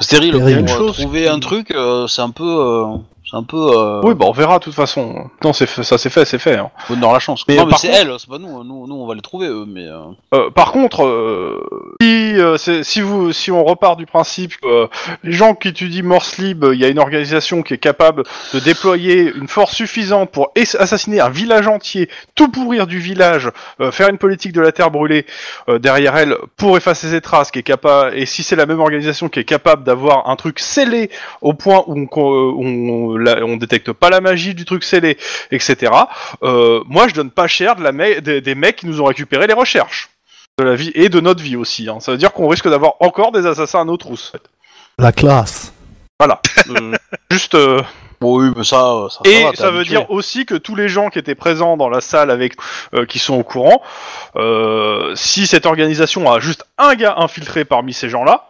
Speaker 1: stériles
Speaker 5: il y a une
Speaker 1: pour euh,
Speaker 3: chose
Speaker 1: trouver
Speaker 3: qui-
Speaker 1: un truc, euh, c'est un peu euh, c'est un peu euh,
Speaker 3: Oui, bah on verra de toute façon. Non, c'est fait- ça c'est fait, c'est fait. hein.
Speaker 1: faut dans la chance.
Speaker 3: Mais
Speaker 1: non mais
Speaker 3: par
Speaker 1: c'est
Speaker 3: contre-
Speaker 1: elle, c'est pas nous, nous, nous on va les trouver eux, mais euh,
Speaker 3: Euh, par contre, euh, si, euh, c'est- si, vous, si on repart du principe que euh, les gens qui étudient Morse Lib, il y a une organisation qui est capable de déployer une force suffisante pour es- assassiner un village entier, tout pourrir du village, euh, faire une politique de la terre brûlée euh, derrière elle pour effacer ses traces, qui est capable. Et si c'est la même organisation qui est capable d'avoir un truc scellé au point où on, qu'on- euh, on, la- on détecte pas la magie du truc scellé, etc. euh, moi, je donne pas cher de la me- des- des mecs qui nous ont récupéré les recherches de la vie et de notre vie aussi. hein. Ça veut dire qu'on risque d'avoir encore des assassins à nos trousses. en fait.
Speaker 5: La classe.
Speaker 1: euh,
Speaker 3: Juste. euh,
Speaker 1: bon, oui mais ça, euh, ça, ça
Speaker 3: et
Speaker 7: Ah,
Speaker 1: va, t'es
Speaker 3: ça veut
Speaker 1: habitué.
Speaker 3: dire aussi que tous les gens qui étaient présents dans la salle avec, euh, qui sont au courant, euh, si cette organisation a juste un gars infiltré parmi ces gens-là,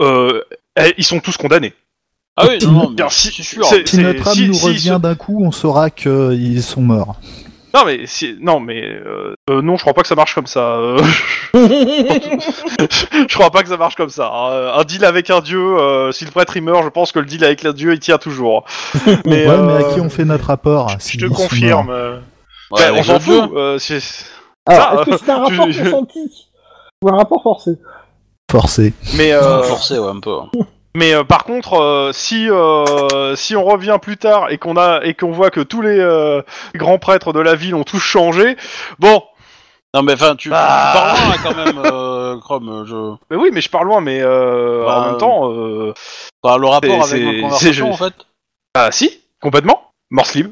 Speaker 3: euh, Eh, ils sont tous condamnés.
Speaker 1: Ah oui, non, non, mais
Speaker 3: Car
Speaker 1: je
Speaker 3: si-
Speaker 1: suis sûr.
Speaker 3: c'est-
Speaker 5: Si notre âme
Speaker 3: si-
Speaker 5: nous
Speaker 3: si-
Speaker 5: revient d'un coup, on saura qu'ils sont morts.
Speaker 3: Non mais si- non mais euh, euh, non, je crois pas que ça marche comme ça. euh, je crois pas que ça marche comme ça.
Speaker 7: Ah, euh,
Speaker 3: hein. Un deal avec un dieu, euh, si le prêtre il meurt, je pense que le deal avec le dieu il tient toujours. Mais,
Speaker 5: ouais, mais
Speaker 3: euh,
Speaker 5: à qui on fait notre rapport
Speaker 7: Je
Speaker 5: s'ils
Speaker 7: te
Speaker 5: sont
Speaker 7: confirme.
Speaker 5: morts
Speaker 7: euh,
Speaker 1: Ouais,
Speaker 3: Ben, on
Speaker 1: avec
Speaker 3: s'en
Speaker 1: le feu.
Speaker 3: fout. euh, c'est-
Speaker 2: Alors,
Speaker 3: Ah,
Speaker 2: est-ce que c'est un
Speaker 3: tu-
Speaker 2: rapport consenti Ou un rapport forcé
Speaker 5: Forcés.
Speaker 3: Mais euh,
Speaker 1: Forcé, ouais, un peu. hein.
Speaker 3: Mais euh, par contre, euh, si euh, si on revient plus tard et qu'on a et qu'on voit que tous les euh, grands prêtres de la ville ont tous changé, bon,
Speaker 1: Non, mais enfin, tu,
Speaker 3: Bah.
Speaker 1: tu parles loin, hein, quand même, euh, Chrome. Je...
Speaker 3: mais oui, mais je parle loin, mais euh,
Speaker 1: Bah,
Speaker 3: en même temps, euh,
Speaker 1: Enfin, le rapport
Speaker 3: C'est-
Speaker 1: avec notre
Speaker 3: c'est-
Speaker 1: conversation,
Speaker 3: c'est-
Speaker 1: en fait.
Speaker 3: ah si, complètement, morse libre.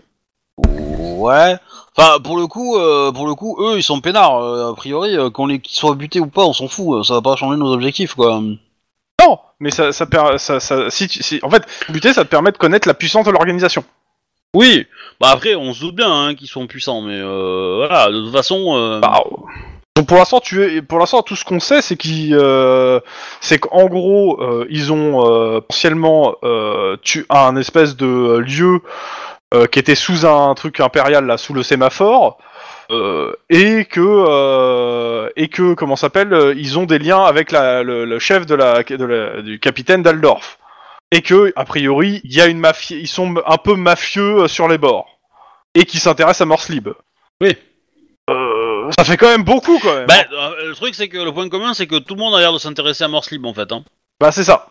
Speaker 1: Ouais. Enfin, pour le coup, euh, pour le coup, eux, ils sont peinards. euh, a priori, euh, qu'on les qu'ils soient butés ou pas, on s'en fout. euh, Ça va pas changer nos objectifs, quoi.
Speaker 3: Non, mais ça ça, per- ça, ça- si, tu- si- en fait buter, ça te permet de connaître la puissance de l'organisation.
Speaker 1: Oui. Bah après, on se doute bien hein, qu'ils sont puissants, mais euh, voilà. De toute façon, euh,
Speaker 3: Bah, euh, donc pour l'instant, tu es, pour l'instant, tout ce qu'on sait, c'est qu'ils, euh, c'est qu'en gros, euh, ils ont euh, partiellement euh, tu as un espèce de euh, lieu euh, qui était sous un truc impérial là, sous le sémaphore, euh, et que euh, et que comment ça s'appelle, euh, ils ont des liens avec la, le, le chef de la, de la- du capitaine d'Aldorf, et que a priori, il y a une mafia, ils sont un peu mafieux euh, sur les bords, et qui s'intéressent à Morse Lib.
Speaker 1: Oui.
Speaker 3: Euh, ça fait quand même beaucoup quand même.
Speaker 1: bah, euh, le truc c'est que le point commun, c'est que tout le monde a l'air de s'intéresser à Morse Libre, en fait. Hein.
Speaker 3: Bah, c'est ça.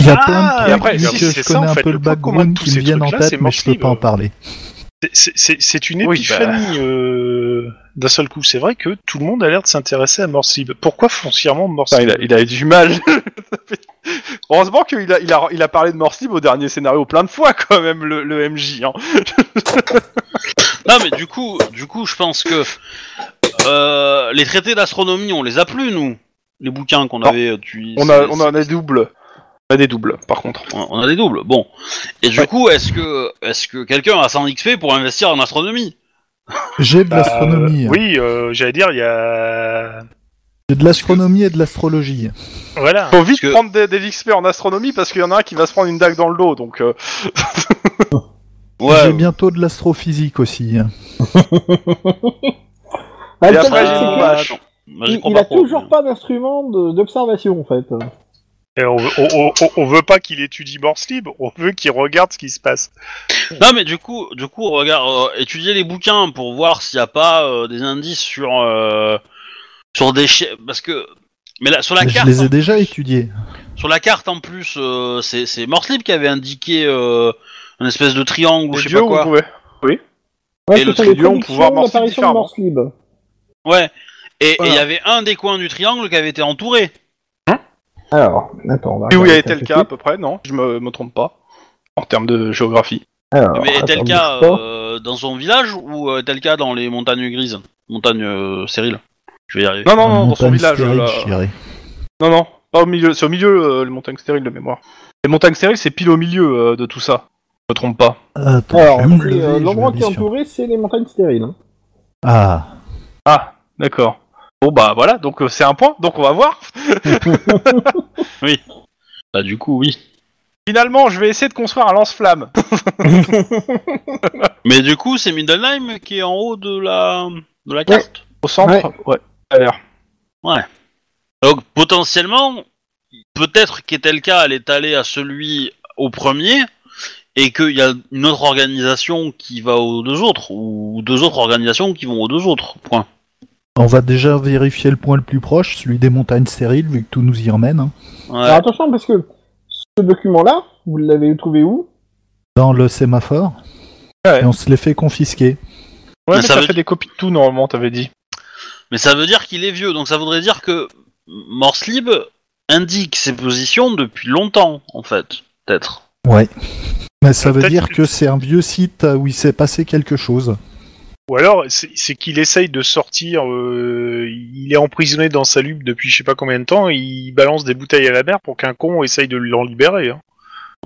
Speaker 5: Il y a
Speaker 7: Ah,
Speaker 5: plein de
Speaker 7: et
Speaker 5: trucs
Speaker 3: après,
Speaker 5: vu
Speaker 3: c'est-
Speaker 5: que
Speaker 7: c'est
Speaker 5: je
Speaker 7: ça,
Speaker 5: connais
Speaker 7: en
Speaker 5: un
Speaker 7: fait,
Speaker 5: peu le
Speaker 7: le point commun de
Speaker 5: background
Speaker 7: tous
Speaker 5: qui me
Speaker 7: ces
Speaker 5: viennent en
Speaker 7: trucs-là, c'est euh,
Speaker 5: tête, mais je peux
Speaker 7: Morslib.
Speaker 5: pas en parler.
Speaker 7: c'est- C'est c'est- c'est une
Speaker 3: Oui, bah.
Speaker 7: épiphanie euh, d'un seul coup. C'est vrai que tout le monde a l'air de s'intéresser à Morslib. Pourquoi foncièrement
Speaker 3: Putain,
Speaker 7: Morslib
Speaker 3: il, a, il a eu du mal. Heureusement qu'il a, il a, il a parlé de Morse Libre au dernier scénario plein de fois quand même, le, le MJ. Hein.
Speaker 1: Non, mais du coup, du coup, je pense que euh, les traités d'astronomie, on les a plus nous. Les bouquins qu'on
Speaker 3: Non.
Speaker 1: avait, euh, tu.
Speaker 3: On,
Speaker 1: c'est-
Speaker 3: a, on en a des doubles. On a des doubles, par contre.
Speaker 1: On on a des doubles. Bon. Et du
Speaker 3: Ouais.
Speaker 1: coup, est-ce que est-ce que quelqu'un a 100 XP pour investir en astronomie
Speaker 5: J'ai de
Speaker 7: Bah,
Speaker 5: l'astronomie.
Speaker 3: hein.
Speaker 7: euh, oui, euh, j'allais dire, il y a.
Speaker 5: J'ai de l'astronomie et de l'astrologie.
Speaker 7: Voilà.
Speaker 3: Faut
Speaker 1: Parce
Speaker 3: vite
Speaker 1: que-
Speaker 3: prendre des, des XP en astronomie parce qu'il y en a un qui va se prendre une dague dans le dos. Donc, euh,
Speaker 5: J'ai bientôt de l'astrophysique aussi.
Speaker 2: Ah,
Speaker 3: Et
Speaker 2: Bah, le seul
Speaker 3: après,
Speaker 2: truc,
Speaker 3: j'ai
Speaker 2: c'est
Speaker 3: mon
Speaker 2: que
Speaker 3: badge.
Speaker 1: Moi, j'y
Speaker 2: Il,
Speaker 1: crois
Speaker 2: il
Speaker 1: pas
Speaker 2: a
Speaker 1: trop,
Speaker 2: toujours
Speaker 1: mais-
Speaker 2: pas d'instrument de- d'observation en fait.
Speaker 7: Et on, veut- on- on- on veut pas qu'il étudie Morslib, on veut qu'il regarde ce qui se passe.
Speaker 1: Non, mais du coup, du coup, regarde, euh, étudier les bouquins pour voir s'il n'y a pas euh, des indices sur euh, sur des chi- parce que mais là sur la
Speaker 5: Mais je
Speaker 1: carte
Speaker 7: hein.
Speaker 5: les ai
Speaker 1: en-
Speaker 5: déjà étudiés.
Speaker 1: sur la carte en plus euh, c'est c'est Morslib qui avait indiqué euh, un espèce de triangle ou
Speaker 3: les
Speaker 1: je sais
Speaker 3: dieux,
Speaker 1: pas
Speaker 3: vous
Speaker 1: quoi.
Speaker 5: Ah,
Speaker 3: pouvez.
Speaker 2: Ouais,
Speaker 1: Et le
Speaker 2: c'est ça, les
Speaker 3: trillion,
Speaker 2: prédictions
Speaker 3: pouvoir morceau
Speaker 2: d'apparition de
Speaker 3: différent.
Speaker 2: Morse Libre.
Speaker 1: Ouais. Et et il
Speaker 3: Voilà.
Speaker 1: y avait un des coins du triangle qui avait été entouré.
Speaker 2: Alors, attends, on va
Speaker 3: Et où
Speaker 5: bah,
Speaker 2: regarder
Speaker 3: a
Speaker 2: ça
Speaker 3: été le
Speaker 2: tout de
Speaker 3: cas à
Speaker 2: suite.
Speaker 3: peu près, non Je me, me trompe pas. En termes de géographie.
Speaker 2: Alors,
Speaker 1: mais est-elle
Speaker 2: attends,
Speaker 1: cas
Speaker 2: bouge pas.
Speaker 1: euh, dans son village ou euh, est-elle cas dans les montagnes grises Montagnes euh, stériles. Je vais y arriver.
Speaker 3: Non, non, non, dans son
Speaker 5: Montagne
Speaker 3: village.
Speaker 5: stérile,
Speaker 3: là.
Speaker 5: je dirais.
Speaker 3: Non, non, pas au milieu. C'est au milieu, euh, le montagne stérile de mémoire. Les montagnes stériles, c'est pile au milieu euh, de tout ça. Je me trompe pas.
Speaker 5: Attends,
Speaker 2: Alors,
Speaker 5: je vais me
Speaker 2: c'est,
Speaker 5: lever,
Speaker 2: euh,
Speaker 5: je vais
Speaker 2: l'endroit
Speaker 5: aller
Speaker 2: qui est
Speaker 5: sur-
Speaker 2: entouré, c'est les montagnes stériles. hein.
Speaker 5: Ah,
Speaker 3: Ah, d'accord. Bon bah voilà, donc euh, c'est un point, donc on va voir.
Speaker 1: Bah du coup oui.
Speaker 3: Finalement, je vais essayer de construire un lance-flamme.
Speaker 1: Mais du coup c'est Middelheim qui est en haut de la de la carte.
Speaker 3: Au centre Ouais. à l'air.
Speaker 1: Donc potentiellement, peut-être qu'est-elle cas, elle est allée à celui au premier et qu'il y a une autre organisation qui va aux deux autres ou deux autres organisations qui vont aux deux autres. Point.
Speaker 5: on va déjà vérifier le point le plus proche, celui des montagnes stériles, vu que tout nous y emmène. hein.
Speaker 1: Ouais.
Speaker 2: Alors attention, parce que ce document-là, vous l'avez trouvé où
Speaker 5: Dans le sémaphore.
Speaker 3: Ouais.
Speaker 5: Et on se les fait confisquer.
Speaker 3: Ouais, mais,
Speaker 1: Mais ça
Speaker 3: ça,
Speaker 1: veut
Speaker 3: fait des copies de tout normalement, t'avais dit.
Speaker 1: Mais ça veut dire qu'il est vieux, donc ça voudrait dire que Morslib indique ses positions depuis longtemps, en fait, peut-être.
Speaker 5: Ouais. Mais ça veut
Speaker 7: Peut-être
Speaker 5: dire
Speaker 7: que-
Speaker 5: que c'est un vieux site euh, où il s'est passé quelque chose.
Speaker 7: Ou alors, c'est c'est qu'il essaye de sortir, euh, il est emprisonné dans sa lube depuis je sais pas combien de temps, et il balance des bouteilles à la mer pour qu'un con essaye de l'en libérer. hein.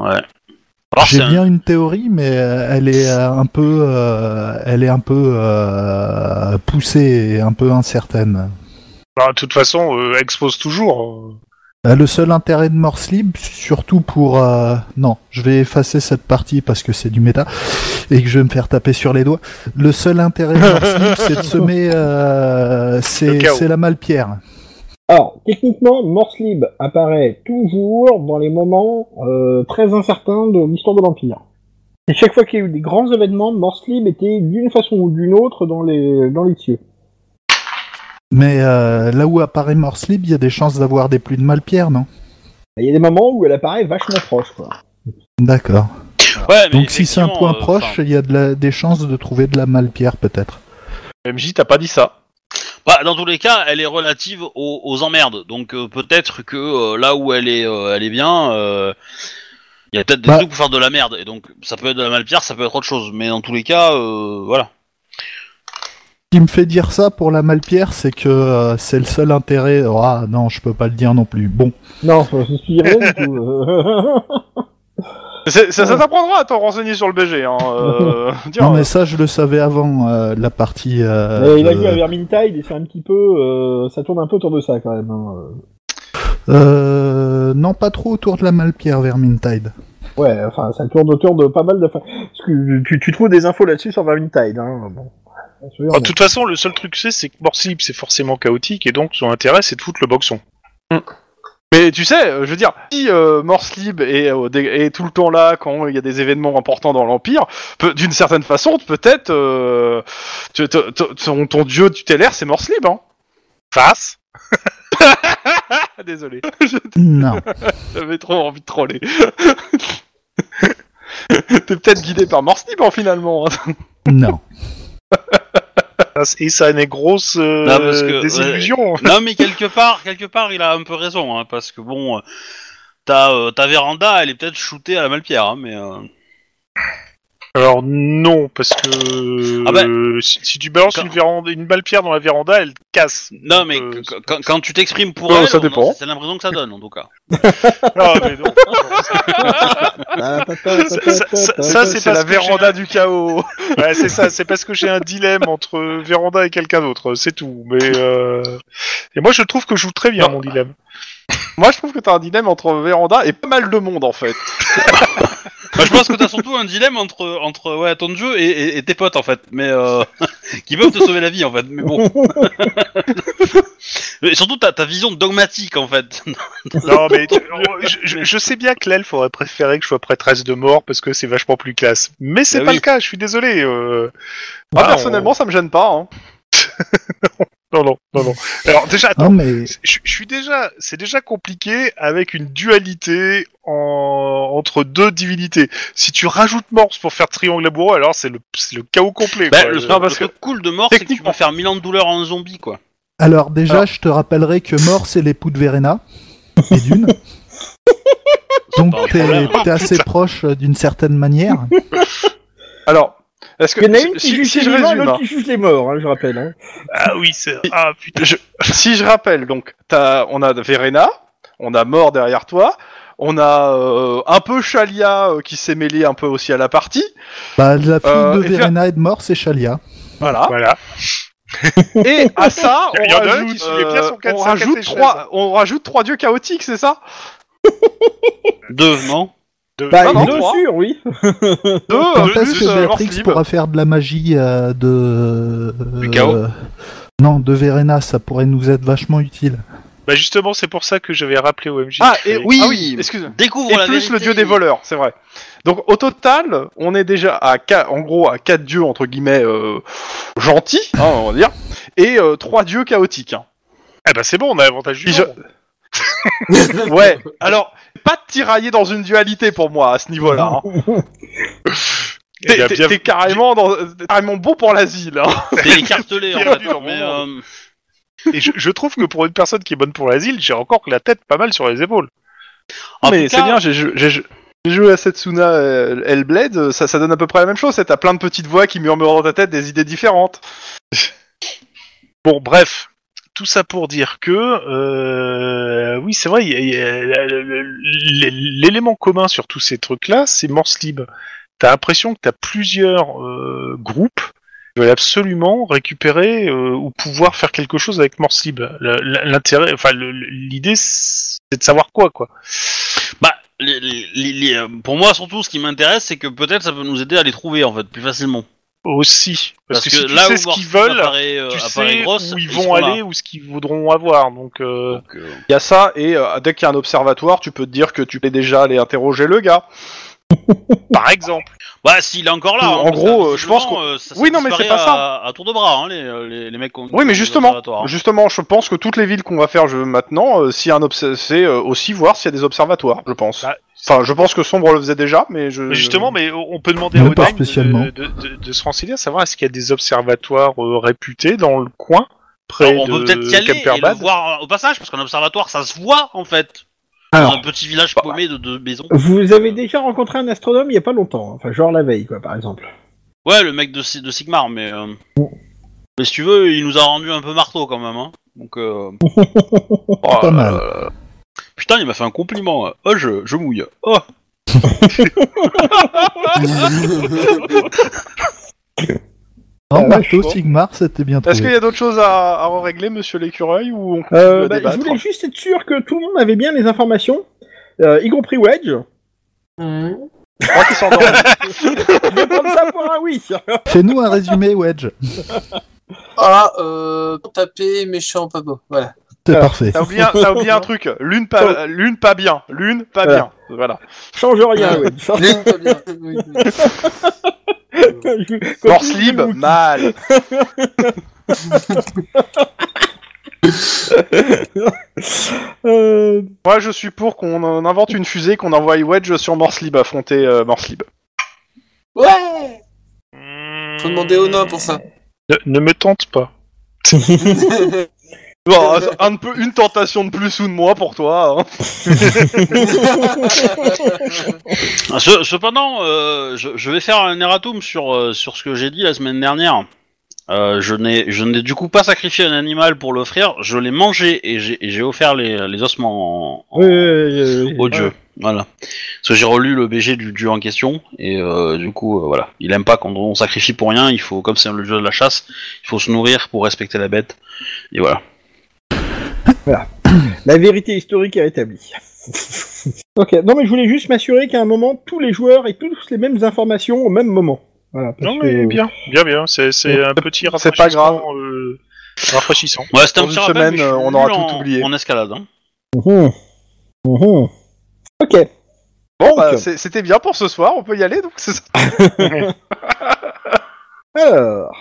Speaker 1: Ouais. Alors
Speaker 5: J'ai
Speaker 1: c'est un-
Speaker 5: bien une théorie, mais euh, elle est euh, un peu, euh, elle est un peu euh, poussée et un peu incertaine.
Speaker 7: Bah, de toute façon, euh, expose toujours.
Speaker 5: Euh, le seul intérêt de Morse Libre, surtout pour... euh, Non, je vais effacer cette partie parce que c'est du méta et que je vais me faire taper sur les doigts. Le seul intérêt de Morse Libre, c'est de semer... euh,
Speaker 4: Le
Speaker 5: C'est
Speaker 4: chaos.
Speaker 5: c'est la malpierre.
Speaker 2: Alors, techniquement, Morse Lib apparaît toujours dans les moments euh, très incertains de l'histoire de l'Empire. Et chaque fois qu'il y a eu des grands événements, Morse Lib était d'une façon ou d'une autre dans les, dans les cieux.
Speaker 5: Mais euh, là où apparaît Morse Libre, il y a des chances d'avoir des pluies de malpierre, non
Speaker 2: Et Il y a des moments où elle apparaît vachement proche, quoi.
Speaker 5: D'accord.
Speaker 1: Ouais, mais
Speaker 5: Donc si c'est un
Speaker 1: effectivement,
Speaker 5: point
Speaker 1: euh,
Speaker 5: proche, il y a de la- des chances de trouver de la malpierre peut-être.
Speaker 3: MJ, t'as pas dit ça.
Speaker 1: Bah, dans tous les cas, elle est relative aux, aux emmerdes. Donc euh, peut-être que euh, là où elle est, euh, elle est bien, euh, il y a peut-être des
Speaker 5: Bah.
Speaker 1: trucs pour faire de la merde. Et donc ça peut être de la malpierre, ça peut être autre chose. Mais dans tous les cas, euh, voilà.
Speaker 5: Ce qui me fait dire ça pour la malpierre, c'est que euh, c'est le seul intérêt. Oh, ah non, je peux pas le dire non plus. Bon,
Speaker 2: Non, ça ne suffit rien du tout. Euh,
Speaker 3: C'est- Ça, ça t'apprendra à t'en renseigner sur le BG. Hein. euh, dire,
Speaker 5: non mais ça je le savais avant euh, la partie. euh,
Speaker 2: Euh, il a
Speaker 5: de-
Speaker 2: vu à Vermintide et c'est un petit peu... euh, ça tourne un peu autour de ça, quand même. hein.
Speaker 5: Euh, non, pas trop autour de la malpierre Vermintide.
Speaker 2: Ouais, enfin, ça tourne autour de pas mal de... Parce que tu, tu trouves des infos là-dessus sur Vermintide, hein. Bon. Bien sûr,
Speaker 7: Bah,
Speaker 4: De toute façon, le seul truc que c'est, c'est que Morslip, c'est forcément chaotique, et donc son intérêt, c'est de foutre le boxon.
Speaker 2: Mm.
Speaker 3: Mais tu sais, euh, je veux dire, si euh, Morse Lib est, euh, dé- est tout le temps là quand il y a des événements importants dans l'Empire, peut- d'une certaine façon, peut-être euh, tu- te- te- ton, ton dieu tutélaire, c'est Morse Lib. Hein.
Speaker 4: Face
Speaker 3: Désolé,
Speaker 5: Non.
Speaker 3: j'avais trop envie de troller. T'es peut-être guidé par Morse Lib, hein, finalement. hein.
Speaker 5: Non.
Speaker 4: Face. Et ça a une grosse euh,
Speaker 1: Non, parce que-
Speaker 4: désillusion.
Speaker 1: non mais quelque part, quelque part, il a un peu raison, hein, parce que bon, euh, ta euh, ta véranda, elle est peut-être shootée à la malpierre, hein, mais. euh,
Speaker 4: Alors non, parce que
Speaker 1: Ah bah.
Speaker 4: euh, si, si tu balances
Speaker 1: Quand-
Speaker 4: une, véranda, une balle pierre dans la véranda, elle casse.
Speaker 1: Non mais
Speaker 4: Euh,
Speaker 1: qu- quand, quand tu t'exprimes pour
Speaker 3: Euh,
Speaker 1: elle,
Speaker 3: ça
Speaker 1: on-
Speaker 3: dépend.
Speaker 1: c'est l'impression que ça donne en tout cas.
Speaker 4: Ah, mais non.
Speaker 2: Ah, ta, ta, ta, ta,
Speaker 4: Ça-
Speaker 2: ta,
Speaker 4: ça-
Speaker 2: ta.
Speaker 4: ça, c'est parce
Speaker 3: C'est la
Speaker 4: que j'ai
Speaker 3: véranda du chaos.
Speaker 4: Ouais, c'est ça, c'est parce que j'ai un dilemme entre Véranda et quelqu'un d'autre, c'est tout. Mais euh... Et moi je trouve que je joue très bien mon dilemme.
Speaker 3: Moi, je trouve que t'as un dilemme entre véranda et pas mal de monde, en fait.
Speaker 1: Bah, je pense que t'as surtout un dilemme entre entre ouais ton jeu et, et- et tes potes en fait, mais euh, qui peuvent te sauver la vie en fait. Mais bon. Mais surtout ta ta vision dogmatique en fait.
Speaker 4: Non, mais tu- je, je- je sais bien que l'elfe aurait préféré que je sois prêtresse de mort parce que c'est vachement plus classe. Mais c'est
Speaker 1: Bah
Speaker 4: pas
Speaker 1: oui.
Speaker 4: le cas, je suis désolé. euh.
Speaker 2: Bah,
Speaker 3: Moi,
Speaker 4: Ah,
Speaker 3: personnellement, ça me gêne pas. Hein.
Speaker 4: on- Non, non, non, non. Alors déjà, attends,
Speaker 5: Non mais
Speaker 4: je, je suis déjà, c'est déjà compliqué avec une dualité en- entre deux divinités. Si tu rajoutes Morse pour faire triangle amoureux, alors c'est le, c'est le chaos complet.
Speaker 1: Bah,
Speaker 4: quoi. Euh,
Speaker 1: le,
Speaker 4: Je-
Speaker 1: le truc cool de mort, c'est que tu peux
Speaker 3: techniquement-
Speaker 1: faire mille ans de douleur en zombie quoi.
Speaker 5: alors déjà je te rappellerai que mort c'est l'époux de Verena et d'une. Donc
Speaker 1: pas un
Speaker 5: t'es
Speaker 1: problème.
Speaker 5: t'es assez proche euh, d'une certaine manière.
Speaker 3: Alors, est-ce que.
Speaker 2: Il y en a une qui
Speaker 3: si-
Speaker 2: juge
Speaker 3: si
Speaker 2: les
Speaker 3: je
Speaker 2: vivants et
Speaker 3: résume.
Speaker 2: l'autre qui juge les morts, hein, je rappelle. Hein.
Speaker 4: Ah oui, c'est. Ah putain.
Speaker 3: Je- si je rappelle, donc, t'as- on a Verena, on a Mort derrière toi, on a euh, un peu Chalia euh, qui s'est mêlé un peu aussi à la partie,
Speaker 5: Bah la fille
Speaker 3: Euh,
Speaker 5: de
Speaker 3: et puis-
Speaker 5: Verena et de mort c'est Chalia.
Speaker 1: Ah.
Speaker 3: voilà.
Speaker 4: Voilà.
Speaker 3: Et à ça,
Speaker 4: Il
Speaker 3: on
Speaker 4: y en a un qui
Speaker 3: rajoute,
Speaker 4: se souvient bien
Speaker 3: euh,
Speaker 4: son quatre-
Speaker 3: on
Speaker 4: sa
Speaker 3: rajoute
Speaker 4: catéchèse.
Speaker 3: trois, on rajoute trois dieux chaotiques, c'est ça
Speaker 1: Deux non.
Speaker 4: De- Ah.
Speaker 2: Bah,
Speaker 3: non,
Speaker 2: bien
Speaker 3: moi.
Speaker 2: sûr, oui.
Speaker 3: Deux,
Speaker 5: Quand
Speaker 3: euh,
Speaker 5: est-ce
Speaker 3: plus,
Speaker 5: que
Speaker 3: euh, Morse
Speaker 5: Béatrix
Speaker 3: Lib.
Speaker 5: pourra faire de la magie euh, de...
Speaker 3: Du chaos.
Speaker 5: euh, Non, de Verena, ça pourrait nous être vachement utile.
Speaker 4: Bah justement, c'est pour ça que j'avais rappelé au MJ.
Speaker 3: Ah, et
Speaker 4: Oui.
Speaker 3: oui,
Speaker 1: Ah oui.
Speaker 3: oui. excuse
Speaker 1: Découvre
Speaker 3: Et
Speaker 1: la
Speaker 3: plus
Speaker 1: vérité.
Speaker 3: le dieu des voleurs, c'est vrai. Donc au total, on est déjà à qua- en gros à quatre dieux entre guillemets euh, gentils, hein, on va dire, et euh, trois dieux chaotiques. hein.
Speaker 4: Ah bah c'est bon, on a l'avantage du
Speaker 3: Et je-
Speaker 4: nombre.
Speaker 3: Ouais, alors, pas de tirailler dans une dualité pour moi à ce niveau-là. hein.
Speaker 4: Eh
Speaker 3: T'es
Speaker 4: bien,
Speaker 3: t'es-
Speaker 4: bien-
Speaker 3: t'es carrément, dans- t'es carrément bon pour l'asile. hein.
Speaker 1: C'est écartelé en
Speaker 4: Perdu
Speaker 1: fait.
Speaker 4: dans mon
Speaker 1: Mais,
Speaker 4: monde.
Speaker 1: euh,
Speaker 4: Et je, je trouve que pour une personne qui est bonne pour l'asile, j'ai encore que la tête pas mal sur les épaules.
Speaker 1: en
Speaker 3: Mais
Speaker 1: tout
Speaker 3: c'est
Speaker 1: cas,
Speaker 3: bien, j'ai j'ai- j'ai- j'ai joué à Setsuna euh, Hellblade, euh, ça, ça donne à peu près la même chose. c'est T'as plein de petites voix qui murmurent dans ta tête des idées différentes.
Speaker 4: Bon, bref. Tout ça pour dire que, euh, oui, c'est vrai, il y a- il y a- l'é- l'élément commun sur tous ces trucs-là, c'est Morse Libre. T'as l'impression que t'as plusieurs euh, groupes
Speaker 7: veulent absolument récupérer euh, ou pouvoir faire quelque chose avec Morse Libre. Le- le- L'intérêt, enfin, le- le- l'idée, c'est de savoir quoi, quoi.
Speaker 1: Bah, les- les- les- les- euh, pour moi, surtout, ce qui m'intéresse, c'est que peut-être ça peut nous aider à les trouver, en fait, plus facilement.
Speaker 7: Aussi. Parce, que, si tu
Speaker 1: là
Speaker 7: sais
Speaker 1: où
Speaker 7: ce
Speaker 1: Morse
Speaker 7: qu'ils veulent,
Speaker 1: apparaît, euh,
Speaker 7: tu
Speaker 1: apparaît
Speaker 7: sais
Speaker 1: grosse,
Speaker 7: où ils
Speaker 1: seront
Speaker 7: vont
Speaker 1: là.
Speaker 7: aller ou ce qu'ils voudront avoir. Donc, euh,
Speaker 1: Donc, euh,
Speaker 3: Il y a ça, et euh, dès qu'il y a un observatoire, tu peux te dire que tu peux déjà aller interroger le gars.
Speaker 7: par exemple.
Speaker 1: Bah, s'il est encore là.
Speaker 3: En
Speaker 1: hein, parce
Speaker 3: gros,
Speaker 1: que,
Speaker 3: euh, je pense
Speaker 1: visiblement, euh, ça
Speaker 3: Oui, non, mais
Speaker 1: disparaît
Speaker 3: c'est pas ça.
Speaker 1: À, à tour de bras, hein, les, les, les mecs. qu'on-
Speaker 3: Oui, mais
Speaker 1: les
Speaker 3: justement,
Speaker 1: observatoires.
Speaker 3: justement, je pense que toutes les villes qu'on va faire je, maintenant, euh, s'il y a un obs- c'est euh, aussi voir s'il y a des observatoires, je pense.
Speaker 7: Bah,
Speaker 3: Enfin, je pense que Sombre le faisait déjà, mais je...
Speaker 7: Mais justement, mais on peut demander
Speaker 5: Non,
Speaker 7: à
Speaker 5: mais pas
Speaker 7: Odaïm de,
Speaker 5: spécialement.
Speaker 7: de, de- de se renseigner, à savoir est-ce qu'il y a des observatoires euh, réputés dans le coin près
Speaker 1: Alors, on
Speaker 7: de
Speaker 1: peut peut-être y aller et le
Speaker 7: Camperbad
Speaker 1: voir euh, au passage, parce qu'un observatoire, ça se voit en fait. dans un
Speaker 2: Alors,
Speaker 1: petit
Speaker 3: Bah.
Speaker 1: village paumé de deux maisons.
Speaker 2: vous avez déjà rencontré un astronome il y a pas longtemps, hein. enfin genre la veille quoi par exemple.
Speaker 1: Ouais, le mec de, Si- de Sigmar, mais. euh, Mais si tu veux, il nous a rendu un peu marteau quand même. Hein. Donc, euh,
Speaker 3: Oh,
Speaker 5: Pas mal.
Speaker 1: putain, il m'a fait un compliment. euh. Oh, je, je mouille. Oh.
Speaker 5: Non,
Speaker 2: Ah,
Speaker 5: Marteau,
Speaker 3: ouais, je
Speaker 5: Sigmar, c'était bien
Speaker 3: Est-ce qu'il
Speaker 5: trouvé.
Speaker 3: y a d'autres choses à, à régler, monsieur l'écureuil, ou on continue
Speaker 2: Euh,
Speaker 3: à
Speaker 2: bah, je
Speaker 3: débattre
Speaker 2: voulais juste être sûr que tout le monde avait bien les informations, euh, y compris Wedge.
Speaker 6: Mhm.
Speaker 3: Je crois qu'il s'endort.
Speaker 2: Je vais prendre ça pour un oui.
Speaker 5: Fais-nous un résumé, Wedge.
Speaker 6: Ah, euh, tapé, méchant, pas beau. Voilà.
Speaker 5: C'est
Speaker 3: Alors,
Speaker 5: parfait.
Speaker 3: T'as oublié, un- t'as oublié un truc, l'une pas, l'une pas bien, l'une pas
Speaker 2: Voilà.
Speaker 3: bien, voilà.
Speaker 2: Change rien, Wedge.
Speaker 6: L'une, pas bien. Oui, oui.
Speaker 2: Je-
Speaker 3: Morse
Speaker 2: continue,
Speaker 3: libre,
Speaker 2: Mookie.
Speaker 3: mal.
Speaker 2: Euh,
Speaker 3: Moi je suis pour qu'on en invente une fusée, qu'on envoie Wedge sur Morse libre, affronter euh, Morse libre.
Speaker 6: Ouais Faut demander au nain pour ça.
Speaker 7: Ne, ne me tente pas.
Speaker 3: Bon, euh, un de peu- une tentation de plus ou de moins pour toi. hein.
Speaker 1: Ah, Ce- Cependant, euh, je, je vais faire un erratum sur, euh, sur ce que j'ai dit la semaine dernière. Euh, je n'ai je n'ai du coup pas sacrifié un animal pour l'offrir, je l'ai mangé et j'ai et j'ai offert les, les ossements en- en-
Speaker 2: Oh, oui, oui, oui, oui.
Speaker 1: au dieu. Voilà. Parce que j'ai relu le BG du dieu en question et euh, du coup, euh, voilà. Il aime pas quand on sacrifie pour rien, il faut, comme c'est le dieu de la chasse, il faut se nourrir pour respecter la bête. Et voilà.
Speaker 2: La vérité historique est rétablie. ok, non mais je voulais juste m'assurer qu'à un moment, tous les joueurs aient tous les mêmes informations au même moment. Voilà, parce
Speaker 7: Non mais
Speaker 2: que-
Speaker 7: bien, bien, bien. C'est c'est un petit
Speaker 3: C'est pas grave.
Speaker 7: rafraîchissement, euh, rafraîchissant.
Speaker 1: Ouais, c'était un
Speaker 3: Dans
Speaker 1: petit
Speaker 3: une
Speaker 1: rappel,
Speaker 3: semaine,
Speaker 1: mais je suis
Speaker 3: euh, on aura
Speaker 1: nul
Speaker 3: tout
Speaker 1: en-
Speaker 3: oublié.
Speaker 1: En escalade. hein.
Speaker 2: Mhm. Mhm. Ok.
Speaker 3: Bon,
Speaker 2: Donc,
Speaker 3: bah, c'est- c'était bien pour ce soir, on peut y aller donc c'est ça.
Speaker 2: alors,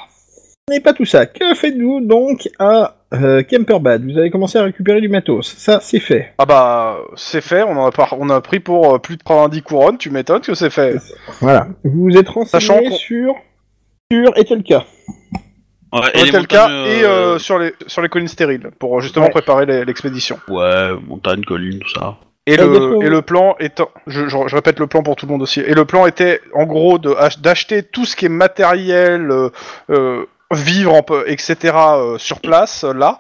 Speaker 2: ce n'est pas tout ça. Que faites-vous donc à euh, Kemperbad Vous avez commencé à récupérer du matos. Ça, c'est fait.
Speaker 3: Ah bah c'est fait, on en a, par- on a pris pour euh, plus de 90 couronnes, tu m'étonnes que c'est fait.
Speaker 2: Voilà. Vous vous êtes
Speaker 3: Sachant
Speaker 2: renseigné
Speaker 3: qu'on-
Speaker 2: sur sur Etelka.
Speaker 1: Ouais,
Speaker 3: Dans
Speaker 1: les
Speaker 3: tel cas,
Speaker 1: montagnes,
Speaker 3: et euh, sur, les, sur les collines stériles, pour euh, justement
Speaker 2: Ouais.
Speaker 3: préparer les- l'expédition.
Speaker 1: Ouais, montagne, colline, tout ça.
Speaker 3: Et,
Speaker 2: Ah,
Speaker 3: le,
Speaker 2: d'accord.
Speaker 3: et le plan étant, je, je- je répète le plan pour tout le monde aussi. Et le plan était en gros de ach- d'acheter tout ce qui est matériel, euh, euh, vivre, en peu- etc. euh, sur place, euh, là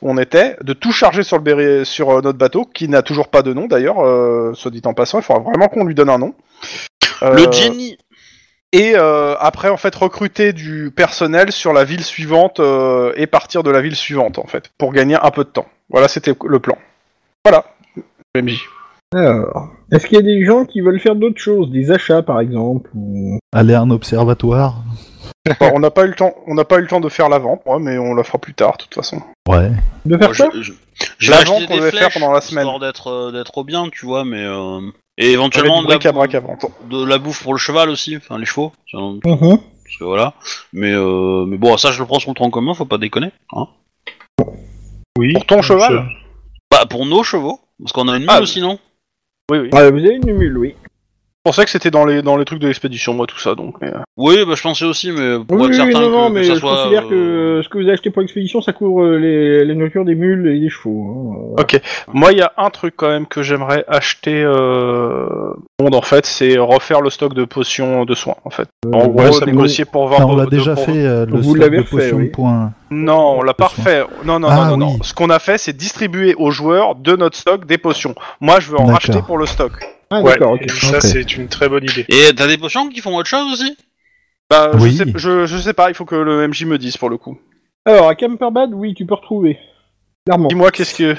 Speaker 3: où on était, de tout charger sur le béret- sur euh, notre bateau qui n'a toujours pas de nom d'ailleurs, euh, soit dit en passant. Il faudra vraiment qu'on lui donne un nom. Euh,
Speaker 1: Le génie
Speaker 3: et euh, après en fait recruter du personnel sur la ville suivante euh, et partir de la ville suivante en fait pour gagner un peu de temps. Voilà, c'était le plan. Voilà. MJ.
Speaker 2: Alors, est-ce qu'il y a des gens qui veulent faire d'autres choses, des achats par exemple ou-
Speaker 5: Aller à un observatoire.
Speaker 3: Bon, on n'a pas eu le temps, on n'a pas eu le temps de faire l'avant, ouais, mais on la fera plus tard de toute façon.
Speaker 5: Ouais.
Speaker 2: De faire
Speaker 1: Moi,
Speaker 2: quoi
Speaker 1: je, je- je vais
Speaker 3: L'avant
Speaker 1: acheter
Speaker 3: qu'on
Speaker 1: des
Speaker 3: devait faire
Speaker 1: flèches,
Speaker 3: pendant la semaine.
Speaker 1: histoire d'être euh, d'être au bien, tu vois, mais euh, et
Speaker 3: J'avais
Speaker 1: éventuellement
Speaker 3: du
Speaker 1: de la,
Speaker 3: bric à brac avant.
Speaker 1: de la bouffe pour le cheval aussi, enfin les chevaux, tiens,
Speaker 2: Mhm.
Speaker 1: parce que voilà. Mais euh, mais bon, ça je le prends sur le tronc commun, faut pas déconner. Hein.
Speaker 7: Oui.
Speaker 3: Pour ton cheval
Speaker 1: Bah pour nos chevaux, parce qu'on a une mule
Speaker 3: Ah,
Speaker 1: aussi non
Speaker 3: Oui, oui.
Speaker 2: Ouais, Ah, Vous avez une mule, oui.
Speaker 3: Je pensais que c'était dans les dans les trucs de l'expédition, moi tout ça, donc. mais, euh,
Speaker 1: Oui, bah je pensais aussi, mais pour
Speaker 2: Oui,
Speaker 1: être
Speaker 2: oui,
Speaker 1: certain
Speaker 2: non,
Speaker 1: que,
Speaker 2: non,
Speaker 1: que
Speaker 2: mais
Speaker 1: ça
Speaker 2: je
Speaker 1: soit.
Speaker 2: considère
Speaker 1: euh,
Speaker 2: que ce que vous achetez pour l'expédition, ça couvre euh, les, les nourritures des mules et des chevaux. hein.
Speaker 3: Moi, il y a un truc quand même que j'aimerais acheter. Euh... Bon, en fait, c'est refaire le stock de potions de soins, en fait.
Speaker 2: Euh,
Speaker 3: en gros,
Speaker 5: Euh, ouais, ça me-
Speaker 3: négocier pour 20
Speaker 5: Non, on l'a
Speaker 3: de-
Speaker 5: déjà
Speaker 3: pour-
Speaker 5: fait, euh, le
Speaker 2: Vous
Speaker 5: stock
Speaker 2: l'avez
Speaker 5: de
Speaker 2: refait,
Speaker 5: potions de
Speaker 2: oui.
Speaker 5: points.
Speaker 3: Non, on l'a pas refait. Non, non,
Speaker 5: Ah,
Speaker 3: non, non, non.
Speaker 5: oui.
Speaker 3: Ce qu'on a fait, c'est distribuer aux joueurs de notre stock des potions. Moi, je veux en
Speaker 5: D'accord.
Speaker 3: racheter pour le stock.
Speaker 2: Ah,
Speaker 7: Ouais.
Speaker 2: d'accord, ok.
Speaker 7: Et ça
Speaker 5: Ok.
Speaker 7: c'est une très bonne idée.
Speaker 1: Et t'as des potions qui font autre chose aussi
Speaker 3: Bah, je
Speaker 5: Oui.
Speaker 3: sais- je, je sais pas, il faut que le MJ me dise pour le coup.
Speaker 2: Alors, à Camperbad, oui, tu peux retrouver. Clairement.
Speaker 3: Dis-moi, qu'est-ce que.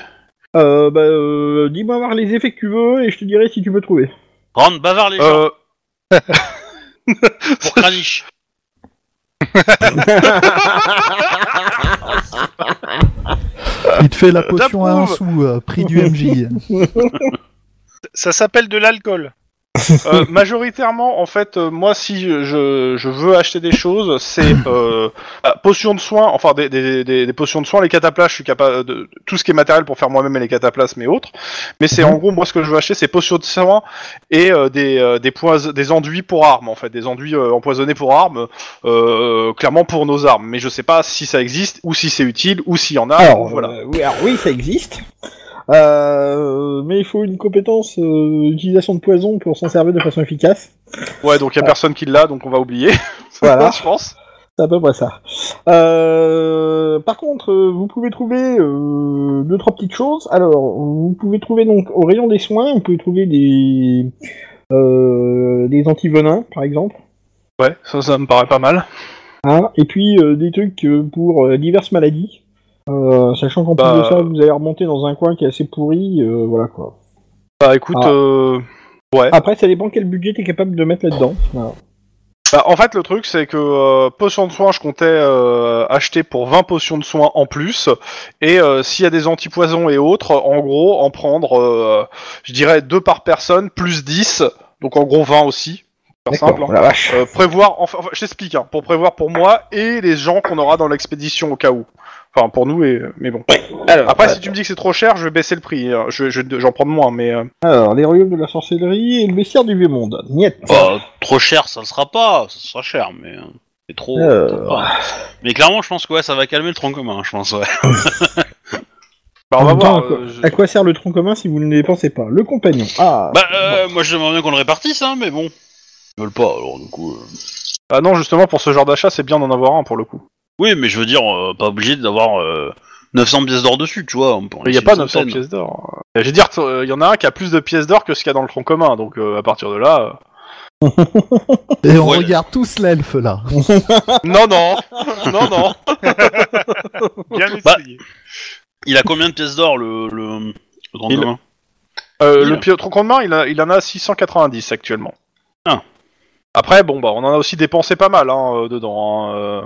Speaker 2: Euh, bah, euh, dis-moi voir les effets que tu veux et je te dirai si tu peux trouver.
Speaker 1: Rentre bavard les gens
Speaker 3: Euh,
Speaker 1: pour Kranich.
Speaker 3: Euh,
Speaker 5: Il te fait la potion à un
Speaker 3: J'approuve.
Speaker 5: sou, euh, prix du MJ.
Speaker 7: Ça s'appelle de l'alcool.
Speaker 3: Euh, majoritairement, en fait, euh, moi, si je, je veux acheter des choses, c'est euh, bah, potions de soins, enfin des, des, des, des potions de soins, les cataplasmes, je suis capable de tout ce qui est matériel pour faire moi-même et les cataplasmes et autres. Mais c'est
Speaker 2: Mhm.
Speaker 3: en gros, moi, ce que je veux acheter, c'est potions de soins et euh, des euh, des, pois- des enduits pour armes, en fait, des enduits euh, empoisonnés pour armes, euh, clairement pour nos armes. Mais je sais pas si ça existe ou si c'est utile ou s'il y en a.
Speaker 2: Alors,
Speaker 3: Oh, voilà.
Speaker 2: euh, oui, alors oui, ça existe. Euh, mais il faut une compétence euh, utilisation de poison pour s'en servir de façon efficace.
Speaker 3: Ouais, donc il y a personne qui l'a, donc on va oublier.
Speaker 2: Voilà.
Speaker 3: je pense.
Speaker 2: C'est à peu près ça. Euh, par contre, euh, vous pouvez trouver euh, deux trois petites choses. Alors, vous pouvez trouver donc au rayon des soins, vous pouvez trouver des euh, des antivenins, par exemple,
Speaker 3: Ouais, ça, ça me paraît pas mal.
Speaker 2: hein, et puis euh, des trucs euh, pour euh, diverses maladies. Euh, sachant qu'en
Speaker 3: Bah,
Speaker 2: plus de ça, vous allez remonter dans un coin qui est assez pourri, euh, voilà quoi.
Speaker 3: Bah écoute.
Speaker 2: Ah.
Speaker 3: Euh...
Speaker 2: Après, ça dépend quel budget t'es capable de mettre là-dedans. Voilà.
Speaker 3: Bah, en fait, le truc, c'est que euh, potions de soins, je comptais euh, acheter pour 20 potions de soins en plus. Et euh, s'il y a des antipoisons et autres, en gros, en prendre, euh, je dirais, deux par personne, plus 10. Donc en gros, 20 aussi. Faire
Speaker 2: D'accord,
Speaker 3: simple. hein.
Speaker 2: Oh la vache.
Speaker 3: Euh, prévoir, enfin, enfin, je t'explique, hein, pour prévoir pour moi et les gens qu'on aura dans l'expédition au cas où. Enfin, pour nous, et, mais bon.
Speaker 2: Alors,
Speaker 3: Après, si tu me dis que c'est trop cher, je vais baisser le prix. hein. Je, je- j'en prends moins, mais. euh,
Speaker 2: Alors, les royaumes de la sorcellerie et le bestiaire du vieux monde. Niet.
Speaker 3: Oh.
Speaker 1: Bah, trop cher, ça le sera pas, ça sera cher, mais euh, c'est trop.
Speaker 2: Euh.
Speaker 1: c'est pas- Mais clairement, je pense que ouais, ça va calmer le tronc commun, je pense. Ouais.
Speaker 3: bah,
Speaker 2: En
Speaker 3: on va
Speaker 2: même temps,
Speaker 3: voir.
Speaker 2: à, quoi,
Speaker 3: euh, je-
Speaker 2: à quoi sert le tronc commun si vous ne le dépensez pas Le compagnon. Ah.
Speaker 1: Bah, euh, moi, je demande bien qu'on le répartisse, hein, mais bon. Ils veulent pas, alors du coup. euh.
Speaker 3: Ah non, justement, pour ce genre d'achat, c'est bien d'en avoir un pour le coup.
Speaker 1: Oui, mais je veux dire, euh, pas obligé d'avoir euh, 900 pièces d'or dessus, tu vois.
Speaker 3: Il n'y a pas 900 pièces d'or. Euh, Je veux dire, il y en a un qui a plus de pièces d'or que ce qu'il y a dans le tronc commun, donc euh, à partir de là.
Speaker 5: Et on
Speaker 1: Ouais.
Speaker 5: regarde tous l'elfe là.
Speaker 3: euh, non, non Non, non
Speaker 7: Bien
Speaker 1: Bah,
Speaker 7: essayé.
Speaker 1: Il a combien de pièces d'or le, le, le grand
Speaker 3: Il-
Speaker 1: commun
Speaker 3: Euh,
Speaker 1: Il
Speaker 3: Le
Speaker 1: a-
Speaker 3: pi- tronc commun, il, a- il en a 690 actuellement.
Speaker 1: Ah.
Speaker 3: Après, bon, bah, on en a aussi dépensé pas mal hein, euh, dedans. hein, euh.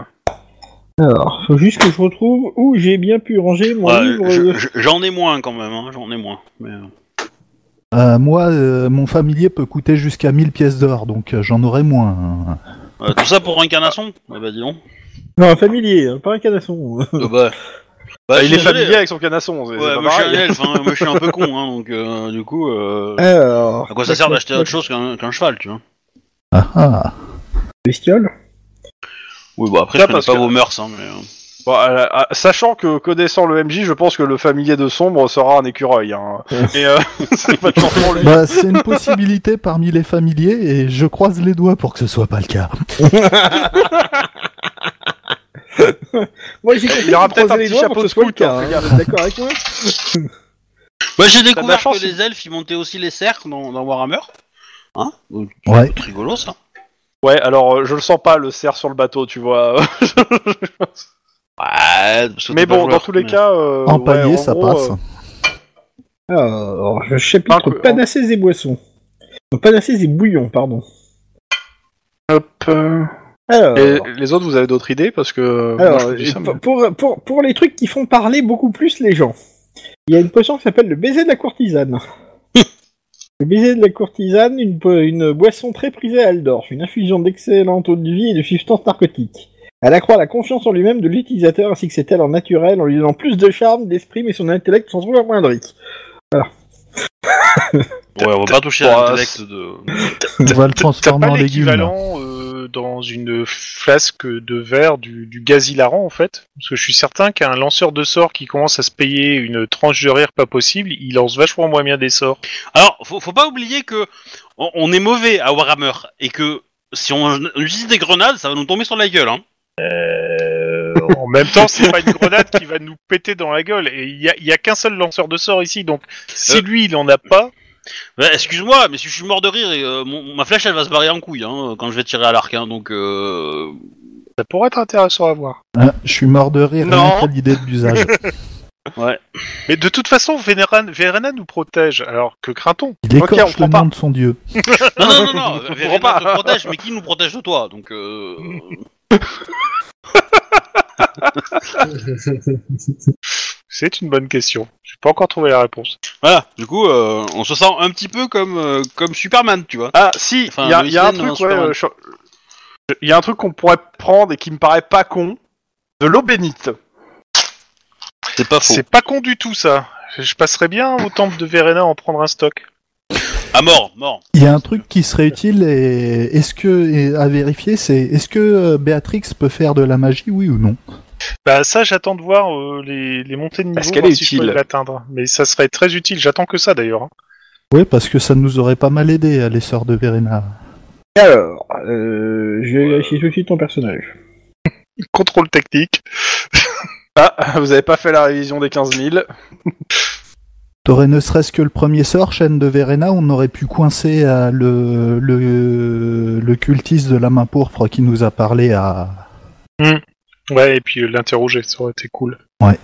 Speaker 2: Alors, faut juste que je retrouve où j'ai bien pu ranger mon
Speaker 1: Ouais,
Speaker 2: livre.
Speaker 1: je-
Speaker 2: euh,
Speaker 1: je- J'en ai moins quand même, hein, j'en ai moins. Mais, euh,
Speaker 5: Euh, moi, euh, mon familier peut coûter jusqu'à 1000 pièces d'or, donc euh, j'en aurai moins.
Speaker 1: euh, tout ça pour incarnation
Speaker 3: Ah.
Speaker 1: Eh bah, dis donc.
Speaker 2: Non, un familier, hein, pas un canasson.
Speaker 1: Euh, bah, bah,
Speaker 3: Bah,
Speaker 1: je
Speaker 3: il
Speaker 1: suis
Speaker 3: est
Speaker 1: désolé,
Speaker 3: familier avec son canasson. c'est- c'est
Speaker 1: Ouais,
Speaker 3: pas
Speaker 1: moi je suis un
Speaker 3: pareil. Eh,
Speaker 1: elfe, hein, moi je suis un peu con, hein, donc euh, du coup, euh,
Speaker 2: Alors.
Speaker 1: à quoi ça
Speaker 3: Bah,
Speaker 1: sert d'acheter autre chose qu'un qu'un cheval, tu vois
Speaker 5: Ah, ah.
Speaker 2: Bestiole.
Speaker 1: Oui, bah après,
Speaker 3: Là,
Speaker 1: je connais
Speaker 3: parce
Speaker 1: pas
Speaker 3: que-
Speaker 1: vos mœurs, hein, mais... euh,
Speaker 3: Bon, euh, euh, sachant que connaissant le MJ, je pense que le familier de sombre sera un écureuil. Hein. Et euh, c'est pas de chance pour lui.
Speaker 5: Bah, c'est une possibilité parmi les familiers et je croise les doigts pour que ce soit pas le cas.
Speaker 2: Moi, j'ai compris
Speaker 3: Il aura
Speaker 2: que
Speaker 3: peut-être
Speaker 2: croiser
Speaker 3: un
Speaker 2: les
Speaker 3: petit
Speaker 2: doigts
Speaker 3: chapeau
Speaker 2: pour
Speaker 3: de
Speaker 2: que ce soit le
Speaker 3: scout,
Speaker 2: cas,
Speaker 3: hein,
Speaker 2: hein,
Speaker 3: fais
Speaker 2: vous êtes
Speaker 3: gaffe.
Speaker 2: d'accord avec moi
Speaker 1: Bah, j'ai
Speaker 3: de la
Speaker 1: découvert
Speaker 3: chance,
Speaker 1: que
Speaker 3: c'est-
Speaker 1: les elfes, ils montaient aussi les cercles dans, dans Warhammer. Hein Donc,
Speaker 5: Ouais.
Speaker 1: c'est rigolo, ça.
Speaker 3: Ouais, alors euh, je le sens pas le cerf sur le bateau, tu vois.
Speaker 1: Ouais, parce que
Speaker 3: Mais
Speaker 1: t'es pas
Speaker 3: bon, dans
Speaker 1: joueur,
Speaker 3: tous les
Speaker 1: mais-
Speaker 3: cas, euh,
Speaker 5: en
Speaker 3: ouais,
Speaker 5: palier,
Speaker 3: en
Speaker 5: ça
Speaker 3: gros,
Speaker 5: passe.
Speaker 3: euh,
Speaker 2: Alors, le chapitre
Speaker 3: Marc, euh,
Speaker 2: Panacées et boissons. Donc, Panacées et bouillons, pardon.
Speaker 3: hop, euh,
Speaker 2: Alors.
Speaker 3: et les autres, vous avez d'autres idées parce que euh, moi,
Speaker 2: Alors,
Speaker 3: je vous dis ça, mais-
Speaker 2: pour, pour, pour, pour les trucs qui font parler beaucoup plus les gens, il y a une potion qui s'appelle le baiser de la courtisane. le baiser de la courtisane, une, po- une boisson très prisée à Aldorf, une infusion d'excellente eau de vie et de substances narcotiques. Elle accroît la confiance en lui-même de l'utilisateur ainsi que ses talents naturels en lui donnant plus de charme, d'esprit, mais son intellect s'en trouve amoindri.
Speaker 1: Ouais, on va pas toucher à
Speaker 3: Bon, euh,
Speaker 1: l'intellect de...
Speaker 5: On va le
Speaker 7: T'as
Speaker 5: transformer en
Speaker 7: pas
Speaker 5: légume.
Speaker 7: l'équivalent euh, dans une flasque de verre du, du gaz hilarant en fait Parce que je suis certain qu'un lanceur de sorts qui commence à se payer une tranche de rire pas possible, il lance vachement moins bien des sorts.
Speaker 1: Alors, faut, faut pas oublier que on, on est mauvais à Warhammer, et que si on, on utilise des grenades, ça va nous tomber sur la gueule, hein.
Speaker 7: Euh, en même temps, c'est pas une grenade qui va nous péter dans la gueule. Et il y a, il y a qu'un seul lanceur de sorts ici, donc si
Speaker 1: Euh.
Speaker 7: lui il en a pas,
Speaker 1: Ouais, Bah, Excuse-moi, mais si je suis mort de rire, et, euh, mon- ma flèche elle va se barrer en couille hein, quand je vais tirer à l'arc, hein, donc euh,
Speaker 4: Ça pourrait être intéressant à voir.
Speaker 5: Hein, je suis mort de rire
Speaker 3: Non.
Speaker 5: rien qu'à l'idée de l'usage.
Speaker 4: Mais de toute façon, Vénéran- Verena nous protège, alors que craint-on
Speaker 5: Il
Speaker 3: Ok, on
Speaker 5: écorche
Speaker 3: prend
Speaker 5: le
Speaker 3: pas.
Speaker 5: nom de son dieu.
Speaker 1: Non, non, non, non, Verena
Speaker 3: pas.
Speaker 1: te protège, mais qui nous protège de toi Donc, euh...
Speaker 4: C'est une bonne question. J'ai pas encore trouvé la réponse.
Speaker 1: voilà, du coup, euh, on se sent un petit peu comme, euh, comme Superman, tu vois.
Speaker 3: Ah si, il
Speaker 1: Enfin,
Speaker 3: y, a-
Speaker 1: le
Speaker 3: y a un
Speaker 1: Zen, non,
Speaker 3: truc,
Speaker 1: c'est
Speaker 3: ouais,
Speaker 1: pas mal.
Speaker 3: euh, je- y a un truc qu'on pourrait prendre et qui me paraît pas con, de l'eau bénite.
Speaker 1: C'est pas
Speaker 4: C'est pas con du tout, ça. Je passerais bien au temple de Verena en prendre un stock.
Speaker 1: Ah, mort, mort.
Speaker 5: Il y a un truc qui serait utile et est-ce que et à vérifier, c'est est-ce que euh, Béatrix peut faire de la magie, oui ou non
Speaker 4: Bah ça, j'attends de voir euh, les, les montées de niveau,
Speaker 3: Est-ce qu'elle
Speaker 4: voir
Speaker 3: est
Speaker 4: si je peux
Speaker 3: utile
Speaker 4: l'atteindre. Mais ça serait très utile. J'attends que ça d'ailleurs. hein.
Speaker 5: Oui, parce que ça nous aurait pas mal aidé à l'essor de Verena.
Speaker 2: Alors, euh, je vais vérifier tout de suite ton personnage.
Speaker 4: Contrôle technique.
Speaker 3: Ah, vous avez pas fait la révision des 15 000.
Speaker 5: T'aurais ne serait-ce que le premier sort, chaîne de Verena, on aurait pu coincer euh, le, le, le cultiste de la main pourpre qui nous a parlé à...
Speaker 4: Ouais, et puis euh, l'interroger, ça aurait été cool.
Speaker 5: Ouais.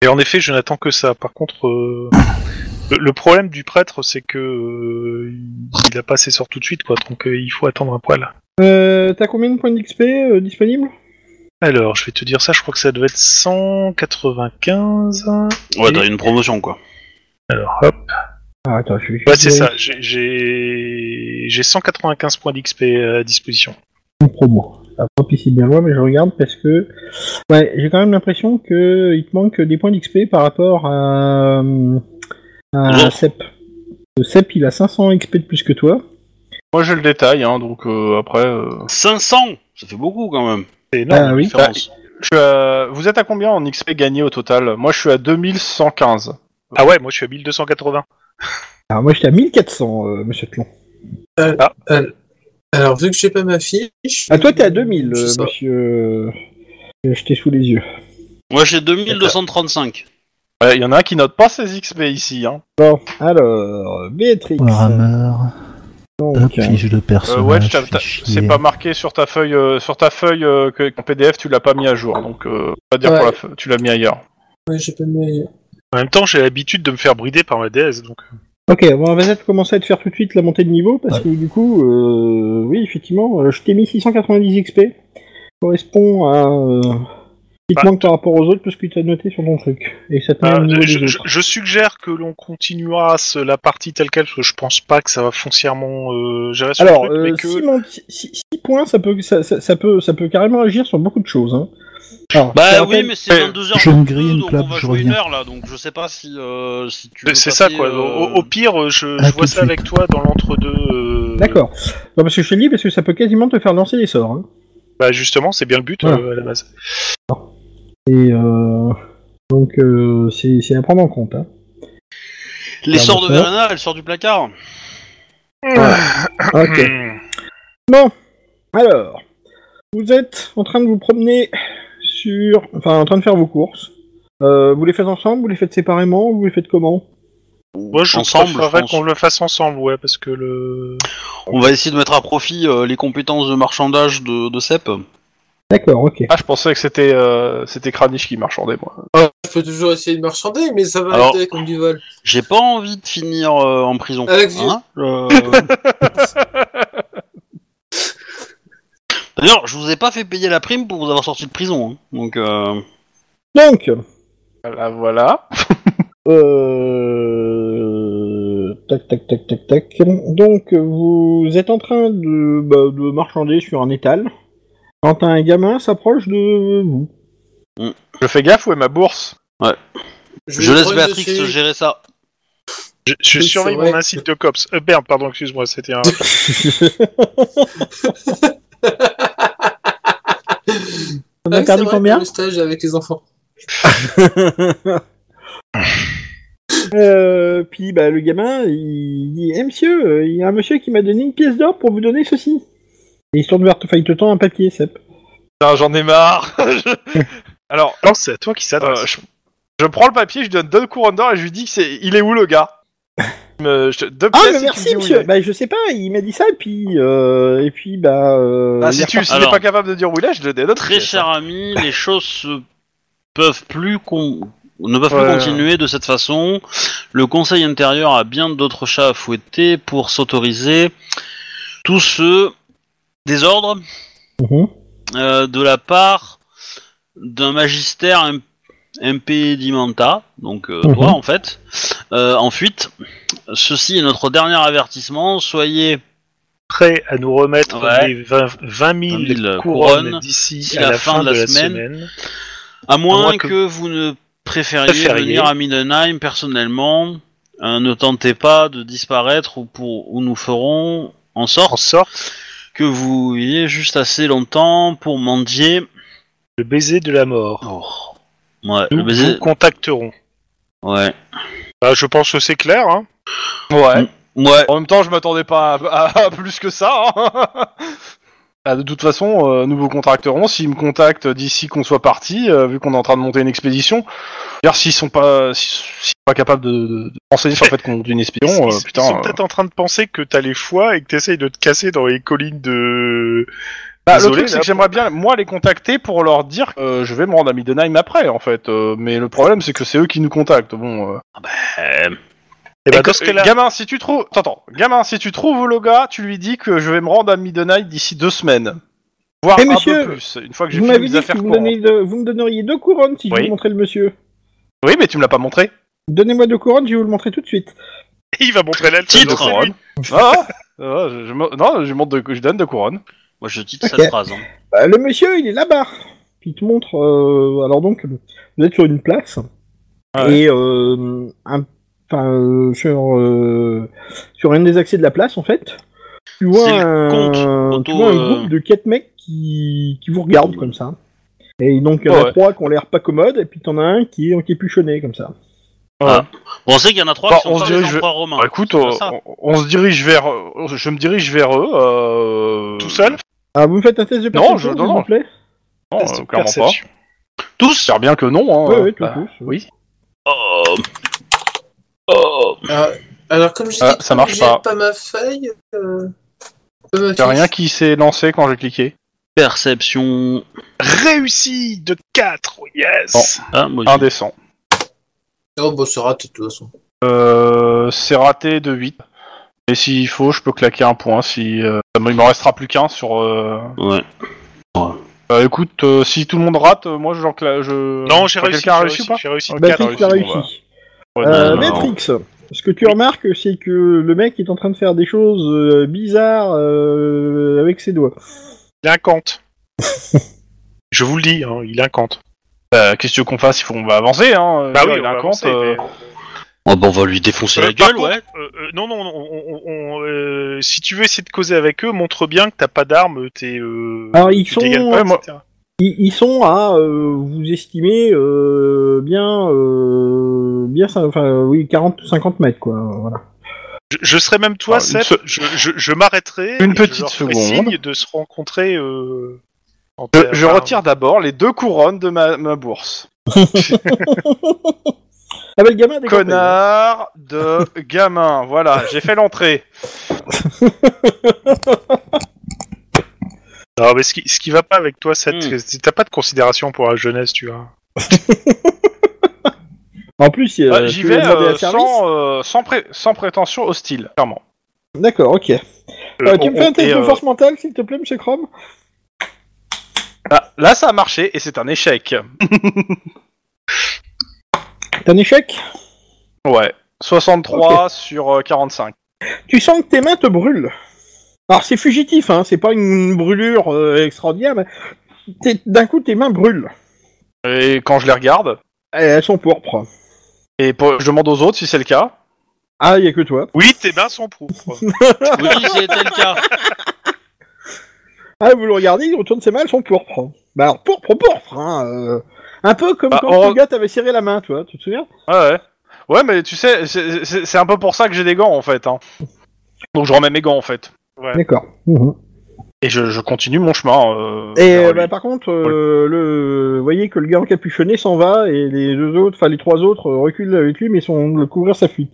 Speaker 4: Et en effet, je n'attends que ça. Par contre, euh, le, le problème du prêtre, c'est que euh, il a pas ses sorts tout de suite, quoi. Donc euh, il faut attendre un poil.
Speaker 2: Euh, T'as combien de points d'XP euh, disponibles
Speaker 4: Alors, je vais te dire ça. Je crois que ça devait être 195.
Speaker 1: Ouais,
Speaker 4: Et-
Speaker 1: t'as une promotion, quoi.
Speaker 4: Alors, hop.
Speaker 2: ah, Attends, je vais
Speaker 4: Ouais, c'est ça. J'ai- J'ai j'ai 195 points d'XP à disposition.
Speaker 2: une promo. Ça va pas pisser bien loin, mais je regarde parce que ouais, j'ai quand même l'impression que il te manque des points d'XP par rapport à, euh, à
Speaker 1: Bonjour.
Speaker 2: Sep. Le Sep, il a 500 XP de plus que toi.
Speaker 3: Moi je le détaille, hein, donc euh, après. euh,
Speaker 1: 500 Ça fait beaucoup, quand même.
Speaker 4: C'est énorme.
Speaker 2: ah oui.
Speaker 1: Différence.
Speaker 3: je suis à- Vous êtes à combien en XP gagné au total Moi je suis à 2115.
Speaker 4: Ah ouais, moi je suis à 1280.
Speaker 2: Alors Ah, moi, j'étais à 1400, euh, Monsieur Tlon.
Speaker 6: Alors, vu que j'ai pas ma fiche.
Speaker 2: Ah toi, t'es à 2000,
Speaker 6: je
Speaker 2: euh,
Speaker 6: sais pas.
Speaker 2: Monsieur. euh, Je t'ai sous les yeux.
Speaker 1: Moi, j'ai 2235.
Speaker 3: Ouais, Il y en a un qui note pas ses XP ici. Hein.
Speaker 2: Bon, alors, Béatrix.
Speaker 5: Warhammer,
Speaker 2: Donc,
Speaker 5: hop, fiche de personnage,
Speaker 3: Euh, ouais, je t'ai- t'as-
Speaker 5: fichier.
Speaker 3: c'est pas marqué sur ta feuille, euh, sur ta feuille euh, que, qu'en PDF tu l'as pas mis à jour, donc euh, pas dire
Speaker 6: Ouais.
Speaker 3: pour la feu- tu l'as mis ailleurs.
Speaker 6: Ouais, j'ai pas mes.
Speaker 4: En même temps, j'ai l'habitude de me faire brider par ma déesse, donc.
Speaker 2: Ok, bon, on va peut-être commencer à te faire tout de suite la montée de niveau, parce que du coup, euh, oui, effectivement, euh, je t'ai mis 690 XP, correspond à... Euh, il te
Speaker 4: Bah.
Speaker 2: manque par rapport aux autres, parce que tu as noté sur ton truc, et ça te met
Speaker 4: Ah,
Speaker 2: au niveau
Speaker 4: je,
Speaker 2: des
Speaker 4: je-
Speaker 2: autres.
Speaker 4: je suggère que l'on continuera ce- la partie telle quelle, parce que je pense pas que ça va foncièrement euh, gérer sur
Speaker 2: Alors,
Speaker 4: le truc, mais
Speaker 2: 6
Speaker 4: que...
Speaker 2: points, ça peut, ça, ça- ça peut, ça peut carrément agir sur beaucoup de choses. Hein. Alors, je te
Speaker 1: Bah oui,
Speaker 2: rappelle-
Speaker 1: mais c'est 22 heures.
Speaker 5: je
Speaker 1: de
Speaker 5: me
Speaker 1: jeu,
Speaker 5: grille une
Speaker 1: donc
Speaker 5: clap,
Speaker 1: on va
Speaker 5: je
Speaker 1: jouer une
Speaker 5: reviens.
Speaker 1: heure, là, donc je sais pas si, euh, si tu veux
Speaker 4: C'est ça
Speaker 1: passer,
Speaker 4: quoi, au,
Speaker 1: euh,
Speaker 4: au pire, je,
Speaker 5: à
Speaker 4: je
Speaker 5: tout de
Speaker 4: vois ça
Speaker 5: suite.
Speaker 4: avec toi dans l'entre-deux. euh,
Speaker 2: D'accord. Non, parce que je te le dis, parce que ça peut quasiment te faire lancer des sorts. hein.
Speaker 4: Bah justement, c'est bien le but
Speaker 2: Voilà.
Speaker 4: euh, à la base.
Speaker 2: Et euh, donc, euh, c'est c'est à prendre en compte. Hein.
Speaker 1: Les sorts de
Speaker 2: Pardon.
Speaker 1: Verena, elle sort du placard.
Speaker 2: Ok.
Speaker 4: Hmm.
Speaker 2: Bon, alors, vous êtes en train de vous promener sur... Enfin, en train de faire vos courses. Euh, vous les faites ensemble, vous les faites séparément, vous les faites comment
Speaker 4: Moi je
Speaker 1: Ensemble, je
Speaker 4: préférerais
Speaker 1: pense.
Speaker 4: qu'on le fasse ensemble, ouais, parce que le...
Speaker 1: On va essayer de mettre à profit euh, les compétences de marchandage de, de Cep.
Speaker 2: D'accord, ok.
Speaker 3: Ah, je pensais que c'était euh, c'était Kranich qui marchandait moi.
Speaker 6: Je peux toujours essayer de marchander, mais ça va
Speaker 1: Alors-
Speaker 6: arrêter comme du vol.
Speaker 1: J'ai pas envie de finir euh, en prison.
Speaker 6: Avec
Speaker 1: hein, euh. D'ailleurs, je vous ai pas fait payer la prime pour vous avoir sorti de prison. hein. Donc, euh,
Speaker 2: Donc,
Speaker 3: Voilà, voilà.
Speaker 2: euh... Tac, tac, tac, tac, tac. Donc, vous êtes en train de, bah, de marchander sur un étal. Quand un gamin s'approche de vous.
Speaker 3: Je fais gaffe, où est ma bourse
Speaker 1: je,
Speaker 6: vais
Speaker 1: laisse
Speaker 6: prendre
Speaker 1: Béatrix
Speaker 6: dessus.
Speaker 1: gérer ça.
Speaker 4: Je, je
Speaker 6: Oui,
Speaker 4: surveille
Speaker 6: c'est vrai.
Speaker 4: mon insigne de cops. Euh, merde, pardon, excuse-moi, c'était un...
Speaker 2: On
Speaker 6: Ah
Speaker 2: a
Speaker 6: oui,
Speaker 2: perdu
Speaker 6: c'est vrai,
Speaker 2: combien
Speaker 6: Le stage avec les enfants.
Speaker 2: Euh, puis bah, le gamin, il dit Eh, monsieur, euh, il y a un monsieur qui m'a donné une pièce d'or pour vous donner ceci. Et il se tourne vers enfin, il te tend un papier, Sep.
Speaker 3: Putain, j'en ai marre. Je- Alors,
Speaker 4: Non, c'est à toi qui s'adresse.
Speaker 3: euh, je... je prends le papier, je lui donne deux couronnes d'or et je lui dis que c'est il est où le gars Euh, je te- deux
Speaker 2: Ah,
Speaker 3: pièces
Speaker 2: mais
Speaker 3: si
Speaker 2: merci,
Speaker 3: tu me dis où
Speaker 2: monsieur.
Speaker 3: il est.
Speaker 2: Bah, je sais pas, il m'a dit ça, et puis, euh, et puis, bah, euh,
Speaker 3: Ah,
Speaker 2: il est
Speaker 3: si tu si t'es
Speaker 1: Alors.
Speaker 3: pas capable de dire où il est, je te donne notre
Speaker 1: Très
Speaker 3: pièce,
Speaker 1: cher ami, les choses se- peuvent plus con- ne peuvent
Speaker 3: Ouais.
Speaker 1: plus continuer de cette façon. Le Conseil intérieur a bien d'autres chats à fouetter pour s'autoriser tout ce désordre
Speaker 2: Mhm.
Speaker 1: euh, de la part d'un magistère im- impedimenta, donc euh,
Speaker 2: Mhm.
Speaker 1: toi en fait, euh, en fuite. Ceci est notre dernier avertissement, soyez
Speaker 7: prêt à nous remettre
Speaker 1: Ouais.
Speaker 7: les 20, 20 000,
Speaker 1: 20
Speaker 7: couronnes,
Speaker 1: 000 couronnes
Speaker 7: d'ici
Speaker 1: d'ici
Speaker 7: à la, fin de la semaine.
Speaker 1: À moins,
Speaker 7: moins
Speaker 1: que...
Speaker 7: que-
Speaker 1: vous ne préfériez,
Speaker 7: Préfériez.
Speaker 1: venir à Mindenheim personnellement, euh, ne tentez pas de disparaître ou, pour, ou nous ferons en
Speaker 7: En
Speaker 1: sorte
Speaker 7: sorte,
Speaker 1: que vous ayez juste assez longtemps pour mendier.
Speaker 7: le baiser de la mort.
Speaker 1: Oh. Ouais,
Speaker 7: Nous
Speaker 4: Mmh,
Speaker 1: le baiser-
Speaker 7: vous contacterons.
Speaker 1: Ouais.
Speaker 7: Bah, je pense que c'est clair. Hein.
Speaker 3: Ouais.
Speaker 1: Ouais.
Speaker 3: En même temps, je m'attendais pas à, à- à plus que ça. hein. Ah, de toute façon, euh, nous vous contacterons. S'ils me contactent d'ici qu'on soit parti, euh, vu qu'on est en train de monter une expédition, d'ailleurs, s'ils sont pas, s'ils sont pas capables de, de, de renseigner sur le fait qu'on est une
Speaker 7: Ils,
Speaker 3: espion,
Speaker 7: ils-
Speaker 3: euh,
Speaker 7: ils
Speaker 3: putain.
Speaker 7: sont
Speaker 3: euh,
Speaker 7: peut-être en train de penser que t'as les foies et que t'essayes de te casser dans les collines de.
Speaker 3: Bah,
Speaker 7: Désolé,
Speaker 3: le truc, c'est
Speaker 7: là.
Speaker 3: que j'aimerais bien, moi, les contacter pour leur dire que euh, je vais me rendre à Middenheim après, en fait. Euh, mais le problème, c'est que c'est eux qui nous contactent. Bon. euh.
Speaker 1: Euh,
Speaker 7: Et, bah,
Speaker 3: Et
Speaker 7: dans
Speaker 3: que-
Speaker 7: ce cas-là,
Speaker 3: gamin, si tu trouves. Attends, attends. gamin, si tu trouves le gars, tu lui dis que je vais me rendre à Middenheim d'ici deux semaines. Voire
Speaker 2: Eh,
Speaker 3: un
Speaker 2: monsieur,
Speaker 3: peu plus, une fois que j'ai
Speaker 2: Vous
Speaker 3: fini
Speaker 2: m'avez
Speaker 3: mes
Speaker 2: dit
Speaker 3: affaires
Speaker 2: que vous me,
Speaker 3: courantes.
Speaker 2: donnez deux- vous me donneriez deux couronnes si je
Speaker 3: Oui.
Speaker 2: vous montrais le monsieur.
Speaker 3: Oui, mais tu me l'as pas montré.
Speaker 2: Donnez-moi deux couronnes, je vais vous le montrer tout de suite.
Speaker 7: il va montrer l'alcool.
Speaker 1: Titre.
Speaker 7: donc c'est lui.
Speaker 3: Ah, ah, je, je me- non, je, monte de- je donne deux couronnes.
Speaker 1: Moi je titre
Speaker 2: Ok.
Speaker 1: cette phrase. hein.
Speaker 2: Euh, le monsieur, il est là-bas. Il te montre. euh, alors donc, vous êtes sur une place
Speaker 3: Ah
Speaker 2: et euh, un- enfin, euh, sur euh, sur un des accès de la place en fait. Tu vois,
Speaker 1: C'est le
Speaker 2: un,
Speaker 1: comte,
Speaker 2: tu
Speaker 1: Otto,
Speaker 2: vois un
Speaker 1: euh,
Speaker 2: groupe de quatre mecs qui qui vous regardent comme ça. Et donc il y en a
Speaker 3: Ouais.
Speaker 2: trois qui ont l'air pas commodes et puis t'en as un qui est encapuchonné comme ça.
Speaker 1: Bon, on sait qu'il y en a trois
Speaker 3: Bah,
Speaker 1: qui sont
Speaker 3: on
Speaker 1: pas
Speaker 3: se
Speaker 1: des
Speaker 3: dirige-
Speaker 1: empereurs
Speaker 7: Ah,
Speaker 1: romains.
Speaker 3: Bah, écoute,
Speaker 1: c'est
Speaker 3: on,
Speaker 1: pas ça.
Speaker 3: on- on se dirige vers. euh, Je me dirige vers eux. euh,
Speaker 7: Tout seul
Speaker 2: Ah, vous me faites un test de
Speaker 3: Non,
Speaker 2: perception,
Speaker 3: je- non,
Speaker 2: s'il vous
Speaker 3: non.
Speaker 2: plaît.
Speaker 3: Non,
Speaker 7: Test
Speaker 3: euh,
Speaker 7: de
Speaker 3: clairement pas.
Speaker 7: perception.
Speaker 1: Tous
Speaker 3: J'espère bien que non. Hein,
Speaker 2: Ouais,
Speaker 3: euh,
Speaker 2: ouais, tout,
Speaker 3: bah,
Speaker 2: tous, oui.
Speaker 3: oui.
Speaker 1: Oh. Oh.
Speaker 6: Ah, alors, comme je
Speaker 3: Ah,
Speaker 6: dis,
Speaker 3: ça marche
Speaker 6: j'ai
Speaker 3: pas.
Speaker 6: pas ma feuille. Euh... pas ma
Speaker 3: Y'a
Speaker 6: fiche.
Speaker 3: rien qui s'est lancé quand j'ai cliqué.
Speaker 1: Perception.
Speaker 7: Réussi de 4, yes
Speaker 1: Ah, moi, j'ai-
Speaker 3: Indécent.
Speaker 6: Oh, bah, ça rate de toute façon.
Speaker 3: Euh, c'est raté de 8. Et s'il faut, je peux claquer un point. Si euh, il m'en restera plus qu'un sur. euh,
Speaker 1: Ouais.
Speaker 3: Bah, écoute, euh, si tout le monde rate, euh, moi j'en cla- je.
Speaker 7: Non, j'ai réussi.
Speaker 3: Quelqu'un a
Speaker 7: j'ai
Speaker 3: réussi ou pas
Speaker 7: J'ai réussi.
Speaker 3: Ok.
Speaker 7: quatre. hein,
Speaker 2: Matrix
Speaker 3: réussi,
Speaker 2: l'a
Speaker 3: bon,
Speaker 2: réussi.
Speaker 3: bah.
Speaker 2: Euh,
Speaker 1: Euh,
Speaker 2: Matrix, ce que tu remarques, c'est que le mec est en train de faire des choses euh, bizarres euh, avec ses doigts.
Speaker 7: Il incante. je vous le dis, hein, il incante.
Speaker 3: Bah, Qu'est-ce que tu veux qu'on fasse Il faut on va avancer. Hein.
Speaker 7: Bah
Speaker 3: Euh,
Speaker 7: oui,
Speaker 3: il
Speaker 7: on va
Speaker 3: raconte,
Speaker 7: avancer,
Speaker 3: euh,
Speaker 7: mais-
Speaker 1: Oh, bah, on va lui défoncer
Speaker 7: Euh,
Speaker 1: la
Speaker 7: par
Speaker 1: gueule,
Speaker 7: contre,
Speaker 1: ouais.
Speaker 7: euh, euh, non, non, on- on- on- euh, si tu veux essayer de causer avec eux, montre bien que t'as pas d'armes, t'es. Euh,
Speaker 2: Alors, ils
Speaker 7: tu
Speaker 2: sont-
Speaker 7: dégaines
Speaker 2: ouais,
Speaker 7: pas,
Speaker 3: Ah, moi-
Speaker 7: etc.
Speaker 2: Ils, ils sont à, euh, vous estimez, euh, bien, euh, bien, ça- enfin, oui, 40 ou 50 mètres, quoi. Voilà.
Speaker 7: Je, je serais même toi,
Speaker 3: Ah, une
Speaker 7: Seb, je, je, je m'arrêterai.
Speaker 3: Une
Speaker 7: et
Speaker 3: petite
Speaker 7: je leur ferai
Speaker 3: seconde.
Speaker 7: signe de se rencontrer. euh, en
Speaker 3: Je,
Speaker 7: terre-
Speaker 3: je
Speaker 7: enfin,
Speaker 3: retire d'abord les deux couronnes de ma, ma bourse.
Speaker 2: Ah, bah, le gamin a des
Speaker 3: Connard de gamin. Voilà, j'ai fait l'entrée.
Speaker 7: Non, mais ce qui, ce qui va pas avec toi, Seb,
Speaker 1: Hmm.
Speaker 7: c'est c'est- t'as pas de considération pour la jeunesse, tu vois.
Speaker 2: campagnes. En plus, euh,
Speaker 3: Bah, J'y
Speaker 2: tu lui as
Speaker 3: vais
Speaker 2: demandé
Speaker 3: euh,
Speaker 2: un service
Speaker 3: sans, euh, sans, pré- sans prétention hostile, clairement.
Speaker 2: D'accord, ok. Euh, tu
Speaker 3: on-
Speaker 2: me fais
Speaker 3: on-
Speaker 2: un test
Speaker 3: et,
Speaker 2: de
Speaker 3: euh,
Speaker 2: force mentale, s'il te plaît, monsieur Chrome
Speaker 3: Ah, là, ça a marché et c'est un échec.
Speaker 2: T'as un échec
Speaker 3: Ouais. 63 sur euh, 45.
Speaker 2: Tu sens que tes mains te brûlent. Alors c'est fugitif, hein, c'est pas une brûlure euh, extraordinaire, mais t'es- d'un coup tes mains brûlent.
Speaker 3: Et quand je les regarde,
Speaker 2: Et elles sont pourpres.
Speaker 3: et pour- je demande aux autres si c'est le cas.
Speaker 2: Ah, y a que toi.
Speaker 7: Oui, tes mains sont propres.
Speaker 1: Oui, c'était le cas.
Speaker 2: Ah, vous le regardez, il retourne ses mains, elles sont pourpres. Bah alors, pourpre, pourpre, hein, euh, un peu comme
Speaker 3: Bah,
Speaker 2: quand
Speaker 3: on-
Speaker 2: le gars t'avait serré la main, toi, tu te souviens
Speaker 3: Ouais, ouais. Ouais, mais tu sais, c'est- c'est c'est un peu pour ça que j'ai des gants en fait. hein. Donc je remets mes gants en fait.
Speaker 2: D'accord. Mhm.
Speaker 3: Et je, je continue mon chemin. euh,
Speaker 2: Et
Speaker 3: vers
Speaker 2: euh,
Speaker 3: lui.
Speaker 2: bah, par contre, euh, le, vous voyez que le gars encapuchonné s'en va et les deux autres, enfin les trois autres euh, reculent avec lui, mais ils sont le couvrir sa fuite.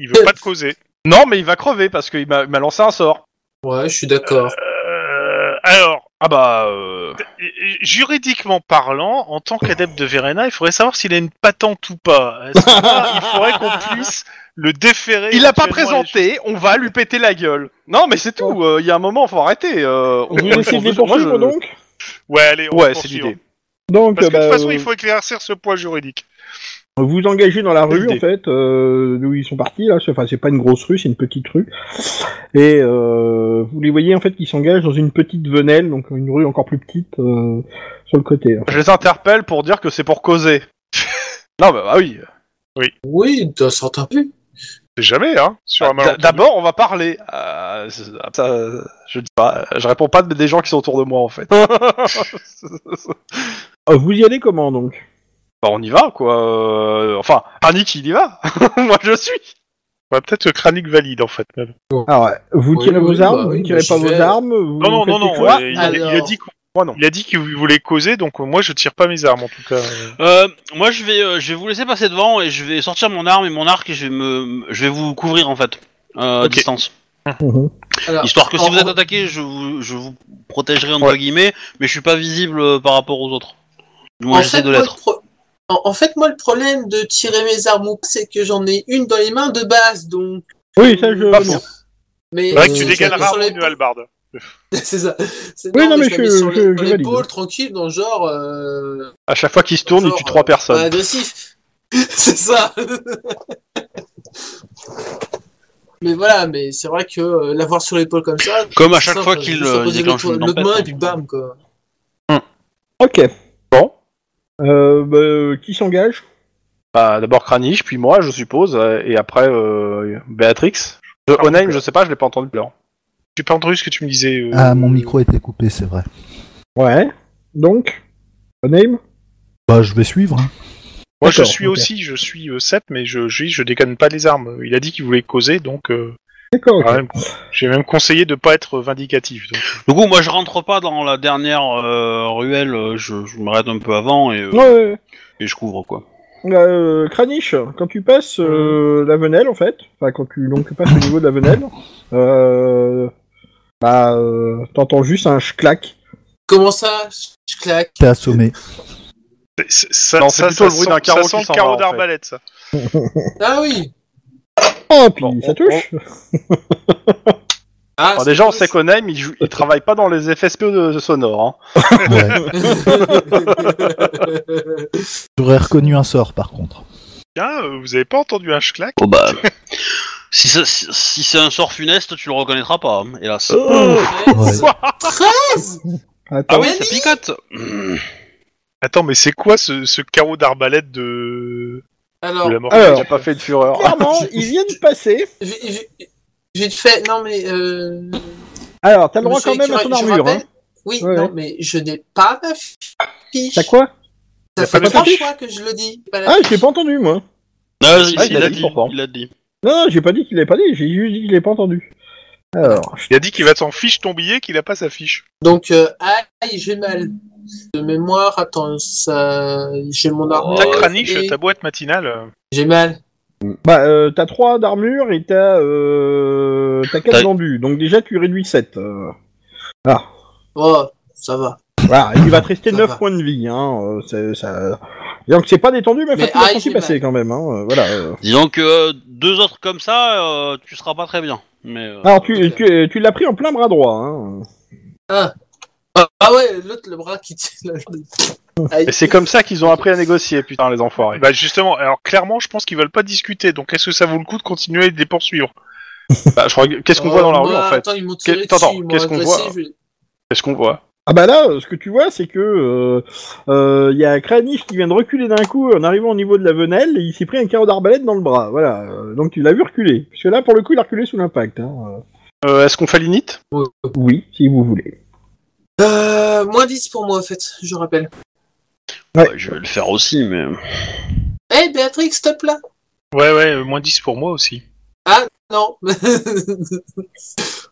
Speaker 7: Il veut pas te causer.
Speaker 3: Non, mais il va crever parce qu'il m'a il m'a lancé un sort.
Speaker 6: Ouais, je suis d'accord.
Speaker 7: Euh, alors,
Speaker 3: Ah bah. euh,
Speaker 7: euh, juridiquement parlant, en tant qu'adepte de Verena, il faudrait savoir s'il a une patente ou pas. À ce moment-là, il faudrait qu'on puisse le déférer.
Speaker 3: Il l'a pas
Speaker 7: éventuellement à la
Speaker 3: présenté, on va lui péter la gueule. Non, mais c'est tout, euh, il y a un moment, faut arrêter. euh, on
Speaker 2: Vous essayez de les
Speaker 3: on- moi,
Speaker 2: poursuivre
Speaker 3: je-
Speaker 2: donc
Speaker 7: justice. Ouais, allez, on va
Speaker 3: Ouais, c'est
Speaker 7: poursuivre.
Speaker 3: l'idée.
Speaker 2: Donc,
Speaker 7: Parce que de
Speaker 2: bah,
Speaker 7: toute façon,
Speaker 2: euh,
Speaker 7: il faut éclaircir ce point juridique.
Speaker 2: Vous engagez dans la rue,
Speaker 3: Idée.
Speaker 2: en fait, euh, d'où ils sont partis, là. C'est- Enfin, c'est pas une grosse rue, c'est une petite rue. Et euh, vous les voyez, en fait, qui s'engagent dans une petite venelle, donc une rue encore plus petite, euh, sur le côté. là.
Speaker 3: Je les interpelle pour dire que c'est pour causer. non, bah, bah oui.
Speaker 6: Oui, d'un certain but.
Speaker 7: C'est jamais, hein, sur un
Speaker 3: Bah, d-
Speaker 7: malentendu.
Speaker 3: D'abord, on va parler. Euh, c'est- ça, euh, je dis pas, euh, je réponds pas de- des gens qui sont autour de moi en fait. Bah,
Speaker 2: Euh, vous y allez comment, donc
Speaker 3: on y va quoi. euh, Enfin, Annick, il y va. moi, je suis.
Speaker 7: Ouais, peut-être que Kranik valide, en fait.
Speaker 3: Bah,
Speaker 7: même.
Speaker 2: Alors, vous
Speaker 6: Oui,
Speaker 2: tirez
Speaker 6: oui,
Speaker 2: vos
Speaker 6: bah
Speaker 2: armes,
Speaker 6: oui,
Speaker 2: vous tirez
Speaker 6: bah,
Speaker 2: pas
Speaker 6: j'y
Speaker 2: vos
Speaker 6: vais.
Speaker 2: armes vous
Speaker 7: Non, non,
Speaker 2: faites
Speaker 7: non,
Speaker 2: quelque
Speaker 7: non.
Speaker 2: chose
Speaker 7: euh, il,
Speaker 6: Alors-
Speaker 7: il a dit qu'on-
Speaker 3: Moi non.
Speaker 7: il a dit qu'il voulait causer, donc euh, moi, je tire pas mes armes, en tout cas.
Speaker 1: Euh, moi, je vais, euh, je vais vous laisser passer devant et je vais sortir mon arme et mon arc et je vais me, je vais vous couvrir en fait, euh, à
Speaker 7: Ok.
Speaker 1: distance.
Speaker 2: Mhm.
Speaker 6: Alors,
Speaker 1: Histoire que si
Speaker 6: en-
Speaker 1: vous êtes attaqué, je vous, je vous protégerai entre guillemets, mais je suis pas visible euh, par rapport aux autres. Du moins,
Speaker 6: en
Speaker 1: j'essaie
Speaker 6: fait,
Speaker 1: de
Speaker 6: moi,
Speaker 1: l'être.
Speaker 6: le pro- en- en fait, moi, le problème de tirer mes armes, au- c'est que j'en ai une dans les mains de base, donc.
Speaker 2: Oui, ça, je...
Speaker 3: Pas faux.
Speaker 6: Mais
Speaker 7: C'est vrai que tu
Speaker 6: euh,
Speaker 7: dégales
Speaker 6: je la mets sur
Speaker 7: rarement une
Speaker 6: l'épaule.
Speaker 7: hallebarde.
Speaker 6: C'est ça. C'est-
Speaker 2: Oui, non, mais
Speaker 6: la
Speaker 2: je-
Speaker 6: mets sur
Speaker 2: je-
Speaker 6: le-
Speaker 2: je
Speaker 6: sur
Speaker 2: valide.
Speaker 6: l'épaule, tranquille, dans le genre. euh,
Speaker 3: À chaque fois qu'il se tourne, il
Speaker 6: genre,
Speaker 3: tue trois
Speaker 6: euh, pas
Speaker 3: personnes.
Speaker 6: agressif. c'est ça. mais voilà, mais c'est vrai que euh, l'avoir sur l'épaule comme ça.
Speaker 1: Comme à
Speaker 6: c'est
Speaker 1: chaque
Speaker 6: simple,
Speaker 1: fois qu'il,
Speaker 6: il
Speaker 1: euh,
Speaker 6: s'oppose
Speaker 1: déclenche
Speaker 6: l'autre-
Speaker 1: une
Speaker 6: l'autre
Speaker 1: tempête,
Speaker 6: main,
Speaker 1: hein.
Speaker 6: et puis bam, quoi.
Speaker 2: Ok.
Speaker 3: Bon.
Speaker 2: Euh, bah, euh, qui s'engage
Speaker 3: Bah, D'abord Kranich, puis moi, je suppose, euh, et après euh, Béatrix. Je, Onaim, je sais pas, je l'ai pas entendu pleurer.
Speaker 7: Ah, J'ai pas entendu ce que tu me disais. euh,
Speaker 5: Ah, mon micro était coupé, c'est vrai.
Speaker 2: Ouais. Donc Name
Speaker 5: Bah, je vais suivre. hein.
Speaker 7: Moi, je
Speaker 2: D'accord,
Speaker 7: suis
Speaker 2: ok.
Speaker 7: aussi, je suis euh, Sep, mais je, je, je déconne pas les armes. Il a dit qu'il voulait causer, donc euh,
Speaker 2: D'accord, ok.
Speaker 7: quand même, j'ai même conseillé de pas être vindicatif. donc.
Speaker 1: Du coup, moi, je rentre pas dans la dernière euh, ruelle. euh, Je, je m'arrête un peu avant et, euh,
Speaker 2: Ouais, ouais, ouais.
Speaker 1: et je couvre quoi.
Speaker 2: Euh, Kranich, quand tu passes euh, la venelle, en fait, enfin, quand tu donc, passes au niveau de la venelle, euh, bah, euh, t'entends juste un clac.
Speaker 6: Comment ça Je claque.
Speaker 5: T'es assommé.
Speaker 7: C'est- Ça,
Speaker 3: Non, c'est
Speaker 7: ça, ça
Speaker 3: plutôt le bruit
Speaker 7: sent-
Speaker 3: d'un carreau
Speaker 7: ça
Speaker 3: qui
Speaker 7: sent
Speaker 3: s'en
Speaker 7: le carreau
Speaker 3: va, en fait.
Speaker 7: d'arbalète, ça.
Speaker 6: Ah oui.
Speaker 2: Oh, puis
Speaker 3: Bon,
Speaker 2: ça
Speaker 3: on-
Speaker 2: touche.
Speaker 6: Ah,
Speaker 3: Alors
Speaker 6: ça
Speaker 3: déjà, on
Speaker 6: touche.
Speaker 3: sait qu'Onaim, il, joue- il travaille pas dans les effets spéciaux de, de sonores. Hein.
Speaker 5: Ouais. J'aurais reconnu un sort, par contre.
Speaker 7: Tiens, euh, vous avez pas entendu un schlac
Speaker 1: Oh bah. Si, ça- si, si c'est un sort funeste, tu le reconnaîtras pas, hein, hélas.
Speaker 3: Oh.
Speaker 6: Treize. Treize
Speaker 2: Attends.
Speaker 1: Ah oui, ça
Speaker 6: mais Bah, oui.
Speaker 1: picote
Speaker 3: Hmm.
Speaker 1: Mmh.
Speaker 7: Attends, mais c'est quoi ce, ce carreau d'arbalète de...
Speaker 6: Alors,
Speaker 7: de la mort
Speaker 2: alors,
Speaker 3: Il a pas fait de fureur.
Speaker 2: Clairement, ils viennent passer.
Speaker 6: j'ai- j'ai- j'ai fait. Non, mais. Euh...
Speaker 2: Alors, t'as le droit
Speaker 6: monsieur
Speaker 2: quand même à
Speaker 6: Écureuil,
Speaker 2: ton
Speaker 6: je
Speaker 2: armure.
Speaker 6: rappelle-
Speaker 2: Hein.
Speaker 6: Oui,
Speaker 2: Ouais,
Speaker 6: non,
Speaker 2: ouais.
Speaker 6: mais je n'ai pas ma fiche.
Speaker 2: T'as quoi
Speaker 7: pas
Speaker 6: Ça fait
Speaker 7: de
Speaker 6: trois
Speaker 2: fiche
Speaker 6: fois que je le dis.
Speaker 2: Ah, je l'ai pas entendu, moi.
Speaker 1: Ah, il,
Speaker 3: Ah, il
Speaker 1: il
Speaker 3: a
Speaker 1: a
Speaker 3: dit,
Speaker 1: dit,
Speaker 3: pourtant.
Speaker 1: il a dit.
Speaker 2: Non, non, j'ai pas dit qu'il l'avait pas dit, j'ai juste dit qu'il l'avait pas entendu. Alors,
Speaker 7: Il a dit qu'il va s'en fiche ton billet, qu'il a pas sa fiche.
Speaker 6: Donc, euh, aïe, j'ai mal. De mémoire, attends, ça... j'ai mon armure.
Speaker 7: Oh, Ta craniche,
Speaker 6: et-
Speaker 7: ta boîte matinale... euh,
Speaker 6: J'ai mal.
Speaker 2: bah, euh, t'as 3 d'armure et t'as euh, t'as 4
Speaker 1: T'as-
Speaker 2: d'endu, donc déjà tu réduis 7. euh. Ah.
Speaker 6: Oh, ça va.
Speaker 2: Voilà, il va te rester
Speaker 6: Ça
Speaker 2: 9
Speaker 6: va.
Speaker 2: points de vie, hein. euh, c'est- ça... Donc c'est pas détendu, mais,
Speaker 6: Mais bah.
Speaker 2: Fatima
Speaker 6: aïe,
Speaker 2: s'en suis
Speaker 6: j'ai mal.
Speaker 2: passé quand même, hein. euh, Voilà. euh.
Speaker 1: Disons que euh, deux autres comme ça, euh, tu seras pas très bien. Mais euh,
Speaker 2: Alors tu, tu, tu l'as pris en plein bras droit, hein.
Speaker 6: Ah, ah ouais, l'autre, le bras qui tient. le- Aïe.
Speaker 3: Et c'est comme ça qu'ils ont appris à négocier, putain, les enfoirés.
Speaker 7: Bah justement, alors clairement, je pense qu'ils veulent pas discuter, donc est-ce que ça vaut le coup de continuer de les poursuivre
Speaker 3: Bah, je regarde- Qu'est-ce qu'on
Speaker 6: Oh,
Speaker 3: voit dans la
Speaker 6: moi,
Speaker 3: rue, en fait
Speaker 6: Attends, ils m'ont tiré
Speaker 3: Qu'est- attends,
Speaker 6: dessus, ils m'ont
Speaker 3: qu'est-ce qu'on
Speaker 6: agressé,
Speaker 3: voit
Speaker 6: je vais-
Speaker 3: Qu'est-ce qu'on voit
Speaker 2: Ah bah là, euh, ce que tu vois, c'est que euh, euh, il y a Kranich qui vient de reculer d'un coup en arrivant au niveau de la venelle, et il s'est pris un carreau d'arbalète dans le bras. Voilà. euh, Donc tu l'as vu reculer. Parce que là, pour le coup, il a reculé sous l'impact. Hein. euh.
Speaker 3: Euh, Est-ce qu'on fait l'init
Speaker 2: Oui, si vous voulez.
Speaker 6: Euh, moins 10 pour moi, en fait, je rappelle.
Speaker 1: ouais, je vais le faire aussi, mais... euh,
Speaker 6: Eh, Béatrix, stop là
Speaker 7: Ouais, ouais, euh, moins 10 pour moi aussi.
Speaker 6: Non.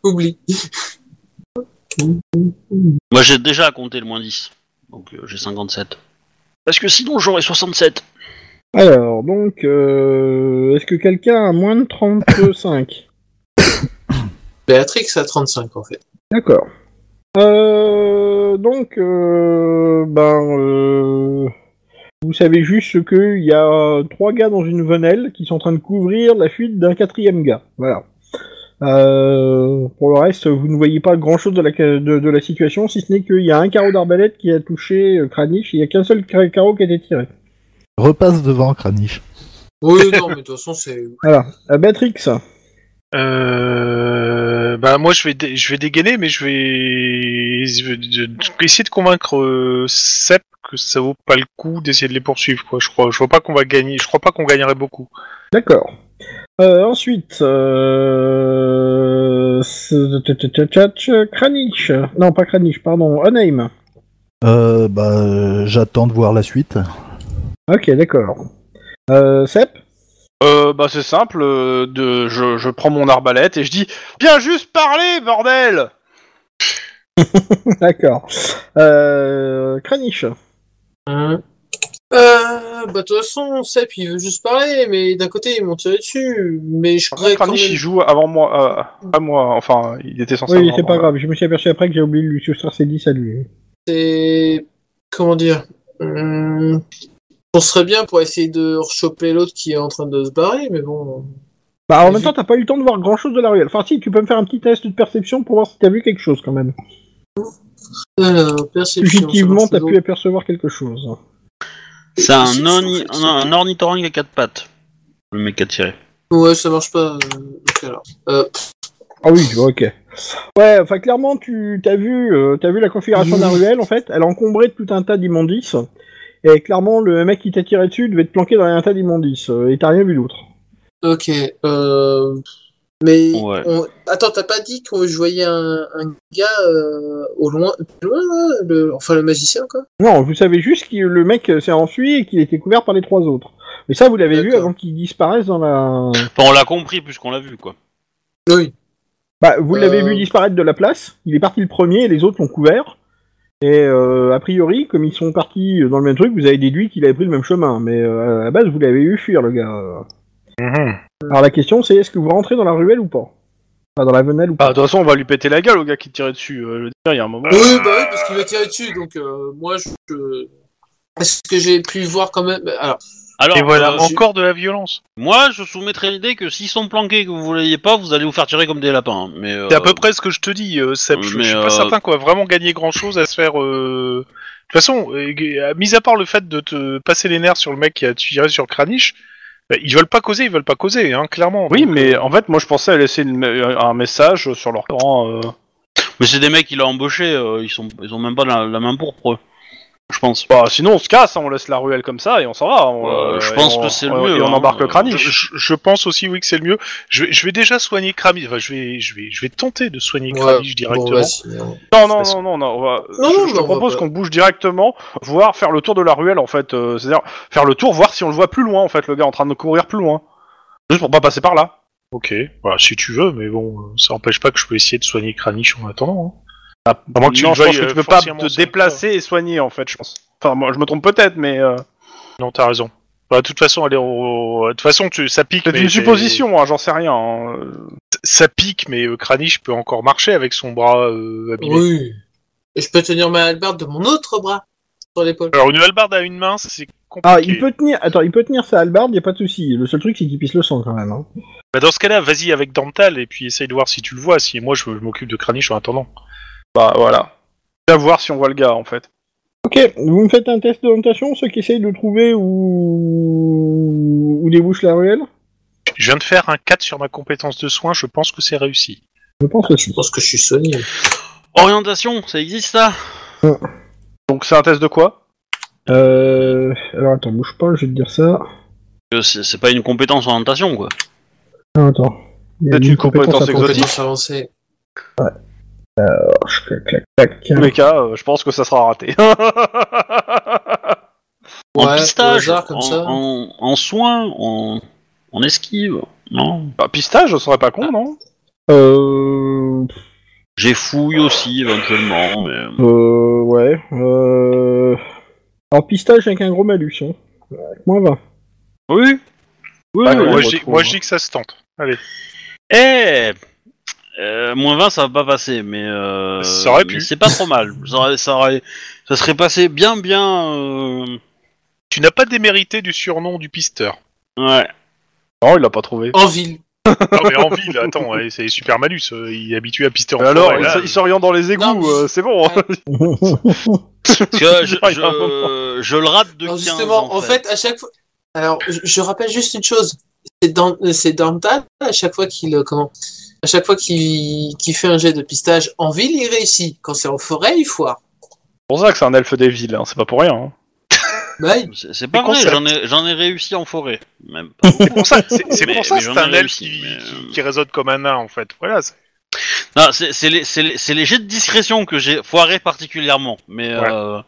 Speaker 6: Oublie.
Speaker 1: Moi, j'ai déjà compté le moins 10. Donc euh, j'ai 57. Parce que sinon, j'aurais 67.
Speaker 2: Alors, donc, euh, est-ce que quelqu'un a moins de 35
Speaker 6: Béatrix a 35 en fait.
Speaker 2: D'accord. Euh, donc, euh, ben, euh, vous savez juste qu'il y a trois gars dans une venelle qui sont en train de couvrir la fuite d'un quatrième gars. Voilà. Euh, pour le reste, vous ne voyez pas grand-chose de la, ca- de, de la situation, si ce n'est qu'il y a un carreau d'arbalète qui a touché euh, Kranich, et il y a qu'un seul ca- carreau qui a été tiré.
Speaker 5: Repasse devant Kranich.
Speaker 6: Oui, non, mais de toute façon, c'est.
Speaker 2: Voilà. Euh, Béatrix,
Speaker 7: Euh, bah moi je vais dé- je vais dégainer mais je vais, je vais- je vais essayer de convaincre euh, Sep que ça vaut pas le coup d'essayer de les poursuivre quoi. Je crois je vois pas qu'on va gagner. Je crois pas qu'on gagnerait beaucoup.
Speaker 2: d'accord. Euh, ensuite, euh, c'est- tch- tch- tch- tch- tch- Kranich. Non, pas Kranich, pardon, Onaim.
Speaker 5: Euh, bah, euh, j'attends de voir la suite.
Speaker 2: Ok, d'accord. Euh, Sep
Speaker 3: Euh, bah c'est simple, euh, de, je, je prends mon arbalète et je dis Viens juste parler, bordel
Speaker 2: D'accord. Euh, Kranich.
Speaker 6: Hein Euh, bah, de toute façon, Sep, il veut juste parler, mais d'un côté, ils m'ont tiré dessus. Mais je
Speaker 3: Par
Speaker 6: pourrais
Speaker 3: contre,
Speaker 6: quand même...
Speaker 3: Kranich, il joue avant moi, euh, à moi, enfin, il était censé.
Speaker 2: Oui,
Speaker 3: avoir
Speaker 2: c'est pas
Speaker 3: avant-
Speaker 2: grave, je me suis aperçu après que j'ai oublié de lui soustraire ses 10 à lui.
Speaker 6: C'est. Comment dire Hum, On serait bien pour essayer de choper l'autre qui est en train de se barrer, mais bon.
Speaker 2: Bah, en
Speaker 6: Mais
Speaker 2: même
Speaker 6: vu-
Speaker 2: temps, t'as pas eu le temps de voir grand chose de la ruelle. Enfin, si, tu peux me faire un petit test de perception pour voir si t'as vu quelque chose quand même.
Speaker 6: Alors, euh, perception.
Speaker 2: Effectivement,
Speaker 6: ça
Speaker 2: t'as
Speaker 6: marche
Speaker 2: pu apercevoir quelque chose. hein.
Speaker 1: C'est un,
Speaker 6: non
Speaker 1: orni- un, un ornithorynque à quatre pattes. Le mec a tiré.
Speaker 6: Ouais, ça marche pas. euh, ok, alors. Euh, pff,
Speaker 2: Ah oui, ok. Ouais, enfin, clairement, tu t'as vu, euh, t'as vu la configuration de la ruelle en fait. Elle est encombrée de tout un tas d'immondices. Et clairement, le mec qui t'a tiré dessus devait te planquer dans un tas d'immondices. euh, et t'as rien vu d'autre.
Speaker 6: ok. Euh... Mais.
Speaker 1: Ouais.
Speaker 6: on- Attends, t'as pas dit qu'on je voyais un, un gars euh, au loin, plus loin, là le... Enfin, le magicien, quoi
Speaker 2: Non, vous savez juste que le mec euh, s'est enfui et qu'il était couvert par les trois autres. Mais ça, vous l'avez vu
Speaker 6: D'accord.
Speaker 2: avant qu'il disparaisse dans la.
Speaker 1: Enfin, on l'a compris puisqu'on l'a vu, quoi.
Speaker 6: Oui.
Speaker 2: Bah, vous l'avez
Speaker 6: Euh.
Speaker 2: vu disparaître de la place. Il est parti le premier et les autres l'ont couvert. Et euh, a priori, comme ils sont partis euh, dans le même truc, vous avez déduit qu'il avait pris le même chemin. Mais euh, à la base, vous l'avez vu fuir, le gars. euh. Alors la question, c'est est-ce que vous rentrez dans la ruelle ou pas Enfin, dans la venelle ou
Speaker 3: Bah,
Speaker 2: pas
Speaker 3: de toute façon, on va lui péter la gueule au gars qui tirait dessus. euh, je veux dire, il y a un moment.
Speaker 6: Oui, bah oui, parce qu'il m'a tiré dessus, donc euh, moi, je- je. Est-ce que j'ai pu voir quand même. Bah, Alors,
Speaker 1: Alors,
Speaker 7: Et voilà
Speaker 1: euh,
Speaker 7: encore de la violence.
Speaker 1: moi, je soumettrais l'idée que s'ils sont planqués et que vous ne voyez pas, vous allez vous faire tirer comme des lapins. hein. Mais, euh,
Speaker 7: C'est à peu près ce que je te dis euh, Sep. Je, je
Speaker 1: mais,
Speaker 7: suis
Speaker 1: euh,
Speaker 7: pas certain qu'on va vraiment gagner grand chose à se faire. euh, De toute façon, euh, euh, mis à part le fait de te passer les nerfs sur le mec qui a tiré sur Kranich, bah, ils veulent pas causer, ils veulent pas causer, hein, clairement.
Speaker 3: Oui, mais en fait, moi je pensais à laisser une- un message sur leur parents. euh,
Speaker 1: Mais c'est des mecs qu'il a embauchés, euh, ils, sont, ils ont même pas la, la main pourpre, eux. Je pense.
Speaker 3: Bah, sinon, on se casse, hein, on laisse la ruelle comme ça et on s'en va. on,
Speaker 1: Euh,
Speaker 3: euh,
Speaker 1: je
Speaker 3: et
Speaker 1: pense
Speaker 3: on-
Speaker 1: que c'est le
Speaker 3: on-
Speaker 1: mieux,
Speaker 3: Et on
Speaker 1: hein.
Speaker 3: embarque le
Speaker 7: Je,
Speaker 3: Kranich.
Speaker 7: je- je pense aussi oui que c'est le mieux. Je vais, je vais déjà soigner Kramich. Enfin, je vais, je vais, je vais tenter de soigner
Speaker 6: Ouais,
Speaker 7: Kramich
Speaker 6: bon,
Speaker 7: directement.
Speaker 6: vas-y. euh,
Speaker 3: Non, non, non, non, non. on va-
Speaker 6: Non,
Speaker 3: je
Speaker 6: non,
Speaker 3: je
Speaker 6: mais
Speaker 3: te
Speaker 6: on va
Speaker 3: propose
Speaker 6: pas.
Speaker 3: qu'on bouge directement, voir faire le tour de la ruelle en fait. euh, C'est-à-dire faire le tour, voir si on le voit plus loin en fait, le gars en train de courir plus loin. Juste pour pas passer par là.
Speaker 7: Ok, bah, si tu veux, mais bon, euh, ça n'empêche pas que je peux essayer de soigner Kranich en attendant. hein. À moins que tu
Speaker 3: non,
Speaker 7: le
Speaker 3: je pense
Speaker 7: veuilles,
Speaker 3: que tu
Speaker 7: euh,
Speaker 3: peux pas
Speaker 7: forcément,
Speaker 3: te
Speaker 7: c'est le cas.
Speaker 3: déplacer et soigner en fait, je pense. Enfin, moi je me trompe peut-être, mais euh,
Speaker 7: Non, t'as raison. Bah, de toute façon, allez, on- de toute façon, tu... ça pique.
Speaker 3: c'est
Speaker 7: mais
Speaker 3: une
Speaker 7: c'est-
Speaker 3: supposition, hein, j'en sais rien. hein.
Speaker 7: Ça pique, mais euh, Kranich peut encore marcher avec son bras euh, abîmé.
Speaker 6: Oui. Et je peux tenir ma hallebarde de mon autre bras sur l'épaule.
Speaker 7: Alors, une hallebarde à une main, c'est compliqué.
Speaker 2: Ah, il peut tenir. Attends, il peut tenir sa hallebarde, y a pas de souci. Le seul truc, c'est qu'il pisse le sang quand même. Hein.
Speaker 7: Bah, dans ce cas-là, vas-y avec Dental et puis essaye de voir si tu le vois. Si moi, je, je m'occupe de Kranich en attendant.
Speaker 3: Bah voilà. À voir si on voit le gars en fait.
Speaker 2: Ok, vous me faites un test d'orientation, ceux qui essayent de trouver où, où débouche la ruelle
Speaker 7: Je viens de faire un 4 sur ma compétence de soins, je pense que c'est réussi.
Speaker 2: Je pense
Speaker 6: Je
Speaker 2: aussi.
Speaker 6: pense que je suis soigné.
Speaker 1: Orientation, ça existe ça
Speaker 3: Donc c'est un test de quoi
Speaker 2: Euh... Alors attends, bouge pas, je vais te dire ça.
Speaker 1: Euh, C'est c'est pas une compétence orientation, quoi.
Speaker 2: Ah, attends. Il y a
Speaker 3: Peut-être une compétence
Speaker 2: à-
Speaker 3: exotique.
Speaker 6: Compétence avancée.
Speaker 2: Clac, clac, clac.
Speaker 3: tous les cas, euh, je pense que ça sera raté.
Speaker 1: en
Speaker 6: au
Speaker 1: pistage,
Speaker 6: hasard, comme
Speaker 1: en,
Speaker 6: ça.
Speaker 1: en- en soins, en, en esquive, non
Speaker 3: bah, pistage, ça serait pas con, non
Speaker 2: Euh...
Speaker 1: J'ai fouille aussi, éventuellement, mais...
Speaker 2: Euh... Ouais. Euh... Alors pistage avec un gros malus. Hein. Avec moins 20.
Speaker 4: Oui. Oui,
Speaker 3: Pas qu'on
Speaker 4: oui, Ah, moi,
Speaker 3: les
Speaker 4: je dis-
Speaker 3: retrouve. hein.
Speaker 4: moi, je dis que ça se tente. Allez.
Speaker 1: Eh euh, Moins 20, ça va pas passer, mais. Euh,
Speaker 4: Ça aurait pu.
Speaker 1: mais C'est pas trop mal. ça, aurait- ça, aurait- ça serait passé bien, bien. euh,
Speaker 4: Tu n'as pas démérité du surnom du pisteur.
Speaker 1: Ouais.
Speaker 3: Non, il l'a pas trouvé.
Speaker 6: En ville.
Speaker 4: Non, mais en ville, attends, ouais, c'est super malus. euh, Il est habitué à pister en
Speaker 3: Mais alors,
Speaker 4: forêt,
Speaker 3: il
Speaker 4: là,
Speaker 3: s- il s'oriente dans les
Speaker 6: Non,
Speaker 3: égouts,
Speaker 6: mais-
Speaker 3: euh, c'est bon.
Speaker 6: Ouais.
Speaker 1: Parce que je,
Speaker 3: Il y a un
Speaker 1: je, je le rate de
Speaker 6: Non,
Speaker 1: 15.
Speaker 6: justement, en fait. à chaque fois. Alors, je, je rappelle juste une chose. C'est dans, euh, c'est dans le tas, à chaque fois qu'il, euh, comment, à chaque fois qu'il, qu'il fait un jet de pistage en ville, il réussit. Quand c'est en forêt, il foire.
Speaker 3: C'est pour ça que c'est un elfe des villes, hein, c'est pas pour rien. hein.
Speaker 6: Bah, il-
Speaker 1: C'est c'est pas
Speaker 4: Les
Speaker 1: vrai,
Speaker 4: concepts.
Speaker 1: j'en ai, j'en ai réussi en forêt. Même pas.
Speaker 4: C'est pour ça, c'est, c'est
Speaker 1: Mais-
Speaker 4: pour ça
Speaker 1: mais
Speaker 4: que
Speaker 1: j'en
Speaker 4: c'est un
Speaker 1: ai
Speaker 4: elfe
Speaker 1: réussi,
Speaker 4: qui,
Speaker 1: mais,
Speaker 4: qui-
Speaker 1: euh,
Speaker 4: qui résonne comme un nain, en fait. Voilà, c'est-
Speaker 1: Non, c'est c'est les, c'est les- c'est les jets de discrétion que j'ai foiré particulièrement. Mais
Speaker 4: Ouais.
Speaker 1: euh,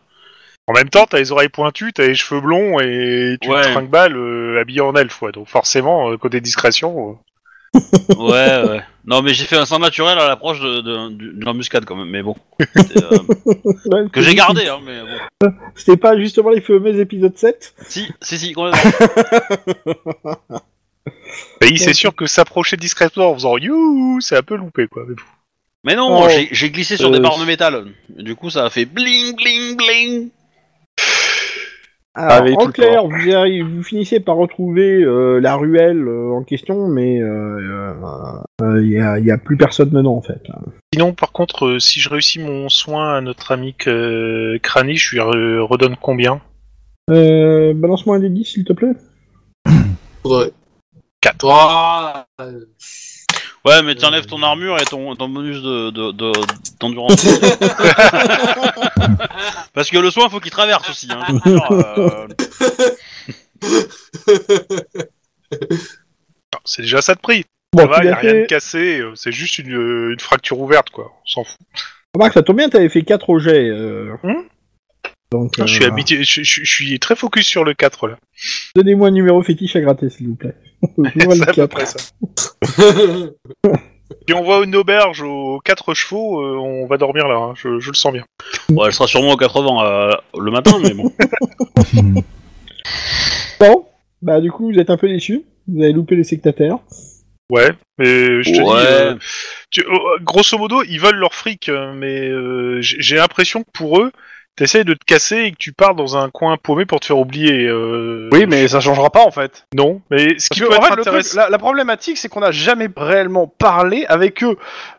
Speaker 4: En même temps, t'as les oreilles pointues, t'as les cheveux blonds et tu
Speaker 1: Ouais.
Speaker 4: te trinquebales euh, habillé en elfe, ouais. Donc forcément, euh, côté discrétion... euh,
Speaker 1: ouais, ouais. Non, mais j'ai fait un sang naturel à l'approche de, de, du- de l'embuscade quand même. Mais bon. C'était, euh,
Speaker 2: Ouais,
Speaker 1: que j'ai gardé, hein, mais bon.
Speaker 2: C'était pas justement les fameux épisodes 7
Speaker 1: Si, si, si, complètement.
Speaker 4: Bah, il c'est sûr que s'approcher discrètement en faisant you, c'est un peu loupé quoi. Mais bon.
Speaker 1: Mais non,
Speaker 3: Oh.
Speaker 1: j'ai- j'ai glissé sur des
Speaker 3: Euh,
Speaker 1: barres de métal. Du coup, ça a fait bling, bling, bling.
Speaker 2: Alors,
Speaker 4: Ah
Speaker 3: Avec tout
Speaker 2: en
Speaker 3: le
Speaker 2: clair, vous, arrivez- vous finissez par retrouver euh, la ruelle euh, en question, mais euh, euh, euh, il y, a, il y a plus personne dedans en fait.
Speaker 7: Sinon, par contre, euh, si je réussis mon soin à notre ami euh, Crani, je lui re- redonne combien
Speaker 2: Euh, Balance-moi un des 10 s'il te plaît.
Speaker 6: faudrait.
Speaker 4: Quatre.
Speaker 6: Ouah, euh,
Speaker 1: Ouais, mais t'enlèves ton armure et ton, ton bonus de, de, de, d'endurance. Parce que le soin, faut qu'il traverse aussi. Hein. Je veux dire, euh,
Speaker 4: Non, C'est déjà ça de prix.
Speaker 2: Bon,
Speaker 4: Ça va,
Speaker 2: tu
Speaker 4: y a
Speaker 2: l'as
Speaker 4: rien de
Speaker 2: fait.
Speaker 4: cassé, euh, c'est juste une, euh, une fracture ouverte quoi. On s'en fout.
Speaker 2: Remarque, Oh, ça tombe bien, t'avais fait 4 au jet. euh.
Speaker 4: Hmm
Speaker 2: Donc,
Speaker 4: Non, Ah, je, suis
Speaker 2: euh,
Speaker 4: habitué- je, je- je suis très focus sur le 4 là.
Speaker 2: Donnez-moi un numéro fétiche à gratter s'il vous plaît. Je vois le
Speaker 4: C'est à peu
Speaker 2: quatre.
Speaker 4: près ça. Si on voit une auberge aux 4 chevaux, euh, on va dormir là, hein. je, je le sens bien.
Speaker 1: bon, elle sera sûrement aux 80 euh, le matin, mais bon.
Speaker 5: Hmm.
Speaker 2: Bon, bah du coup, vous êtes un peu déçus. Vous avez loupé les sectataires.
Speaker 4: Ouais, mais je te
Speaker 1: Ouais.
Speaker 4: dis, euh, tu- oh, grosso modo, ils veulent leur fric, euh, mais euh, j'ai j'ai l'impression que pour eux, t'essayes de te casser et que tu pars dans un coin paumé pour te faire oublier. euh,
Speaker 3: Oui, mais ça changera pas en fait.
Speaker 4: Non, mais ce qui
Speaker 3: Parce
Speaker 4: peut
Speaker 3: que,
Speaker 4: être
Speaker 3: en fait, le truc,
Speaker 4: intéressant.
Speaker 3: la, la problématique, c'est qu'on n'a jamais réellement parlé avec eux.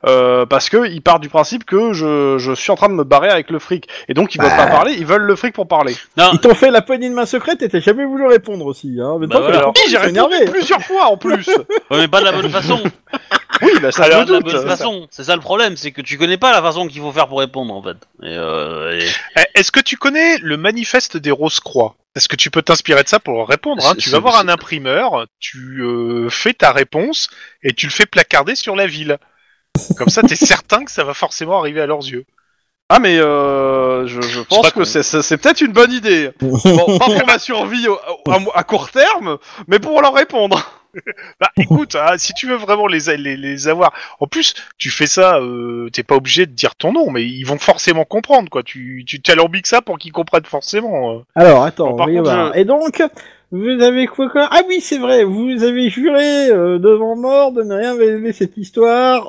Speaker 3: Euh, parce qu'ils partent du principe que je, je suis en train de me barrer avec le fric. Et donc, ils veulent pas parler, ils veulent le fric pour parler.
Speaker 1: Non,
Speaker 2: Ils t'ont fait la poignée de main secrète et t'as jamais voulu répondre aussi. Hein. Mais
Speaker 1: Bah
Speaker 2: toi,
Speaker 1: voilà.
Speaker 2: t'as-
Speaker 3: Oui, j'ai
Speaker 2: t'es
Speaker 3: répondu
Speaker 2: énervé.
Speaker 3: plusieurs fois en plus.
Speaker 1: ouais, mais pas de la bonne façon.
Speaker 3: oui, bah, ça
Speaker 1: Pas
Speaker 3: me
Speaker 1: de la
Speaker 3: doute.
Speaker 1: bonne façon. C'est ça le problème, c'est que tu connais pas la façon qu'il faut faire pour répondre en fait. Et, euh, et-
Speaker 4: Eh, Est-ce que tu connais le manifeste des Rose-Croix Est-ce que tu peux t'inspirer de ça pour leur répondre hein
Speaker 1: C'est-
Speaker 4: Tu vas
Speaker 1: c'est-
Speaker 4: voir un
Speaker 1: c'est-
Speaker 4: imprimeur, tu euh, fais ta réponse et tu le fais placarder sur la ville. Comme ça, t'es certain que ça va forcément arriver à leurs yeux.
Speaker 3: Ah, mais euh, je, je pense
Speaker 4: pas
Speaker 3: que
Speaker 4: con.
Speaker 3: c'est- c'est c'est peut-être une bonne idée. Bon, pas pour ma survie au- au- à, à court terme, mais pour leur répondre.
Speaker 4: Bah écoute, hein, si tu veux vraiment les, les, les avoir, en plus tu fais ça, euh, t'es pas obligé de dire ton nom, mais ils vont forcément comprendre quoi. Tu tu t'alambiques ça pour qu'ils comprennent forcément. euh.
Speaker 2: Alors, attends,
Speaker 3: Bon, par
Speaker 2: on va y
Speaker 3: contre,
Speaker 2: voir. Et donc, vous avez quoi quoi Ah oui, c'est vrai, vous avez juré euh, devant mort de ne rien révéler cette histoire.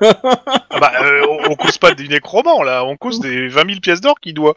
Speaker 4: Ah bah euh, on, on cause pas du nécroman là, on cause des 20 000 pièces d'or qu'il doit.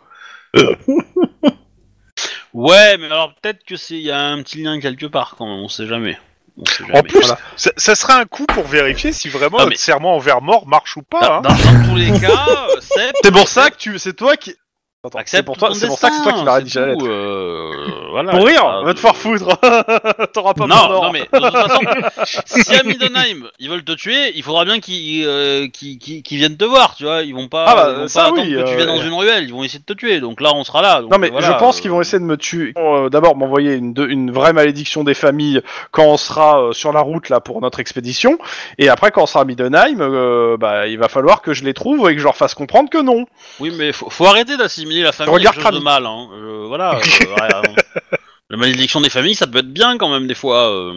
Speaker 1: Ouais, mais alors peut-être que c'est il y a un petit lien quelque part quand même. On sait jamais. On sait jamais.
Speaker 4: En plus,
Speaker 1: Voilà.
Speaker 4: ça, ça sera un coup pour vérifier si vraiment
Speaker 1: Ah,
Speaker 4: notre
Speaker 1: mais-
Speaker 4: serment envers mort marche ou pas. hein.
Speaker 1: dans, dans- dans tous les cas, euh, c'est
Speaker 3: C'est pour ça que tu, c'est toi qui. Attends, c'est
Speaker 1: accepte
Speaker 3: pour toi,
Speaker 1: ton
Speaker 3: c'est pour ça que c'est toi qui
Speaker 1: destin,
Speaker 3: l'as
Speaker 1: c'est
Speaker 3: rédigé la lettre.
Speaker 1: tout, euh, voilà.
Speaker 3: Pour rire,
Speaker 1: Ah,
Speaker 3: va te faire foutre. T'auras pas
Speaker 1: non,
Speaker 3: mon or.
Speaker 1: non, mais de toute façon, si à Middenheim ils veulent te tuer, il faudra bien qu'ils euh, qu'ils- qu'ils- qu'ils viennent te voir, tu vois. Ils vont pas,
Speaker 3: Ah bah,
Speaker 1: ils vont
Speaker 3: ça,
Speaker 1: pas attendre
Speaker 3: oui,
Speaker 1: que tu
Speaker 3: euh,
Speaker 1: viennes dans une ruelle, ils vont essayer de te tuer, donc là on sera là. donc,
Speaker 3: Non, mais
Speaker 1: voilà,
Speaker 3: je pense
Speaker 1: euh,
Speaker 3: qu'ils vont essayer de me tuer. Ils vont, euh, D'abord, m'envoyer une, de- une vraie malédiction des familles quand on sera euh, sur la route là pour notre expédition. Et après, quand on sera à Middenheim, euh, bah, il va falloir que je les trouve et que je leur fasse comprendre que non.
Speaker 1: Oui, mais faut, faut arrêter d'assimiler la famille à
Speaker 3: Regarde
Speaker 1: quelque chose de mal, hein. Euh, voilà. euh, ouais, euh, la malédiction des familles, ça peut être bien quand même des fois. euh.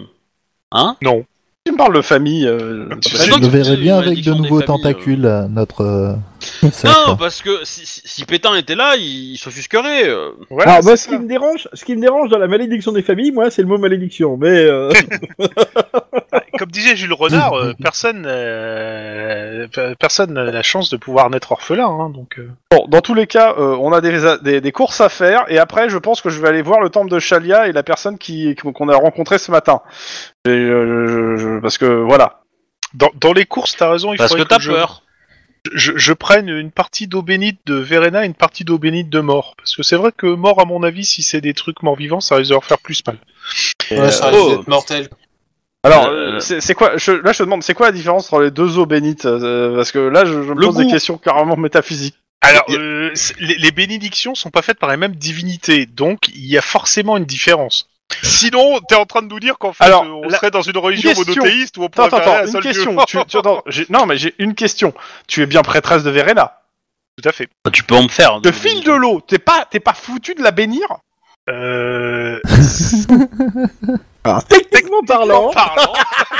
Speaker 1: Hein
Speaker 4: Non.
Speaker 3: tu me parles de famille euh, tu sais-
Speaker 1: donc,
Speaker 5: je le verrais
Speaker 1: tu-
Speaker 5: bien
Speaker 1: tu-
Speaker 5: avec de
Speaker 1: malédiction des
Speaker 5: nouveaux
Speaker 1: familles,
Speaker 5: tentacules, euh, notre. euh,
Speaker 1: Non, bah,
Speaker 5: sacre.
Speaker 1: parce que si, si- si Pétain était là, il, il s'offusquerait. euh.
Speaker 4: Ah,
Speaker 3: Voilà,
Speaker 2: Alors, moi,
Speaker 3: c'est
Speaker 2: ce
Speaker 3: ça.
Speaker 2: qui me dérange, ce qui me dérange dans la malédiction des familles, moi, c'est le mot malédiction. Mais euh,
Speaker 4: Comme disait Jules Renard, euh, personne, euh, pe- personne n'a la chance de pouvoir naître orphelin, hein, donc. euh.
Speaker 3: Bon, dans tous les cas, euh, on a des, des, des courses à faire, et après, je pense que je vais aller voir le temple de Chalia et la personne qui qu'on a rencontrée ce matin. Et, euh, je- je- parce que voilà.
Speaker 4: Dans, dans les courses, t'as raison. Il
Speaker 1: Parce que
Speaker 4: faudrait
Speaker 1: t'as
Speaker 4: je,
Speaker 1: peur.
Speaker 4: Je, je prenne une partie d'eau bénite de Verena et une partie d'eau bénite de mort. Parce que c'est vrai que mort, à mon avis, si c'est des trucs morts-vivants, ça risque de leur faire plus mal.
Speaker 6: Ouais, ça
Speaker 1: euh,
Speaker 6: risque
Speaker 1: oh.
Speaker 6: d'être mortel.
Speaker 3: Alors,
Speaker 1: Euh,
Speaker 3: euh, c'est c'est quoi je, Là, je te demande, c'est quoi la différence entre les deux eaux bénites euh, Parce que là, je, je me
Speaker 1: Le
Speaker 3: pose des
Speaker 1: goût.
Speaker 3: questions carrément métaphysiques.
Speaker 4: Alors, euh, c'est- les, les bénédictions sont pas faites par les mêmes divinités, donc il y a forcément une différence. Sinon, t'es en train de nous dire qu'en fait,
Speaker 3: Alors,
Speaker 4: euh, on
Speaker 3: la-
Speaker 4: serait dans une religion
Speaker 3: question.
Speaker 4: monothéiste où on pourrait
Speaker 3: Attends, attends,
Speaker 4: faire un
Speaker 3: attends, une
Speaker 4: seul
Speaker 3: question.
Speaker 4: dieu.
Speaker 3: Tu, tu- attends, j'ai- non, mais j'ai une question. Tu es bien prêtresse de Verena.
Speaker 4: Tout à fait.
Speaker 1: Bah, tu peux en me faire.
Speaker 3: De fil de l'eau, t'es pas, t'es pas foutu de la bénir
Speaker 4: Euh...
Speaker 2: alors, techniquement parlant,
Speaker 4: parlant,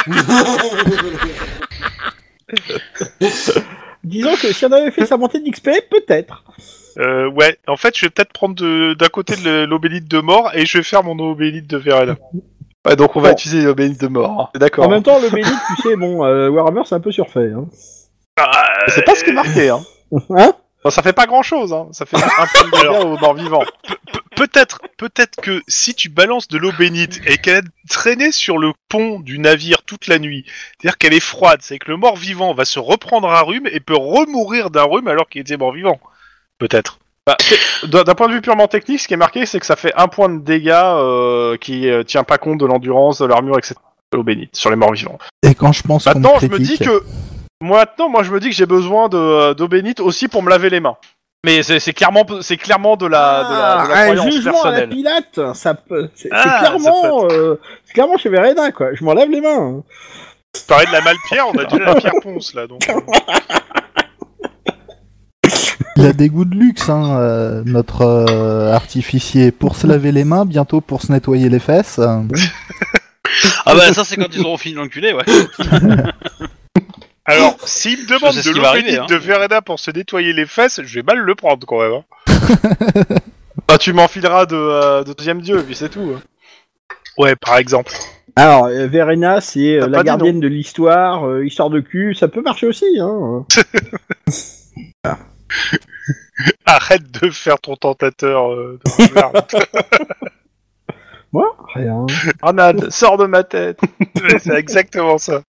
Speaker 2: disons que si on avait fait sa montée d'XP, peut-être.
Speaker 4: euh, ouais, en fait, je vais peut-être prendre de- d'un côté de l'obélite de mort et je vais faire mon obélite de Verena.
Speaker 3: Ouais, donc on va
Speaker 2: Bon.
Speaker 3: utiliser l'eau bénite de mort. hein. T'es
Speaker 2: En
Speaker 3: D'accord.
Speaker 2: même temps, le bénit, tu sais, bon, euh, Warhammer, c'est un peu surfait. Hein.
Speaker 3: C'est pas ce qui est marqué, hein.
Speaker 2: Hein
Speaker 3: Bon, ça fait pas grand chose, hein. Ça fait un peu de dégâts aux morts vivants.
Speaker 4: Peut-être, peut-être que si tu balances de l'eau bénite et qu'elle est traînée sur le pont du navire toute la nuit, c'est-à-dire qu'elle est froide, c'est que le mort-vivant va se reprendre un rhume et peut remourir d'un rhume alors qu'il était mort-vivant. Peut-être.
Speaker 3: Bah, D'un d'un point de vue purement technique, ce qui est marqué, c'est que ça fait un point de dégâts euh, qui euh, tient pas compte de l'endurance, de l'armure, etc. de L'eau bénite sur les morts vivants.
Speaker 5: Et quand je pense qu'on
Speaker 3: Maintenant,
Speaker 5: me
Speaker 3: je me dis
Speaker 5: critique,
Speaker 3: que. Moi, maintenant, moi, je me dis que j'ai besoin de, euh, d'eau bénite aussi pour me laver les mains. Mais c'est c'est clairement, c'est clairement de la, de la, de la
Speaker 2: Ah, un
Speaker 3: croyance
Speaker 2: jugement à la
Speaker 3: personnelle.
Speaker 2: Pilate, ça peut. C'est c'est
Speaker 4: Ah,
Speaker 2: clairement, euh, c'est clairement chez Verena, quoi. Je m'en lave les mains. hein.
Speaker 4: Tu parlais de la Malpierre, on a déjà la Pierre Ponce là, donc. euh.
Speaker 5: il a des goûts de luxe, hein, euh, notre euh, artificier. Pour se laver les mains, bientôt pour se nettoyer les fesses. euh.
Speaker 1: Ah bah ça c'est quand ils auront fini l'enculé, ouais.
Speaker 4: Alors, s'il me demande
Speaker 1: Je sais ce
Speaker 4: de
Speaker 1: qui
Speaker 4: l'eau
Speaker 1: va arriver,
Speaker 4: bénite
Speaker 1: hein.
Speaker 4: de Verena pour se nettoyer les fesses, je vais mal le prendre quand même. hein.
Speaker 3: Bah, tu m'enfileras de, euh, de deuxième dieu, puis c'est tout.
Speaker 4: hein. Ouais, par exemple.
Speaker 2: Alors, euh, Verena, c'est euh,
Speaker 3: T'as pas
Speaker 2: la
Speaker 3: dit
Speaker 2: gardienne de l'histoire, euh, histoire de cul, ça peut marcher aussi, hein.
Speaker 4: Arrête de faire ton tentateur. euh, dans le bar.
Speaker 2: Moi, rien.
Speaker 3: Grenade, sors de ma tête.
Speaker 4: Ouais, c'est exactement ça.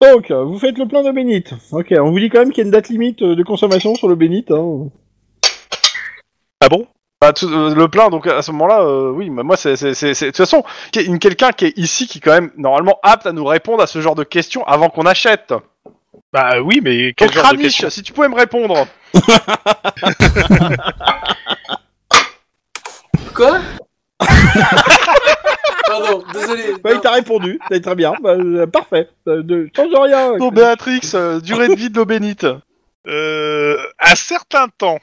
Speaker 2: Donc, euh, vous faites le plein de bénite. Ok, on vous dit quand même qu'il y a une date limite euh, de consommation sur le bénite. Hein.
Speaker 4: Ah bon
Speaker 3: Bah, tout- euh, le plein, donc à ce moment-là, euh, oui, mais moi, c'est. c'est- c'est- c'est- De toute façon, qu'il y ait une- quelqu'un qui est ici qui est quand même normalement apte à nous répondre à ce genre de questions avant qu'on achète.
Speaker 4: Bah oui, mais quel
Speaker 3: Donc,
Speaker 4: genre de
Speaker 3: Kranich,
Speaker 4: question
Speaker 3: si tu pouvais me répondre.
Speaker 6: Quoi Pardon, désolé.
Speaker 2: Bah, il
Speaker 6: Non.
Speaker 2: t'a répondu, c'est très bien, bah, euh, parfait. Euh, de- change de rien.
Speaker 3: Pour Béatrix, euh, durée de vie de l'eau bénite.
Speaker 4: Euh, un certain temps.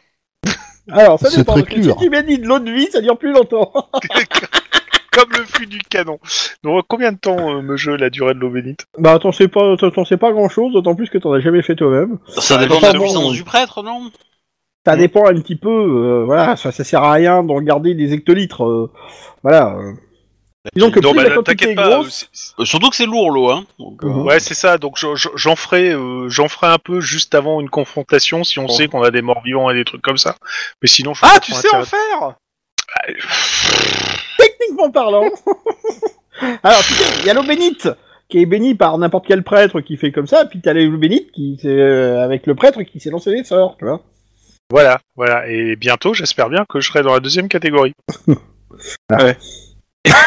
Speaker 2: Alors, ça
Speaker 5: C'est
Speaker 2: dépend.
Speaker 5: très
Speaker 2: parce que Si
Speaker 5: clair.
Speaker 2: tu bénis de l'eau de vie, ça dure plus longtemps.
Speaker 4: Comme le fût du canon. Donc, combien de temps euh, me jeu la durée de l'eau bénite
Speaker 2: bah, t'en sais pas, t'en- t'en sais pas grand chose, d'autant plus que t'en as jamais fait toi-même.
Speaker 1: Ça dépend de la
Speaker 2: Enfin, bon.
Speaker 1: puissance du prêtre, non
Speaker 2: Ça dépend un petit peu, euh, voilà, ça, ça sert à rien d'en garder des hectolitres, euh, voilà. euh. Disons que
Speaker 4: Non,
Speaker 2: plus
Speaker 4: bah,
Speaker 2: la quantité est
Speaker 4: t'inquiète pas.
Speaker 2: grosse,
Speaker 4: euh, c'est-
Speaker 1: Euh, Surtout que c'est lourd l'eau, hein. Donc, euh,
Speaker 2: Mhm.
Speaker 4: Ouais, c'est ça. Donc, je- je- j'en ferai, euh, j'en ferai un peu juste avant une confrontation si on
Speaker 1: Bon.
Speaker 4: sait qu'on a des morts vivants et des trucs comme ça. Mais sinon, je vois
Speaker 3: Ah,
Speaker 4: pas
Speaker 3: tu
Speaker 4: trop
Speaker 3: sais en
Speaker 4: l'intérêt.
Speaker 3: faire
Speaker 2: techniquement parlant. Alors, tu sais, il y a l'eau bénite qui est bénie par n'importe quel prêtre qui fait comme ça, puis t'as l'eau bénite qui, c'est, euh, avec le prêtre qui s'est lancé les sorts, tu vois.
Speaker 4: Voilà, voilà. Et bientôt, j'espère bien que je serai dans la deuxième catégorie.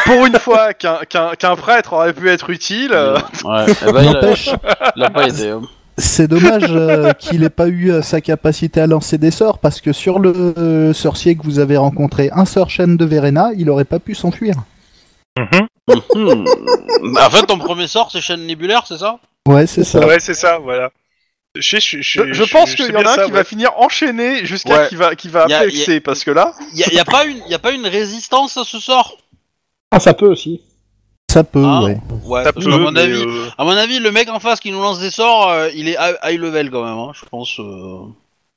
Speaker 3: Pour une fois qu'un qu'un- qu'un prêtre aurait pu être utile. euh,
Speaker 1: Ouais, eh ben, il, a,
Speaker 5: N'empêche,
Speaker 1: il a pas hein. été.
Speaker 5: c'est dommage euh, qu'il ait pas eu euh, sa capacité à lancer des sorts, parce que sur le euh, sorcier que vous avez rencontré, un sort chaîne de Verena, il aurait pas pu s'enfuir.
Speaker 1: Hmm. en fait, ton premier sort, c'est chaîne nébulaire, c'est ça
Speaker 5: Ouais, c'est ça.
Speaker 4: Ouais, c'est ça. Voilà. Je, je- je-
Speaker 3: Je, je
Speaker 4: je-
Speaker 3: pense
Speaker 4: je
Speaker 3: qu'il
Speaker 4: sais
Speaker 3: y en
Speaker 4: bien
Speaker 3: a un
Speaker 4: ça,
Speaker 3: qui
Speaker 4: ouais.
Speaker 3: va finir enchaîné jusqu'à
Speaker 1: Ouais.
Speaker 3: qui va qui va
Speaker 1: Y a-
Speaker 3: appeler
Speaker 1: y a-
Speaker 3: XC, parce que là
Speaker 1: Il y a, y a pas une, y a pas une résistance à ce sort
Speaker 2: Ah, ça peut aussi.
Speaker 5: Ça peut,
Speaker 1: Ah,
Speaker 5: ouais.
Speaker 1: Ouais,
Speaker 4: Ça
Speaker 1: parce
Speaker 4: peut,
Speaker 1: qu'à mon
Speaker 4: mais,
Speaker 1: avis,
Speaker 4: euh,
Speaker 1: à mon avis, le mec en face qui nous lance des sorts, euh, il est high high level quand même, hein, je pense. euh.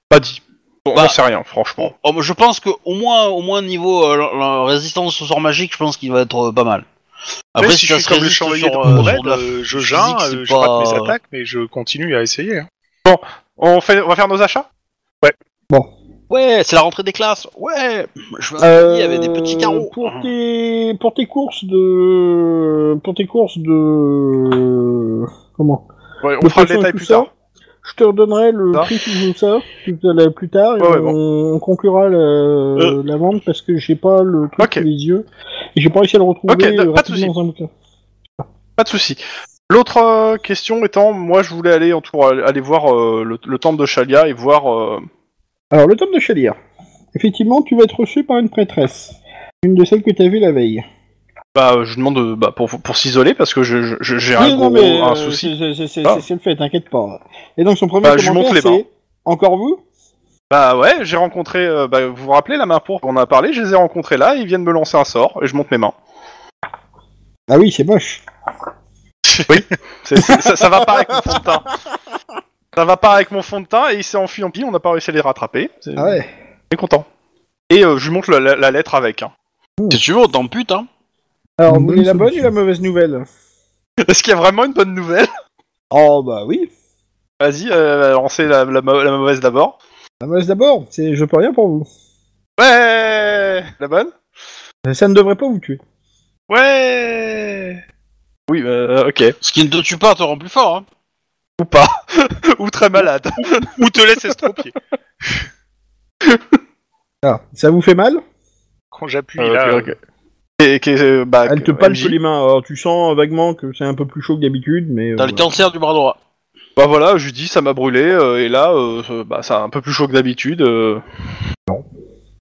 Speaker 3: Pas dit. Bon,
Speaker 1: Bah.
Speaker 3: on sait rien, franchement.
Speaker 1: Oh, moi, je pense que au moins, au moins niveau euh, la- la résistance au sort magique, je pense qu'il va être euh, pas mal.
Speaker 4: Après, si je suis comme le chevalier de Courel, euh, je
Speaker 1: physique,
Speaker 4: gins,
Speaker 1: c'est
Speaker 4: euh, je rate
Speaker 1: pas-
Speaker 4: mes attaques, mais je continue à essayer. hein.
Speaker 3: On, fait, on va faire nos achats
Speaker 1: Ouais, c'est la rentrée des classes. Ouais, je me
Speaker 2: Euh,
Speaker 1: il y avait des petits carreaux.
Speaker 2: Pour tes, pour tes courses de, pour tes courses de, comment
Speaker 3: Ouais, On
Speaker 2: de
Speaker 3: fera
Speaker 2: potions
Speaker 3: le
Speaker 2: et
Speaker 3: détail
Speaker 2: tout
Speaker 3: plus
Speaker 2: ça,
Speaker 3: tard.
Speaker 2: Je te redonnerai le
Speaker 3: Ça.
Speaker 2: prix de tout ça tout à l'heure, plus tard. et
Speaker 3: Ouais, ouais,
Speaker 2: on, on conclura la, la vente parce que j'ai pas le truc
Speaker 3: Ok.
Speaker 2: sous les yeux. Et J'ai pas réussi à le retrouver
Speaker 3: Ok, pas de
Speaker 2: euh, rapidement
Speaker 3: soucis.
Speaker 2: dans un bouquin.
Speaker 3: Pas de souci. L'autre euh, question étant, moi je voulais aller en tour, aller voir euh, le, le temple de Shalia et voir. euh,
Speaker 2: Alors, le temple de Shalir. Effectivement, tu vas être reçu par une prêtresse. Une de celles que t'as vues la veille.
Speaker 3: bah, je demande euh, bah, pour, pour s'isoler parce que je- je- je- j'ai
Speaker 2: Oui,
Speaker 3: un, gros- un
Speaker 2: euh,
Speaker 3: souci.
Speaker 2: c'est- c'est- C'est
Speaker 3: Ah.
Speaker 2: c'est- c'est le fait, t'inquiète pas. Et donc, son premier
Speaker 3: Bah, je
Speaker 2: commentaire,
Speaker 3: monte les mains.
Speaker 2: c'est... Encore vous
Speaker 3: Bah ouais, j'ai rencontré. euh, bah, vous vous rappelez la main pourpre On en a parlé, je les ai rencontrés là, ils viennent me lancer un sort et je monte mes mains.
Speaker 2: Ah oui, c'est moche.
Speaker 3: C'est- c'est- ça, ça va pas avec mon fond de teint. Ça va pas avec mon fond de teint et il s'est enfui en pile, on n'a pas réussi à les rattraper. C'est-
Speaker 2: Ah ouais.
Speaker 3: On est content. Et euh, je lui montre la, la- la lettre avec. hein.
Speaker 1: Si tu veux, on t'en pute, hein.
Speaker 2: Alors,
Speaker 5: Une
Speaker 2: vous
Speaker 5: bonne
Speaker 2: voulez la bonne
Speaker 5: solution.
Speaker 2: et la mauvaise nouvelle
Speaker 3: Est-ce qu'il y a vraiment une bonne nouvelle
Speaker 2: Oh bah oui.
Speaker 3: Vas-y, euh, on sait la, la mau- la mauvaise d'abord.
Speaker 2: La mauvaise d'abord, c'est je peux rien pour vous.
Speaker 3: Ouais La bonne
Speaker 2: Ça ne devrait pas vous tuer.
Speaker 3: Ouais Oui, euh, ok.
Speaker 1: Ce qui ne te tue pas te rend plus fort. Hein.
Speaker 3: Ou pas. Ou très malade.
Speaker 4: Ou te laisse estropier.
Speaker 2: Ah, ça vous fait mal
Speaker 4: Quand j'appuie
Speaker 3: Euh,
Speaker 4: là,
Speaker 3: ok, ok. Et, et- euh,
Speaker 1: Ah,
Speaker 3: bah,
Speaker 2: Elle te
Speaker 3: euh,
Speaker 2: palpe
Speaker 3: MJ.
Speaker 2: les mains. Alors, tu sens euh, vaguement que c'est un peu plus chaud que d'habitude, mais... euh,
Speaker 1: T'as le
Speaker 2: voilà.
Speaker 1: cancer du bras droit.
Speaker 3: Bah voilà, je lui dis, ça m'a brûlé, euh, et là, euh, euh, bah, ça a un peu plus chaud que d'habitude. euh.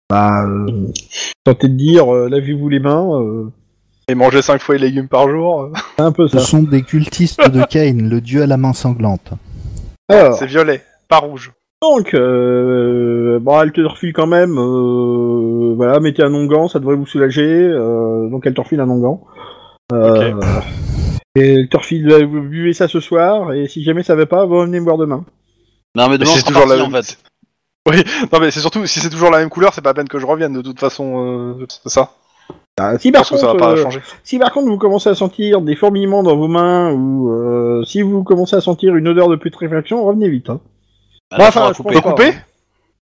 Speaker 2: Bah, euh, tenter de dire, euh, lavez-vous les mains, euh,
Speaker 3: et manger 5 fois les légumes par jour, euh,
Speaker 2: c'est un peu
Speaker 5: Ce
Speaker 2: ça.
Speaker 5: sont des cultistes de Cain, le dieu à la main sanglante.
Speaker 2: Alors,
Speaker 3: c'est violet, pas rouge.
Speaker 2: donc, euh, bon, elle te refile quand même, euh, voilà, mettez un onguent, ça devrait vous soulager, euh, donc elle te refile un onguent. Euh, Et elle te refile, euh, vous buvez ça ce soir, et si jamais ça va pas, vous revenez me voir demain.
Speaker 1: Non, mais demain,
Speaker 3: c'est
Speaker 1: on sera
Speaker 3: toujours la
Speaker 1: parti, en
Speaker 3: même-
Speaker 1: fait.
Speaker 3: Non mais c'est surtout, si c'est toujours la même couleur, c'est pas la peine que je revienne, de toute façon, euh, c'est ça.
Speaker 2: Ah, si,
Speaker 3: Je
Speaker 2: par
Speaker 3: pense que ça va
Speaker 2: contre,
Speaker 3: pas
Speaker 2: euh,
Speaker 3: changer.
Speaker 2: si par contre vous commencez à sentir des fourmillements dans vos mains, ou euh, si vous commencez à sentir une odeur de putréfaction, revenez vite. Hein.
Speaker 1: Bah,
Speaker 2: Bon,
Speaker 1: là,
Speaker 2: enfin,
Speaker 1: faudra couper.
Speaker 2: je
Speaker 3: Je peux
Speaker 2: D'accord.
Speaker 3: couper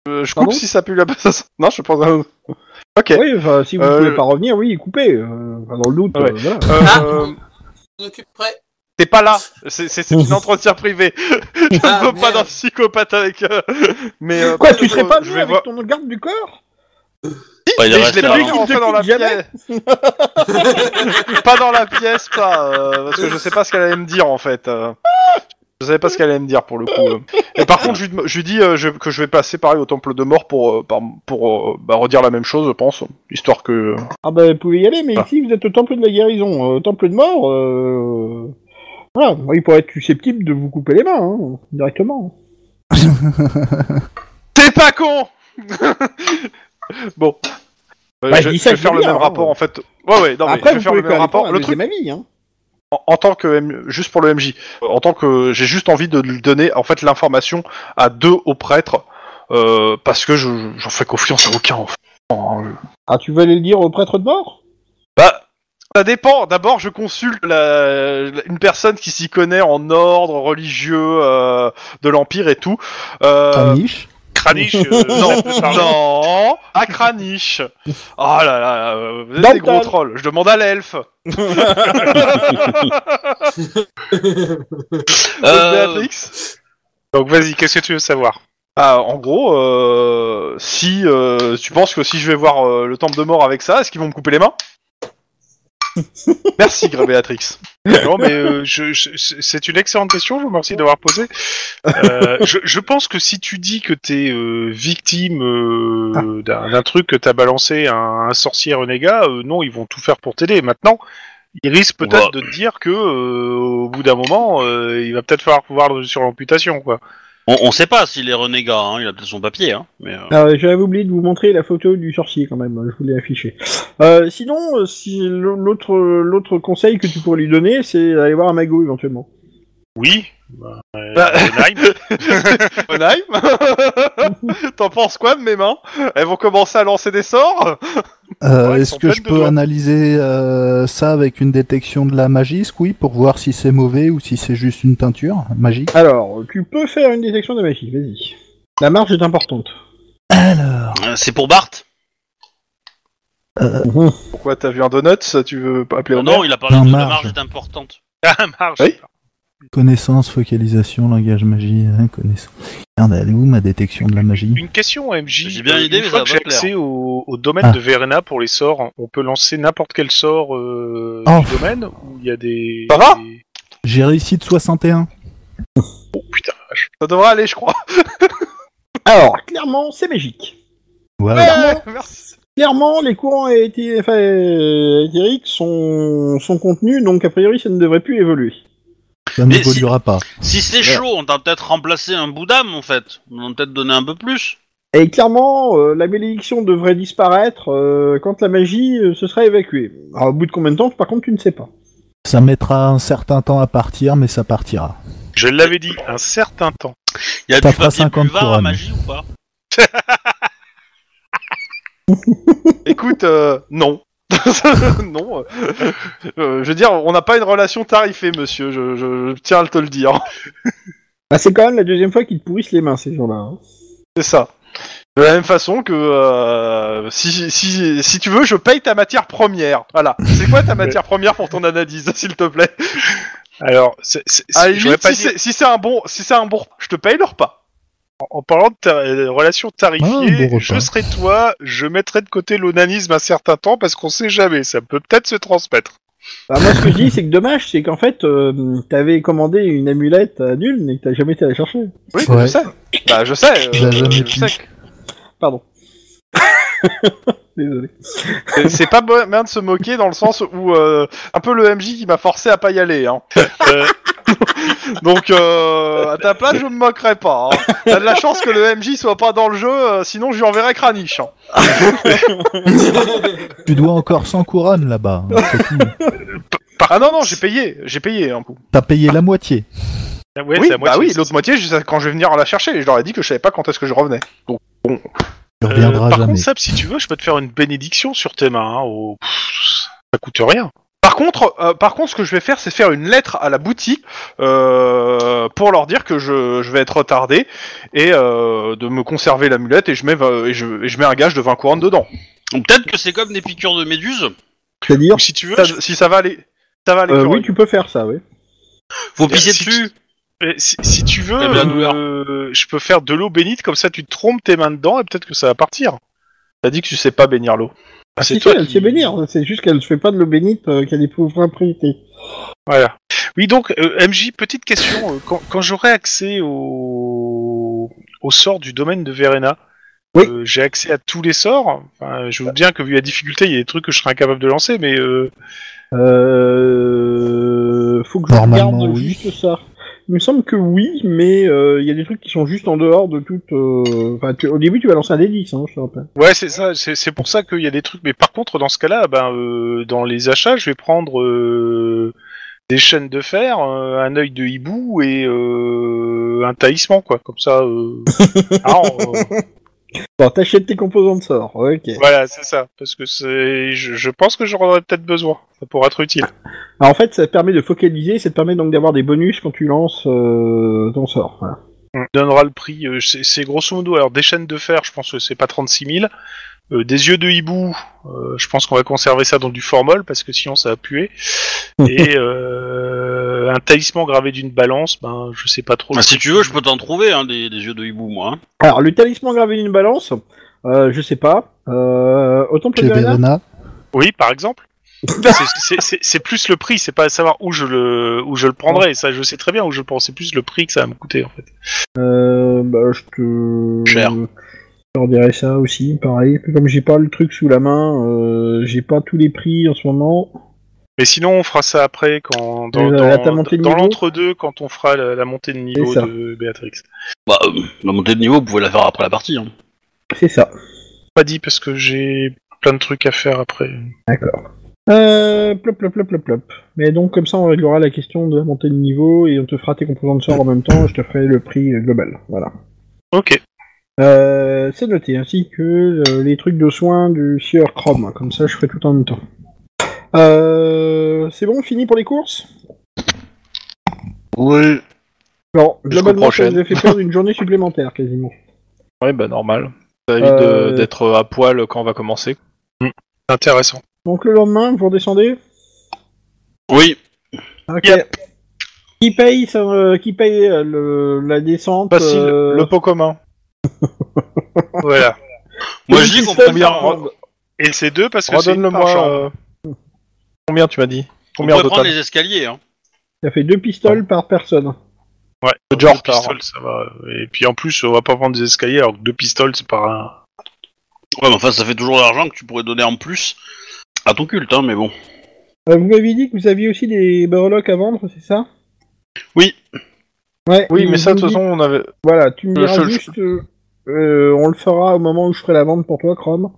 Speaker 3: Euh, Je coupe
Speaker 2: hein. Pardon
Speaker 3: si ça pue la passe. Non, je pense. à- Ok.
Speaker 2: Oui, enfin, si vous
Speaker 3: Euh,
Speaker 2: pouvez pas revenir, oui, coupez. euh, enfin, dans le doute,
Speaker 3: Ouais.
Speaker 2: euh, voilà.
Speaker 3: Euh,
Speaker 6: Ah.
Speaker 3: euh,
Speaker 6: On occuperait.
Speaker 3: T'es pas là. C'est c'est- c'est un entretien privé. Je
Speaker 6: Ah,
Speaker 3: ne veux pas
Speaker 6: merde.
Speaker 3: d'un psychopathe avec. euh, Mais euh,
Speaker 2: Quoi,
Speaker 3: par
Speaker 2: tu
Speaker 3: contre,
Speaker 2: serais pas
Speaker 3: euh,
Speaker 2: venu
Speaker 3: je vais
Speaker 2: avec
Speaker 3: voir.
Speaker 2: ton garde du corps
Speaker 1: Bah, il
Speaker 3: Mais je
Speaker 1: reste
Speaker 3: l'ai
Speaker 1: là,
Speaker 3: pas vu
Speaker 1: hein.
Speaker 2: qui
Speaker 3: rentrer
Speaker 2: te
Speaker 3: dans la
Speaker 2: quitte jamais.
Speaker 3: pièce. pas dans la pièce, pas. euh, parce que je sais pas ce qu'elle allait me dire en fait. euh. Je savais pas ce qu'elle allait me dire pour le coup. euh. Et par contre, je lui, dem- je lui dis euh, je- que je vais passer pareil au temple de mort pour, euh, par- pour euh, bah, redire la même chose, je pense. Histoire que.
Speaker 2: Ah bah, vous pouvez y aller, mais
Speaker 3: Ah.
Speaker 2: ici, vous êtes au temple de la guérison. euh, Au temple de mort, euh... Voilà, moi, il pourrait être susceptible de vous couper les mains, hein, directement.
Speaker 3: T'es pas con Bon. Euh,
Speaker 2: Bah,
Speaker 3: je,
Speaker 2: je dis
Speaker 3: je
Speaker 2: ça,
Speaker 3: vais
Speaker 2: je
Speaker 3: faire
Speaker 2: dis
Speaker 3: le
Speaker 2: rien,
Speaker 3: même
Speaker 2: hein.
Speaker 3: rapport en fait. Ouais, ouais, non, mais
Speaker 2: Après,
Speaker 3: je vais
Speaker 2: vous
Speaker 3: faire
Speaker 2: pouvez
Speaker 3: le même rapport. Le
Speaker 2: le
Speaker 3: truc,
Speaker 2: deuxième avis, hein.
Speaker 3: en, en tant que. M- Juste pour le MJ. En tant que. J'ai juste envie de lui donner en fait l'information à deux aux prêtres. euh, parce que je, je- j'en fais confiance à aucun. en fait. En-
Speaker 2: Ah, tu veux aller le dire au prêtre de mort
Speaker 3: Bah, ça dépend. D'abord, je consulte la- la- une personne qui s'y connaît en ordre religieux euh, de l'Empire et tout. Euh,
Speaker 5: Caniche.
Speaker 4: Kranich, euh,
Speaker 3: Non,
Speaker 4: je parle.
Speaker 3: non, à Kranich. Oh là là, là, euh, vous êtes
Speaker 2: Dental.
Speaker 3: des gros trolls. Je demande à l'elfe.
Speaker 1: Euh,
Speaker 3: Béatrix.
Speaker 4: Donc vas-y, qu'est-ce que tu veux savoir
Speaker 3: Ah, en gros, euh, si euh, tu penses que si je vais voir euh, le temple de mort avec ça, est-ce qu'ils vont me couper les mains Merci, Gré Béatrix.
Speaker 4: Non, mais euh, je- je- c'est c'est une excellente question. Je vous remercie d'avoir posé. Euh, je, je pense que si tu dis que t'es euh, victime
Speaker 3: Ah.
Speaker 4: euh, d'un d'un truc que t'as balancé à un, un sorcier renégat, euh, non, ils vont tout faire pour t'aider. Maintenant, ils risquent peut-être de te dire que euh, au bout d'un moment, euh, il va peut-être falloir pouvoir sur l'amputation, quoi.
Speaker 1: On, on sait pas s'il est renégat, hein, il a peut-être son papier, hein, mais... euh,
Speaker 2: Euh, J'avais oublié de vous montrer la photo du sorcier quand même, je vous l'ai affichée. Euh, sinon, euh, si l'autre l'autre conseil que tu pourrais lui donner, c'est d'aller voir un magot éventuellement.
Speaker 4: Oui.
Speaker 3: Bah, Onheim T'en penses quoi de mes mains Elles vont commencer à lancer des sorts
Speaker 5: Euh,
Speaker 3: Ouais, ils
Speaker 5: Est-ce
Speaker 3: sont
Speaker 5: que
Speaker 3: pleines
Speaker 5: je
Speaker 3: de
Speaker 5: peux
Speaker 3: doigts.
Speaker 5: analyser euh, ça avec une détection de la magie, oui, pour voir si c'est mauvais ou si c'est juste une teinture magique
Speaker 2: Alors, tu peux faire une détection de magie, vas-y. La marge est importante.
Speaker 5: Alors,
Speaker 1: euh, c'est pour Bart
Speaker 3: Pourquoi t'as vu un donut ça, Tu veux pas appeler
Speaker 1: Non,
Speaker 3: Onheim
Speaker 1: non, il a parlé
Speaker 5: Non,
Speaker 1: de la
Speaker 5: marge.
Speaker 1: marge est importante.
Speaker 4: Ah, marche.
Speaker 3: Oui.
Speaker 5: connaissance, focalisation, langage magie, hein, connaissance. Merde, elle est où ma détection de la magie
Speaker 4: Une question, MJ.
Speaker 1: J'ai bien
Speaker 4: Euh,
Speaker 1: l'idée,
Speaker 4: une
Speaker 1: mais
Speaker 4: fois
Speaker 1: ça
Speaker 4: que
Speaker 1: va
Speaker 4: j'ai
Speaker 1: pas plaire.
Speaker 4: accès au, au domaine
Speaker 5: Ah.
Speaker 4: de Verena pour les sorts, on peut lancer n'importe quel sort euh,
Speaker 5: Oh.
Speaker 4: du domaine où il y a des.
Speaker 3: Ça va
Speaker 4: des-
Speaker 5: J'ai réussi de 61.
Speaker 4: Oh putain, la vache.
Speaker 3: Ça devrait aller, je crois.
Speaker 2: Alors, clairement, c'est magique.
Speaker 5: Waouh.
Speaker 2: Clairement,
Speaker 3: Ah, Merci.
Speaker 2: clairement, les courants éthi- enfin, euh, éthériques sont, sont contenus, donc a priori, ça ne devrait plus évoluer.
Speaker 5: ça
Speaker 1: Mais
Speaker 5: n'évoluera pas.
Speaker 1: Si c'est chaud, on t'a peut-être remplacé un bout d'âme, en fait. On t'a peut-être donné un peu plus.
Speaker 2: Et clairement, euh, la bénédiction devrait disparaître euh, quand la magie euh, se sera évacuée. Alors, au bout de combien de temps, par contre, tu ne sais pas.
Speaker 5: Ça mettra un certain temps à partir, mais ça partira.
Speaker 4: Je l'avais dit, un certain temps.
Speaker 1: Il y a
Speaker 5: Ça
Speaker 1: du
Speaker 5: fera
Speaker 1: papier
Speaker 5: 50
Speaker 1: buvard à
Speaker 5: couronnes.
Speaker 1: magie ou pas
Speaker 3: Écoute, euh, non. non. euh, euh, je veux dire, on n'a pas une relation tarifée, monsieur. Je, je- je tiens à te le dire.
Speaker 2: Bah, c'est quand même la deuxième fois qu'ils te pourrissent les mains, ces gens-là. hein.
Speaker 3: C'est ça. De la même façon que euh, si, si, si tu veux, je paye ta matière première. Voilà. C'est quoi ta matière première pour ton analyse, s'il te plaît
Speaker 4: Alors, c'est- c'est- c'est-
Speaker 3: À la
Speaker 4: j'aurais
Speaker 3: limite,
Speaker 4: pas
Speaker 3: si
Speaker 4: dit-
Speaker 3: c'est si c'est un bon, si c'est un bon, repas, je te paye le repas.
Speaker 4: En parlant de ta- euh, relations
Speaker 5: Ah,
Speaker 4: tarifiées,
Speaker 5: bon repas.
Speaker 4: je serai toi, je mettrai de côté l'onanisme un certain temps parce qu'on sait jamais, ça peut peut-être se transmettre.
Speaker 2: Bah, moi, ce que je dis, c'est que dommage, c'est qu'en fait, euh, t'avais commandé une amulette à nul, mais que t'as jamais été la chercher.
Speaker 3: Oui,
Speaker 5: Ouais.
Speaker 3: je sais. Bah, je sais. euh,
Speaker 5: J'ai jamais
Speaker 3: je
Speaker 5: pu.
Speaker 3: sais que-
Speaker 2: Pardon. Désolé.
Speaker 3: c'est- C'est pas bon- bien de se moquer dans le sens où euh, un peu le MJ qui m'a forcé à pas y aller. Hein. Euh, Donc euh, à ta place, je me moquerai pas. hein. T'as de la chance que le MJ soit pas dans le jeu, euh, sinon je lui enverrai Kranich. hein.
Speaker 5: Tu dois encore 100 couronnes là-bas. hein, c'est fini.
Speaker 3: Ah non non, j'ai payé, j'ai payé un coup.
Speaker 5: T'as payé la moitié.
Speaker 4: Ah ouais,
Speaker 3: oui,
Speaker 4: c'est à
Speaker 3: bah
Speaker 4: moitié,
Speaker 3: oui,
Speaker 4: c'est-
Speaker 3: l'autre moitié, je- quand je vais venir la chercher, je leur ai dit que je savais pas quand est-ce que je revenais.
Speaker 5: Tu
Speaker 4: Euh,
Speaker 5: reviendras
Speaker 4: par
Speaker 5: jamais.
Speaker 4: contre, Sab, si tu veux, je peux te faire une bénédiction sur tes mains. hein, au- Pff, ça coûte rien.
Speaker 3: Par contre, euh, par contre, ce que je vais faire, c'est faire une lettre à la boutique euh, pour leur dire que je, je vais être retardé et euh, de me conserver l'amulette et je mets vingt- et je, et je mets un gage de 20 couronnes dedans.
Speaker 1: Ou peut-être que c'est comme des piqûres de méduse.
Speaker 2: C'est-à-dire,
Speaker 4: Ou si tu veux,
Speaker 1: Euh,
Speaker 3: Ça-
Speaker 4: je-
Speaker 3: Si ça va aller, ça va aller.
Speaker 2: euh,
Speaker 3: Florian.
Speaker 2: oui, tu peux faire ça, oui.
Speaker 1: Faut pisser
Speaker 4: si
Speaker 1: dessus.
Speaker 4: euh, si, si tu veux,
Speaker 1: Eh bien, douleur.
Speaker 4: euh, je peux faire de l'eau bénite, comme ça tu te trompes tes mains dedans et peut-être que ça va partir.
Speaker 3: T'as dit que tu sais pas bénir l'eau.
Speaker 4: Ah,
Speaker 2: Si, si, elle
Speaker 4: qui-
Speaker 2: sait bénir, hein. c'est juste qu'elle se fait pas de l'eau bénite euh, qu'elle éprouve impriorité.
Speaker 4: Voilà. Oui, donc, euh, MJ, petite question. euh, Quand, quand j'aurai accès au... au sort du domaine de Verena,
Speaker 2: Oui.
Speaker 4: euh, j'ai accès à tous les sorts. Enfin, je vous bien que vu la difficulté, il y a des trucs que je serais incapable de lancer, mais euh,
Speaker 2: Euh... Faut que je
Speaker 5: Normalement,
Speaker 2: regarde
Speaker 5: oui.
Speaker 2: juste ça. Il me semble que oui, mais euh, il y a des trucs qui sont juste en dehors de toute... euh, Enfin, tu- au début, tu vas lancer un D10, hein, je te rappelle.
Speaker 4: ouais, c'est ça. C'est c'est pour ça qu'il y a des trucs. Mais par contre, dans ce cas-là, ben, euh, dans les achats, je vais prendre euh, des chaînes de fer, euh, un œil de hibou et euh, un taillissement, quoi. Comme ça. euh, ah, on-
Speaker 2: Bon, t'achètes tes composants de sort, ok.
Speaker 4: voilà, c'est ça. Parce que c'est, je, je pense que j'en aurais peut-être besoin. Ça pourrait être utile.
Speaker 2: Alors, en fait, ça te permet de focaliser, ça te permet donc d'avoir des bonus quand tu lances euh, ton sort. Voilà.
Speaker 4: donnera le prix. euh, c'est c'est grosso modo, alors des chaînes de fer, je pense que c'est pas 36 000. Euh, des yeux de hibou, euh, je pense qu'on va conserver ça dans du formol parce que sinon ça va puer. Et euh, un talisman gravé d'une balance, ben je sais pas trop.
Speaker 1: Bah, si tu veux, je peux t'en trouver, hein, des, des yeux de hibou, moi. hein.
Speaker 2: Alors, le talisman gravé d'une balance, euh, je sais pas. Euh, autant
Speaker 5: Chez Verena.
Speaker 4: Oui, par exemple. C'est- c'est- c'est- c'est plus le prix, c'est pas à savoir où je le où je le prendrai. Ça, je sais très bien où je le prends. C'est plus le prix que ça va me coûter en fait.
Speaker 2: Euh, bah, je te.
Speaker 1: Cher.
Speaker 2: Je leur dirai ça aussi, pareil. Comme j'ai pas le truc sous la main, euh, j'ai pas tous les prix en ce moment.
Speaker 7: Mais sinon, on fera ça après, quand dans,
Speaker 2: Euh,
Speaker 7: dans-
Speaker 2: la- ta montée de
Speaker 7: dans
Speaker 2: niveau
Speaker 7: l'entre-deux, quand on fera la, la montée de niveau
Speaker 2: C'est ça.
Speaker 7: de Béatrix.
Speaker 1: Bah, euh, la montée de niveau, vous pouvez la faire après la partie. Hein.
Speaker 2: C'est ça.
Speaker 7: Pas dit parce que j'ai plein de trucs à faire après.
Speaker 2: D'accord. Euh, plop, plop, plop, plop, plop. Mais donc, comme ça, on réglera la question de la montée de niveau et on te fera tes composants de sort en même temps et je te ferai le prix euh, global. Voilà.
Speaker 7: Ok.
Speaker 2: Euh, c'est noté, ainsi que euh, les trucs de soins du sieur Chrome. Comme ça, je ferai tout en même temps. Euh, c'est bon, fini pour les courses
Speaker 1: Oui.
Speaker 2: Alors,
Speaker 3: Jusqu'aux
Speaker 2: globalement, ça
Speaker 3: prochaines.
Speaker 2: nous a fait perdre une journée supplémentaire, quasiment.
Speaker 3: Ouais, bah normal. Ça évite
Speaker 2: Euh,
Speaker 3: de- d'être à poil quand on va commencer.
Speaker 7: Mm. Intéressant.
Speaker 2: Donc, le lendemain, vous redescendez
Speaker 1: Oui.
Speaker 2: Ok.
Speaker 7: Yep.
Speaker 2: Qui paye, ça, euh, qui paye euh, le- la descente
Speaker 3: Facile,
Speaker 2: euh,
Speaker 3: Bah, le pot commun.
Speaker 7: voilà.
Speaker 1: Moi, je dis qu'on peut
Speaker 3: Combien
Speaker 1: faire-
Speaker 3: rend-
Speaker 7: Et c'est deux parce que c'est une par
Speaker 3: Redonne-le-moi.
Speaker 7: chambre.
Speaker 3: euh, Combien tu m'as dit
Speaker 1: on
Speaker 3: Combien
Speaker 1: peut
Speaker 3: au
Speaker 1: prendre
Speaker 3: total
Speaker 1: les escaliers. Hein.
Speaker 2: Ça fait deux pistoles
Speaker 3: Ah.
Speaker 2: par personne.
Speaker 7: Ouais,
Speaker 3: Deux
Speaker 7: deux
Speaker 3: pistoles,
Speaker 7: pistoles, ça va. Et puis en plus, on va pas prendre des escaliers alors que deux pistoles, c'est pas un.
Speaker 1: Ouais, mais enfin, ça fait toujours de l'argent que tu pourrais donner en plus à ton culte, hein, mais bon.
Speaker 2: Euh, vous m'aviez dit que vous aviez aussi des breloques à vendre, c'est ça
Speaker 1: Oui.
Speaker 2: Ouais,
Speaker 3: Oui,
Speaker 2: il
Speaker 3: mais ça, de
Speaker 2: vous
Speaker 3: toute
Speaker 2: dit-
Speaker 3: façon, on avait.
Speaker 2: Voilà, tu me
Speaker 3: Le
Speaker 2: diras
Speaker 3: seul-
Speaker 2: juste. euh, euh, on le fera au moment où je ferai la vente pour toi, Chrome.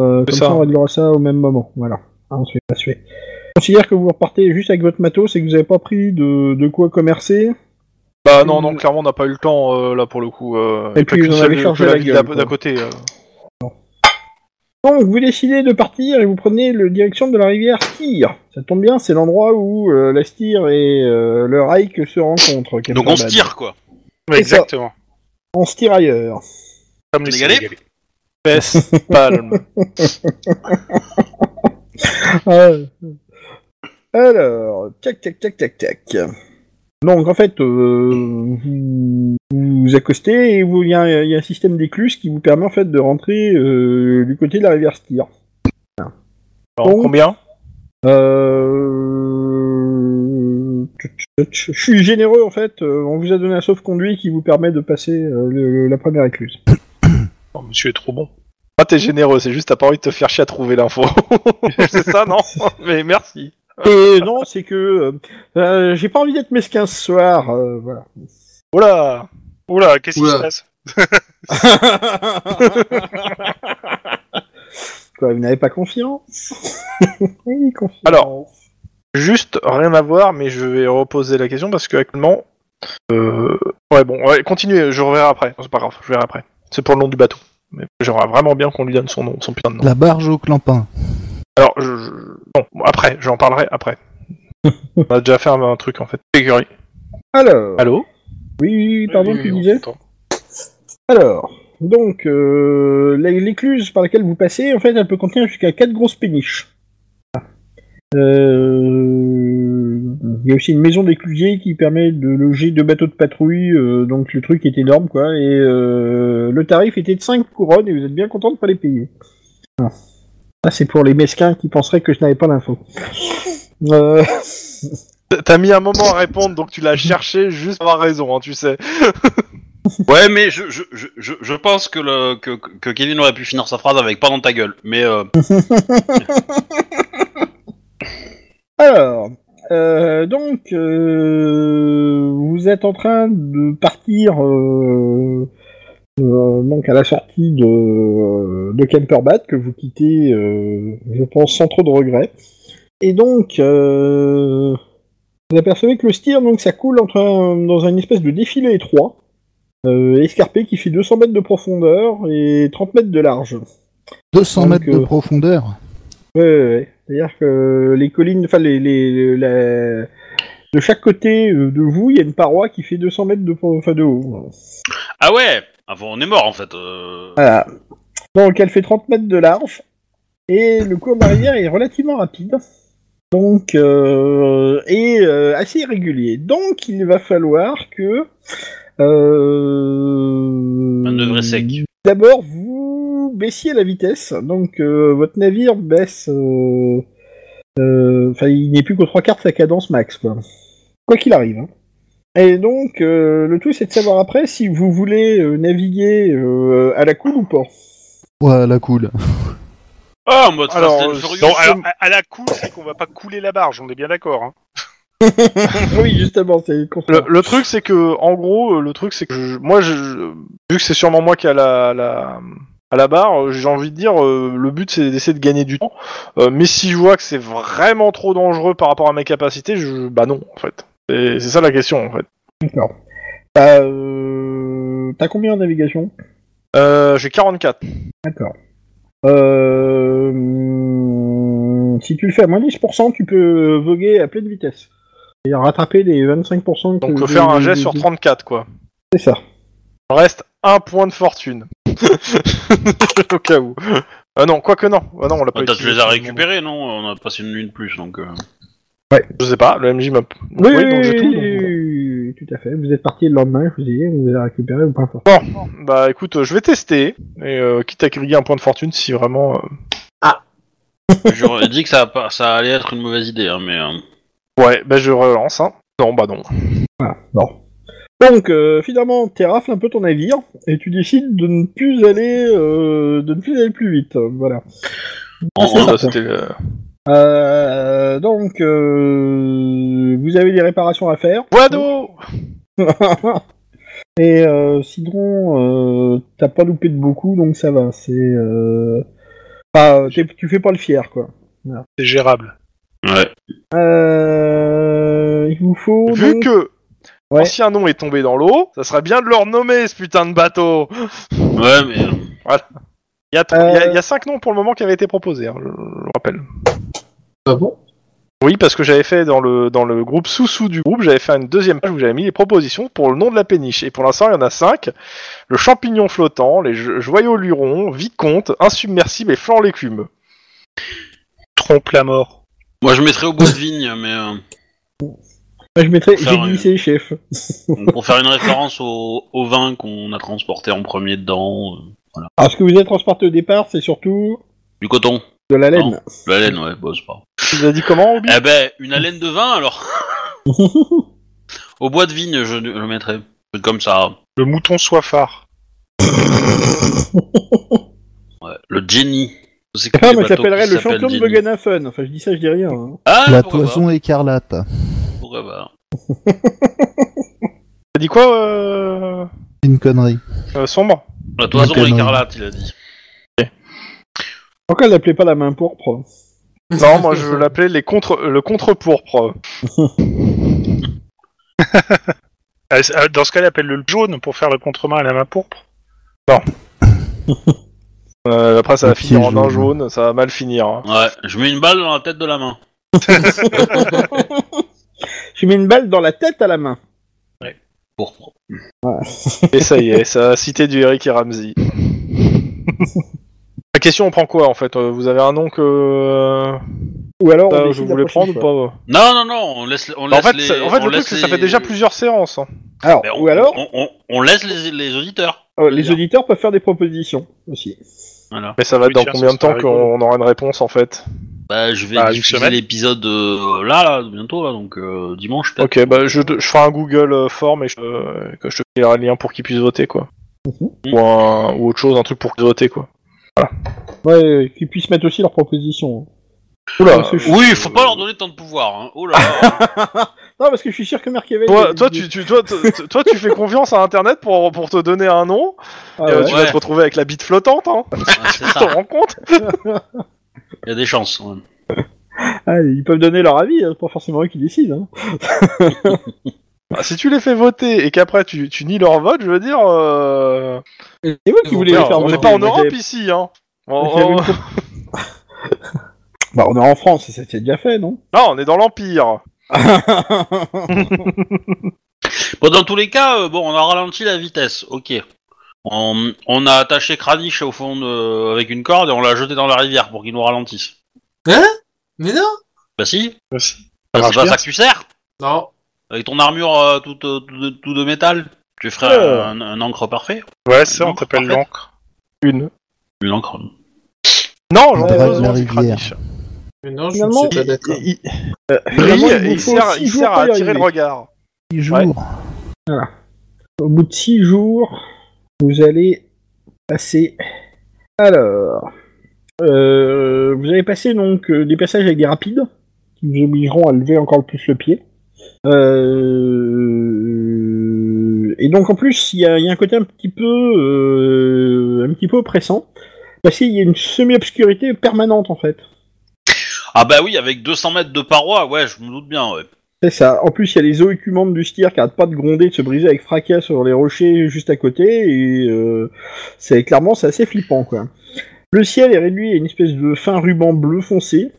Speaker 2: Euh, comme
Speaker 3: C'est
Speaker 2: ça.
Speaker 3: ça.
Speaker 2: on réglera ça au même moment. Voilà. Hein, on se fait pas se fait. Je considère que vous repartez juste avec votre matos et que vous n'avez pas pris de, de quoi commercer.
Speaker 3: Bah non, non, clairement, on n'a pas eu le temps euh, là pour le coup. euh,
Speaker 2: Et
Speaker 3: que
Speaker 2: puis,
Speaker 3: qu'une
Speaker 2: vous en
Speaker 3: seule-
Speaker 2: avez chargé
Speaker 3: que
Speaker 2: la
Speaker 3: ville
Speaker 2: gueule,
Speaker 3: d'à-
Speaker 2: quoi.
Speaker 3: d'à côté. euh.
Speaker 2: Donc, vous décidez de partir et vous prenez le direction de la rivière Styr. Ça tombe bien, c'est l'endroit où euh, la Styr et euh, le Reich se rencontrent. Captain
Speaker 1: Donc on se
Speaker 2: Bad.
Speaker 1: tire, quoi.
Speaker 7: Ouais,
Speaker 2: C'est ça.
Speaker 7: exactement.
Speaker 2: On se tire ailleurs.
Speaker 7: Comme les
Speaker 1: Sénégalais.
Speaker 7: Sénégalais.
Speaker 3: Peste, palme.
Speaker 2: Ah. Alors, tac, tac, tac, tac, tac. Donc, en fait, euh, vous, vous accostez et vous- il y, a un- il y a un système d'écluse qui vous permet en fait de rentrer euh, du côté de la rivière Styr.
Speaker 3: Alors,
Speaker 2: Bon.
Speaker 3: combien
Speaker 2: Euh, Je suis généreux en fait, euh, on vous a donné un sauf-conduit qui vous permet de passer euh, le- la première écluse.
Speaker 7: Oh, monsieur est trop bon.
Speaker 3: Ah, t'es généreux, c'est juste t'as pas envie de te faire chier à trouver l'info. c'est ça, non Mais merci.
Speaker 2: Et non, c'est que euh, euh, j'ai pas envie d'être mesquin ce soir, euh, voilà.
Speaker 3: Oula
Speaker 7: Oula, qu'est-ce qui
Speaker 6: Oula.
Speaker 7: se passe
Speaker 2: Quoi, vous n'avez pas confiance Oui, confiance.
Speaker 3: Alors. Juste rien à voir, mais je vais reposer la question parce que actuellement. Euh... Ouais, bon, ouais, continuez, je reverrai après. C'est pas grave, je verrai après. C'est pour le nom du bateau. Mais j'aimerais vraiment bien qu'on lui donne son nom, son putain de nom.
Speaker 5: La barge au clampin.
Speaker 3: Alors, je. je- Bon, bon, après, j'en parlerai après. On a déjà fait un, un truc en fait. Écurie.
Speaker 2: Alors.
Speaker 3: Allô
Speaker 2: Oui, oui, pardon,
Speaker 7: Oui, oui,
Speaker 2: tu
Speaker 7: on
Speaker 2: disais
Speaker 7: t'entend.
Speaker 2: Alors, donc, euh, l'é- l'écluse par laquelle vous passez, en fait, elle peut contenir jusqu'à quatre grosses péniches. Euh, Il y a aussi une maison d'éclusier qui permet de loger deux bateaux de patrouille, euh, donc le truc est énorme, quoi. Et euh, le tarif était de 5 couronnes et vous êtes bien content de pas les payer. Ah. Ça, c'est pour les mesquins qui penseraient que je n'avais pas l'info. Euh,
Speaker 3: T'as mis un moment à répondre, donc tu l'as cherché juste pour avoir raison, hein, tu sais.
Speaker 1: Ouais, mais je, je, je, je- je pense que, le, que, que Kevin aurait pu finir sa phrase avec pas dans ta gueule. Mais euh,
Speaker 2: Alors, euh, donc, euh, vous êtes en train de partir euh, euh, donc à la sortie euh, de, de Kemperbat, que vous quittez, euh, je pense, sans trop de regrets. Et donc, euh, vous apercevez que le steer, donc, ça coule entre un- dans une espèce de défilé étroit, euh, escarpé, qui fait 200 mètres de profondeur et 30 mètres de large.
Speaker 5: 200
Speaker 2: Donc,
Speaker 5: mètres de
Speaker 2: euh,
Speaker 5: profondeur.
Speaker 2: Ouais, ouais, ouais. C'est-à-dire que les collines, enfin les, les, la- de chaque côté euh, de vous, il y a une paroi qui fait 200 mètres de, pro- enfin, de haut.
Speaker 1: ah ouais, avant on est mort en fait. euh.
Speaker 2: Voilà. Donc elle fait 30 mètres de large et le cours de la rivière est relativement rapide. Donc euh, et euh, assez irrégulier. Donc il va falloir que euh,
Speaker 1: Un œuvre sec.
Speaker 2: D'abord, vous baissiez la vitesse, donc euh, votre navire baisse. euh, euh, Enfin, il n'est plus qu'aux trois quarts de sa cadence max, quoi. Quoi qu'il arrive. hein. Et donc, euh, le tout, c'est de savoir après si vous voulez euh, naviguer euh, à la coule ou pas.
Speaker 5: Ouais, la cool.
Speaker 1: Ah, en mode Fast
Speaker 3: Alors,
Speaker 1: and
Speaker 3: euh,
Speaker 1: Furious.
Speaker 3: non, alors-
Speaker 7: À, à la cool, c'est qu'on va pas couler la barge, on est bien d'accord. Hein.
Speaker 2: oui, justement, c'est
Speaker 3: Le, le truc, c'est que, en gros, euh, le truc, c'est que je- moi, je, je- vu que c'est sûrement moi qui a la, la, à la barre, euh, j'ai envie de dire, euh, le but, c'est d'essayer de gagner du temps. Euh, mais si je vois que c'est vraiment trop dangereux par rapport à mes capacités, je, bah non, en fait. Et C'est ça la question, en fait.
Speaker 2: D'accord. T'as, euh, t'as combien en navigation
Speaker 3: Euh, j'ai 44.
Speaker 2: D'accord. Euh, hum, si tu le fais à moins 10%, tu peux voguer à pleine vitesse. Et rattraper les 25%. que-
Speaker 3: Donc,
Speaker 2: de-
Speaker 3: faut faire un
Speaker 2: de-
Speaker 3: jet
Speaker 2: de-
Speaker 3: sur 34, quoi.
Speaker 2: C'est ça.
Speaker 3: Reste un point de fortune. Au cas où. Ah non, quoique non. Ah non, on l'a pas
Speaker 1: Attends, tu
Speaker 3: utilisé.
Speaker 1: les as récupérés, non On a passé une nuit de plus, donc. euh.
Speaker 3: Je sais pas, le MJ map.
Speaker 2: Oui,
Speaker 3: donc j'ai tout. donc.
Speaker 2: oui, tout à fait. Vous êtes parti le lendemain, je vous ai dit, vous avez récupéré vos points forts.
Speaker 3: Bah écoute, euh, je vais tester, et euh, quitte à griller un point de fortune si vraiment... euh,
Speaker 1: J'aurais dit que ça, a pas- ça allait être une mauvaise idée, hein, mais. euh,
Speaker 3: Ouais, bah je relance, hein. Non, bah non.
Speaker 2: Voilà, bon. Donc, euh, finalement, tu rafles un peu ton navire et tu décides de ne plus aller, euh, de ne plus aller plus vite. euh, Voilà. Ah, c'est
Speaker 1: en-
Speaker 2: ça.
Speaker 3: Ça, c'était, euh,
Speaker 2: Euh, donc, euh, vous avez des réparations à faire.
Speaker 3: Bois d'eau
Speaker 2: Et euh, sinon, euh, t'as pas loupé de beaucoup, donc ça va. C'est euh, pas, t'es- tu fais pas le fier, quoi.
Speaker 7: C'est gérable.
Speaker 1: ouais.
Speaker 2: Euh, il vous faut
Speaker 3: Vu
Speaker 2: donc-
Speaker 3: que
Speaker 2: Ouais.
Speaker 3: l'ancien nom est tombé dans l'eau, ça serait bien de le renommer ce putain de bateau
Speaker 1: Ouais, mais. euh,
Speaker 3: Il y, a
Speaker 2: Euh.
Speaker 3: trois- il y a- il y a cinq noms pour le moment qui avaient été proposés, hein, je je le rappelle.
Speaker 6: Ah bon
Speaker 3: Oui, parce que j'avais fait dans le, dans le groupe sous-sous du groupe, j'avais fait une deuxième page où j'avais mis les propositions pour le nom de la péniche. Et pour l'instant, il y en a cinq. Le champignon flottant, les jo- joyaux lurons, vicomte, insubmersible et flanc l'écume.
Speaker 7: Trompe la mort.
Speaker 1: Moi, je mettrais au bout de vigne, mais. euh,
Speaker 2: Moi, Ah, je mettrais,
Speaker 1: Faire
Speaker 2: j'ai
Speaker 1: une-
Speaker 2: glissé, chef.
Speaker 1: pour faire une référence au, au vin qu'on a transporté en premier dedans. euh,
Speaker 2: Alors, ce Ah, que vous avez transporté au départ, c'est surtout
Speaker 1: Du coton.
Speaker 2: de la
Speaker 1: Non.
Speaker 2: laine.
Speaker 1: De La laine, ouais, bon, c'est pas.
Speaker 3: Tu nous as dit comment, Obi
Speaker 1: Eh ben, une haleine de vin alors Au bois de vigne, je le mettrais. Comme ça.
Speaker 7: Le mouton soifard.
Speaker 1: Ouais. Le Jenny. C'est que
Speaker 2: Ah,
Speaker 1: des
Speaker 2: moi, je
Speaker 1: bateaux qui
Speaker 2: l'appellerais le
Speaker 1: s'appellent
Speaker 2: champion de
Speaker 1: Jenny.
Speaker 2: Boganafun. Enfin, je dis ça, je dis rien. hein.
Speaker 1: Ah,
Speaker 5: La
Speaker 1: pourquoi
Speaker 5: toison écarlate.
Speaker 1: pas, pourquoi pas.
Speaker 3: T'as dit quoi, euh...
Speaker 5: Une connerie.
Speaker 3: euh, sombre
Speaker 1: La toison
Speaker 5: Maintenant.
Speaker 1: écarlate, il a dit.
Speaker 2: Pourquoi elle l'appelait pas la main pourpre
Speaker 3: Non, moi je l'appelais les contre, le contre-pourpre.
Speaker 7: Ah, c'est- ah, Dans ce cas, il appelle le jaune pour faire le contremain à la main pourpre.
Speaker 3: Euh, après, ça
Speaker 5: Le
Speaker 3: va finir
Speaker 5: pied
Speaker 3: en un
Speaker 5: jaune.
Speaker 3: jaune, ça va mal finir. hein.
Speaker 1: Ouais, je mets une balle dans la tête de la main.
Speaker 2: J'ai mis une balle dans la tête à la main.
Speaker 1: Pour...
Speaker 3: Et ça y est, ça a cité du Eric et Ramsey. La question, on prend quoi en fait Euh, Vous avez un nom que euh,
Speaker 2: Ou alors, on
Speaker 3: euh, je
Speaker 2: décide la
Speaker 3: voulais
Speaker 2: prochaine
Speaker 3: prendre ou
Speaker 2: fois.
Speaker 3: pas
Speaker 1: Non, non, non, on laisse, on
Speaker 3: Bah,
Speaker 1: laisse
Speaker 3: En fait,
Speaker 1: les...
Speaker 3: ça- en
Speaker 1: on
Speaker 3: fait le truc,
Speaker 1: laisse
Speaker 3: c'est que ça
Speaker 1: les-
Speaker 3: fait déjà plusieurs séances. hein.
Speaker 2: Alors,
Speaker 1: Mais on-
Speaker 2: ou alors,
Speaker 1: on, on- on laisse les, les auditeurs.
Speaker 2: euh, les auditeurs peuvent faire des propositions aussi.
Speaker 1: Voilà.
Speaker 3: Mais ça va être
Speaker 7: Oui,
Speaker 3: dans
Speaker 7: tiens,
Speaker 3: combien
Speaker 7: ça
Speaker 3: de temps
Speaker 7: serait
Speaker 3: qu'on
Speaker 7: rigolo.
Speaker 3: aura une réponse en fait
Speaker 1: Bah, je vais
Speaker 7: Bah, une
Speaker 1: diffuser
Speaker 7: semaine.
Speaker 1: l'épisode euh, là, là, bientôt, là, donc euh, dimanche peut-être.
Speaker 3: Ok, bah je, te- je ferai un Google euh, Form et je, euh, que je te filerai le lien pour qu'ils puissent voter quoi. Ou, un- ou autre chose, un truc pour qu'ils voter quoi.
Speaker 2: Ouais, euh, qu'ils puissent mettre aussi leurs propositions.
Speaker 3: Oula,
Speaker 2: c'est chaud.
Speaker 1: Oui, il faut pas leur donner tant de pouvoir. Hein. Oh là là.
Speaker 2: Non, parce que je suis sûr que Merkevel...
Speaker 3: Toi, toi, tu, tu- toi, t- t- toi, tu fais confiance à Internet pour, pour te donner un nom.
Speaker 2: Ah
Speaker 3: Euh,
Speaker 2: ouais.
Speaker 3: Tu vas
Speaker 1: Ouais. Ah.
Speaker 3: te retrouver avec la bite flottante, hein.
Speaker 1: Ouais, c'est
Speaker 3: Tu t'en
Speaker 1: ça.
Speaker 3: rends compte
Speaker 1: Il y a des chances. ouais.
Speaker 2: Ah, ils peuvent donner leur avis, hein, c'est pas forcément eux qui décident. hein.
Speaker 3: Bah, Si tu les fais voter et qu'après tu, tu nies leur vote, je veux dire. euh,
Speaker 2: C'est vous qui
Speaker 6: Ils vont
Speaker 2: voulez
Speaker 6: pas-
Speaker 2: les faire
Speaker 3: on
Speaker 2: voter,
Speaker 3: n'est pas en
Speaker 2: moi,
Speaker 3: Europe
Speaker 2: j'avais-
Speaker 3: ici, hein.
Speaker 2: moi, j'avais
Speaker 3: On- on-
Speaker 2: une Bah, on est en France, ça s'est déjà fait, non
Speaker 3: Non, on est dans l'Empire.
Speaker 1: Bon, dans tous les cas, euh, bon, on a ralenti la vitesse. Ok. On, on a attaché Kranich au fond de- avec une corde et on l'a jeté dans la rivière pour qu'il nous ralentisse.
Speaker 6: Mais non
Speaker 1: Bah si.
Speaker 7: Merci.
Speaker 1: Bah,
Speaker 7: marche
Speaker 1: c'est pas
Speaker 7: bien.
Speaker 1: ça que tu sers
Speaker 6: Non.
Speaker 1: Avec ton armure euh, toute, euh, tout, de, tout de métal, tu ferais
Speaker 2: Ouais.
Speaker 1: un, un encre parfait.
Speaker 7: Oh. Ouais, ça, on
Speaker 1: L'encre,
Speaker 7: t'appelle
Speaker 1: parfait.
Speaker 7: l'encre.
Speaker 3: Une.
Speaker 1: Une encre.
Speaker 3: Non, j'en ai
Speaker 5: Ouais,
Speaker 3: pas
Speaker 5: ouais,
Speaker 3: besoin,
Speaker 5: la
Speaker 3: c'est
Speaker 5: rivière.
Speaker 3: Kranich.
Speaker 6: Mais non, je
Speaker 2: Finalement,
Speaker 6: ne suis pas d'accord.
Speaker 3: Il- il-
Speaker 2: Euh,
Speaker 3: Lui,
Speaker 2: finalement, vous
Speaker 3: il
Speaker 2: faut
Speaker 3: sert,
Speaker 2: six
Speaker 3: il
Speaker 2: jours
Speaker 3: sert
Speaker 2: pour
Speaker 3: à
Speaker 2: y
Speaker 3: attirer le
Speaker 2: arriver.
Speaker 3: regard.
Speaker 5: Six
Speaker 3: Ouais.
Speaker 5: jours.
Speaker 2: Au bout de 6 jours, vous allez passer. Alors. Euh, vous allez passer donc euh, des passages avec des rapides qui vous obligeront à lever encore plus le pied. Euh, et donc en plus, il y a, il y a un côté un petit peu, euh, un petit peu oppressant parce qu'il y a une semi-obscurité permanente en fait.
Speaker 1: Ah bah oui, avec 200 mètres de paroi, ouais, je me doute bien, ouais.
Speaker 2: C'est ça. En plus, il y a les eaux écumantes du styr qui arrêtent pas de gronder, de se briser avec fracas sur les rochers juste à côté, et euh, c'est clairement c'est assez flippant quoi. Le ciel est réduit à une espèce de fin ruban bleu foncé.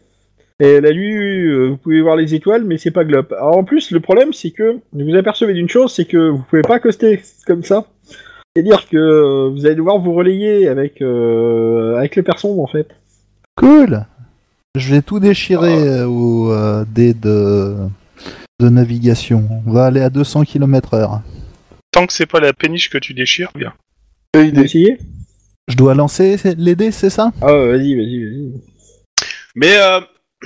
Speaker 2: Et la nuit, euh, vous pouvez voir les étoiles, mais c'est pas globe. Alors en plus, le problème, c'est que vous vous apercevez d'une chose, c'est que vous pouvez pas accoster comme ça. C'est-à-dire que euh, vous allez devoir vous relayer avec euh, avec le personne en fait.
Speaker 5: Cool Je vais tout déchirer euh, au euh, dé de... de navigation. On va aller à 200 km heure.
Speaker 7: Tant que c'est pas la péniche que tu déchires, bien.
Speaker 2: Vous essayez
Speaker 5: Je dois lancer les dés, c'est ça
Speaker 2: Ah ouais, vas-y, vas-y, vas-y.
Speaker 1: Mais euh,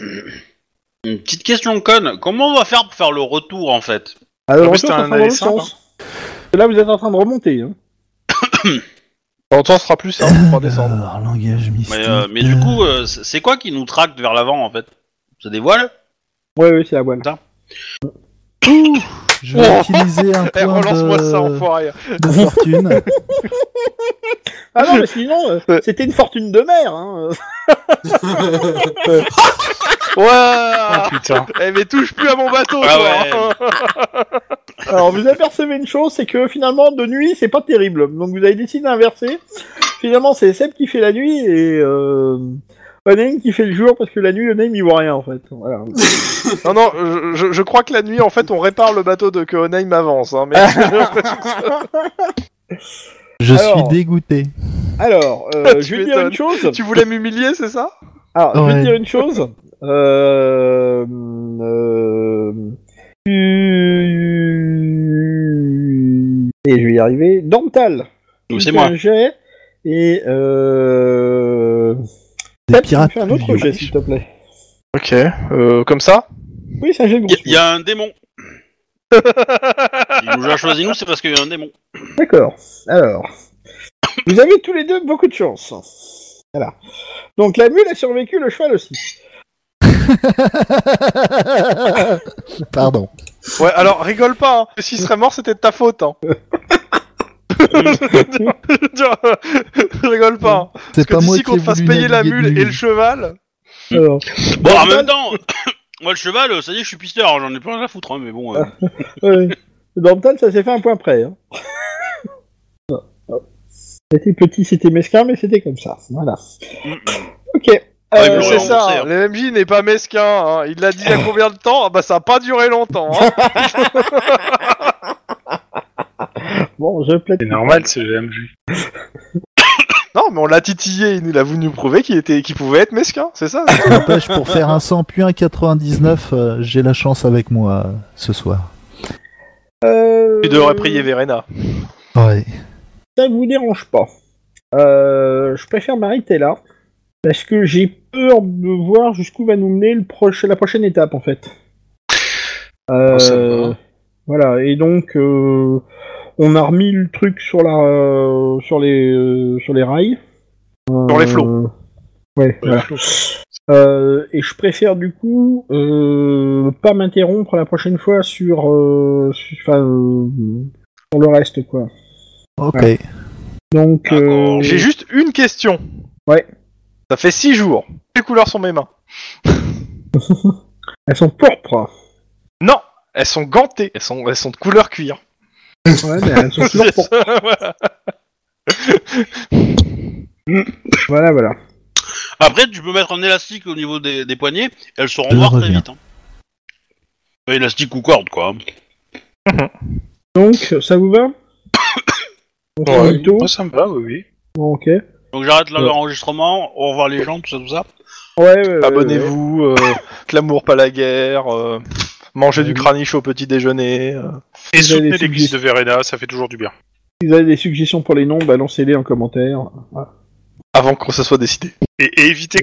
Speaker 1: une petite question conne, comment on va faire pour faire le retour en fait
Speaker 2: Alors,
Speaker 7: En plus, t'as
Speaker 2: retour, Ah, ça
Speaker 7: un
Speaker 2: sera dans
Speaker 7: aller
Speaker 2: l'autre
Speaker 7: simple,
Speaker 2: sens. Là, vous êtes en train de remonter. Hein.
Speaker 3: L'entente sera plus simple pour descendre.
Speaker 5: Euh, Alors, langage mystique.
Speaker 1: Mais, euh, mais du coup, euh, c'est c'est quoi qui nous tracte vers l'avant en fait Ça dévoile
Speaker 2: Ouais, ouais, c'est la bonne.
Speaker 5: Euh, Je vais utiliser un
Speaker 3: Eh,
Speaker 5: point
Speaker 3: relance-moi ça,
Speaker 5: de...
Speaker 3: enfoiré.
Speaker 5: de fortune.
Speaker 2: Ah non, mais sinon, euh,
Speaker 3: Ouais.
Speaker 2: c'était une fortune de mer. Hein.
Speaker 3: Ouah
Speaker 7: Putain.
Speaker 3: Eh, mais touche plus à mon bateau,
Speaker 1: Ah
Speaker 3: toi. hein.
Speaker 2: Alors, vous apercevez une chose, c'est que finalement, de nuit, c'est pas terrible. Donc, vous avez décidé d'inverser. Finalement, c'est Seb qui fait la nuit et euh, Onaim qui fait le jour parce que la nuit, Onaim, il voit rien en fait. Voilà.
Speaker 3: Non, non, je- je, je crois que la nuit, en fait, on répare le bateau de que Onaim avance. Hein, mais...
Speaker 5: Je
Speaker 2: Alors.
Speaker 5: suis dégoûté.
Speaker 2: Alors, euh,
Speaker 3: Tu
Speaker 2: je vais dire
Speaker 3: m'étonnes.
Speaker 2: une chose.
Speaker 3: tu voulais m'humilier, c'est ça
Speaker 2: Alors, je vais
Speaker 5: Ouais.
Speaker 2: te dire une chose. Euh, euh, tu- Et je vais y arriver. Dental.
Speaker 1: Donc,
Speaker 2: Tu
Speaker 1: C'est
Speaker 2: me fais
Speaker 1: moi.
Speaker 2: Un jet et euh...
Speaker 5: Des
Speaker 2: Seb, tu me
Speaker 5: pirates.
Speaker 2: fais un autre
Speaker 5: plus
Speaker 2: jet,
Speaker 5: vieux.
Speaker 2: s'il te plaît.
Speaker 3: Ok, euh, comme ça
Speaker 2: Oui, c'est un jet de
Speaker 1: Il
Speaker 2: groupe.
Speaker 1: y, a un démon. Il nous a choisi nous, c'est parce qu'il y a un démon.
Speaker 2: D'accord. Alors, vous avez tous les deux beaucoup de chance. Voilà. Donc la mule a survécu, le cheval aussi.
Speaker 5: Pardon.
Speaker 3: Ouais, alors rigole pas, hein. s'il serait mort, c'était de ta faute. Hein. euh, rigole pas. hein. Parce
Speaker 5: C'est pas
Speaker 3: que
Speaker 5: moi
Speaker 3: d'ici
Speaker 5: qui
Speaker 3: qu'on
Speaker 5: ai
Speaker 3: te fasse
Speaker 5: voulu
Speaker 3: payer la
Speaker 5: naviguer de
Speaker 3: mule et le cheval,
Speaker 1: Hmm.
Speaker 2: Alors,
Speaker 1: Bon, en
Speaker 2: Dental-
Speaker 1: même temps, moi le cheval, euh, ça y est, je suis pisteur, j'en ai pas rien à foutre, hein, mais bon. euh.
Speaker 2: Ouais. Dental, ça s'est fait un point près. Hein. Non, non. Ah. C'était petit, c'était mesquin, mais c'était comme ça. Voilà. Ok.
Speaker 1: Ouais,
Speaker 2: Euh,
Speaker 1: mais
Speaker 3: c'est
Speaker 1: on
Speaker 3: ça,
Speaker 1: sait, hein.
Speaker 3: le MJ n'est pas mesquin, hein. il l'a dit il y a combien de temps Ah Bah ça a pas duré longtemps. Hein.
Speaker 2: bon, je plaide.
Speaker 7: C'est normal, c'est le MJ.
Speaker 3: non mais on l'a titillé, il nous a voulu nous prouver qu'il était, qu'il pouvait être mesquin, c'est ça
Speaker 5: Je m'empêche pour faire un 100 puis un 99. euh, J'ai la chance avec moi euh, ce soir.
Speaker 2: Euh,
Speaker 3: Tu devrais prier Verena.
Speaker 5: Ouais.
Speaker 2: Ça vous dérange pas. Euh, je préfère m'arrêter là. Parce que j'ai peur de voir jusqu'où va nous mener le proche- la prochaine étape, en fait. Euh,
Speaker 7: Oh, ça va.
Speaker 2: voilà, et donc, euh, on a remis le truc sur, la, euh, sur, les, euh, sur les rails.
Speaker 3: Sur les
Speaker 2: Euh,
Speaker 3: flots.
Speaker 2: Ouais, voilà. Euh, et je préfère du coup euh, pas m'interrompre la prochaine fois sur, euh, sur, enfin, euh, sur le reste quoi.
Speaker 5: Ok.
Speaker 2: Ouais. Donc euh,
Speaker 1: D'accord.
Speaker 3: Ah, J'ai juste une question.
Speaker 2: Ouais.
Speaker 3: Ça fait six jours. Quelles couleurs sont mes mains
Speaker 2: elles sont pourpres.
Speaker 3: Non, elles sont gantées, elles sont, elles sont de couleur cuir.
Speaker 2: Ouais, mais elles sont toujours pourpres. Voilà, voilà.
Speaker 1: Après, tu peux mettre un élastique au niveau des, des poignets, elles seront
Speaker 5: Ah. Je
Speaker 1: noires très
Speaker 5: reviens.
Speaker 1: vite. Hein. Ouais, Élastique ou corde, quoi.
Speaker 2: Donc ça vous va On fait le tour
Speaker 7: Moi, Oh, ça me va, oui, oui.
Speaker 2: Bon, Ok. Ouais,
Speaker 1: Donc j'arrête là
Speaker 2: Ouais.
Speaker 1: l'enregistrement, au revoir les gens, tout ça, tout ça.
Speaker 2: ouais, ouais, ouais.
Speaker 3: Abonnez-vous, euh, que l'amour pas la guerre, euh, mangez du craniche au petit déjeuner. euh.
Speaker 7: Et
Speaker 2: Vous avez
Speaker 7: soutenez
Speaker 2: des
Speaker 7: l'église
Speaker 2: suggestions
Speaker 7: de Verena, ça fait toujours du bien.
Speaker 2: Si vous avez des suggestions pour les noms, balancez-les en commentaire. Voilà.
Speaker 3: avant qu'on se soit décidé.
Speaker 7: Et, et évitez